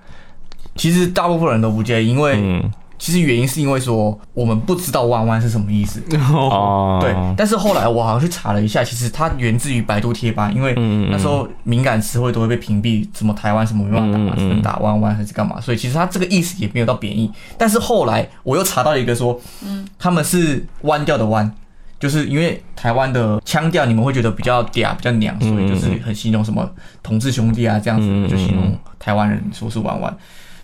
S1: 其实大部分人都不介意，因为
S2: 嗯，
S1: 其实原因是因为说我们不知道弯弯是什么意思，
S2: 哦，
S1: 对，但是后来我好像去查了一下，其实它源自于百度贴吧，因为
S2: 嗯嗯
S1: 那时候敏感词汇都会被屏蔽，什么台湾什么没办
S2: 嗯
S1: 法打，只能打弯弯还是干嘛，所以其实它这个意思也没有到贬义。但是后来我又查到一个说，嗯，他们是弯调的弯，就是因为台湾的腔调你们会觉得比较嗲、比较娘，所以就是很形容什么同志兄弟啊这样子，就形容台湾人说是弯弯。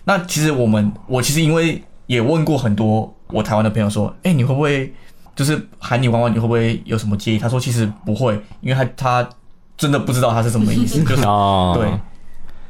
S1: 那其实我们，我其实因为也问过很多我台湾的朋友说，哎、你会不会就是喊你弯弯，你会不会有什么介意？他说其实不会，因为他他真的不知道他是什么意思，就是
S2: 哦，
S1: 对，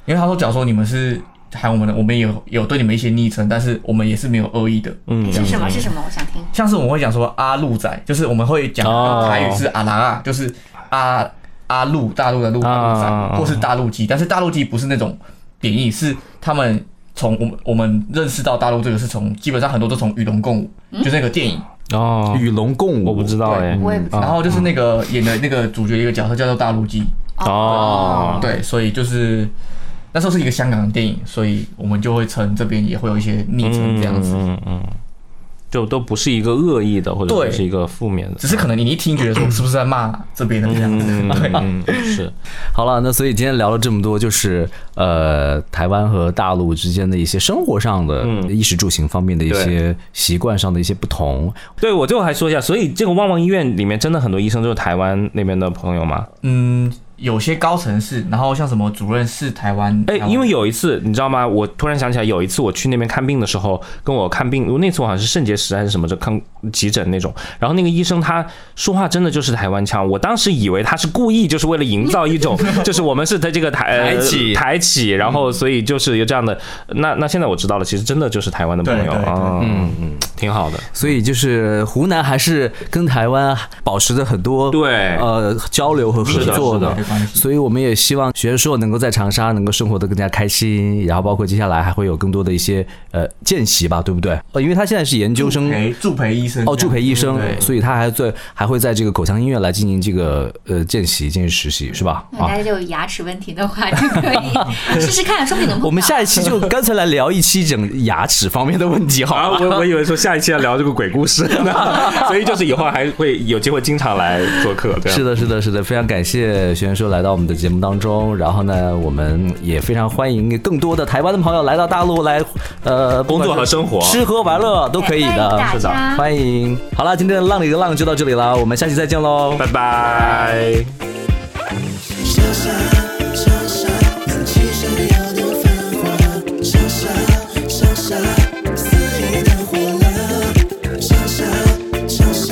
S1: 因为他说假如说你们是喊我们的，我们也有有对你们一些昵称，但是我们也是没有恶意的。
S2: 嗯
S3: 是什么？是什么？我想听。
S1: 像是我们会讲说阿路仔，就是我们会讲
S2: 哦
S1: 台语是阿拉啊，就是阿阿路大陆的路
S2: 啊
S1: 阿路
S2: 啊啊
S1: 仔，或是大陆鸡，但是大陆鸡不是那种贬义，是他们从我们我们认识到大陆这个是从基本上很多都从与龙共舞，
S2: 嗯
S1: 就是那个电影，
S2: 哦，
S4: 与龙共舞，
S2: 我不知道哎，
S3: 我也不知道。
S1: 然后就是那个演的那个主角一个角色叫做大陆鸡，
S2: 哦，
S1: 对，所以就是那时候是一个香港的电影，所以我们就会称这边也会有一些昵称这样子。
S2: 嗯嗯嗯，就都不是一个恶意的，或者
S1: 对
S2: 不是一个负面的，
S1: 只是可能你一听觉得说是不是在骂这边的这样子，
S2: 嗯
S1: 对，
S2: 嗯嗯是
S4: 好了，那所以今天聊了这么多，就是呃，台湾和大陆之间的一些生活上的、
S2: 嗯
S4: 衣食住行方面的一些习惯上的一些不同。
S2: 对，我最后还说一下，所以这个旺旺医院里面真的很多医生都是台湾那边的朋友吗？
S1: 嗯，有些高层是，然后像什么主任是台湾，
S2: 哎
S1: 台，湾
S2: 因为有一次你知道吗？我突然想起来，有一次我去那边看病的时候，跟我看病，那次我好像是肾结石还是什么，就看急诊那种。然后那个医生他说话真的就是台湾腔，我当时以为他是故意，就是为了营造一 [LAUGHS] 种就是我们是在这个台呃
S4: 台企
S2: 台企，然后所以就是有这样的。那那现在我知道了，其实真的就是台湾的朋友
S1: 对对对
S2: 啊，嗯嗯，挺好的。
S4: 所以就是湖南还是跟台湾保持着很多
S2: 对
S4: 呃交流和合
S2: 是的
S4: 作
S1: 是的没关系
S4: 所以我们也希望学硕能够在长沙能够生活的更加开心，然后包括接下来还会有更多的一些呃见习吧，对不对？呃，因为他现在是研究生
S1: 助培哎助培医生
S4: 哦，助培医生，
S1: 嗯对
S4: 所以他还在还会在这个口腔医院来进行这个呃见习、进行实习，是吧？
S3: 如果
S4: 啊
S3: 大，家有牙齿问题的话，就可
S1: [LAUGHS]
S3: 以试试看，说不定能碰到。
S4: 我们下一期就干脆来聊一期整牙齿方面的问题，好
S2: 啊，
S4: 吧？
S2: 我我以为说下一期要聊这个鬼故事 [LAUGHS] 呢，所以就是以后还会有机会经常来做客，对吧？啊
S4: 是的，是的，是的，非常感谢学员说来到我们的节目当中，然后呢，我们也非常欢迎更多的台湾的朋友来到大陆来，呃，
S2: 工作
S4: 不管
S2: 和
S4: 是
S2: 生活
S4: 吃喝玩乐都可以的，
S3: 欢迎大家
S4: 欢迎。好了，今天的浪里的浪就到这里了，我们下期再见喽，
S2: 拜拜。
S6: 乡下，乡下，空气上有点繁华。乡下，乡下，肆意的火辣。乡下，乡下，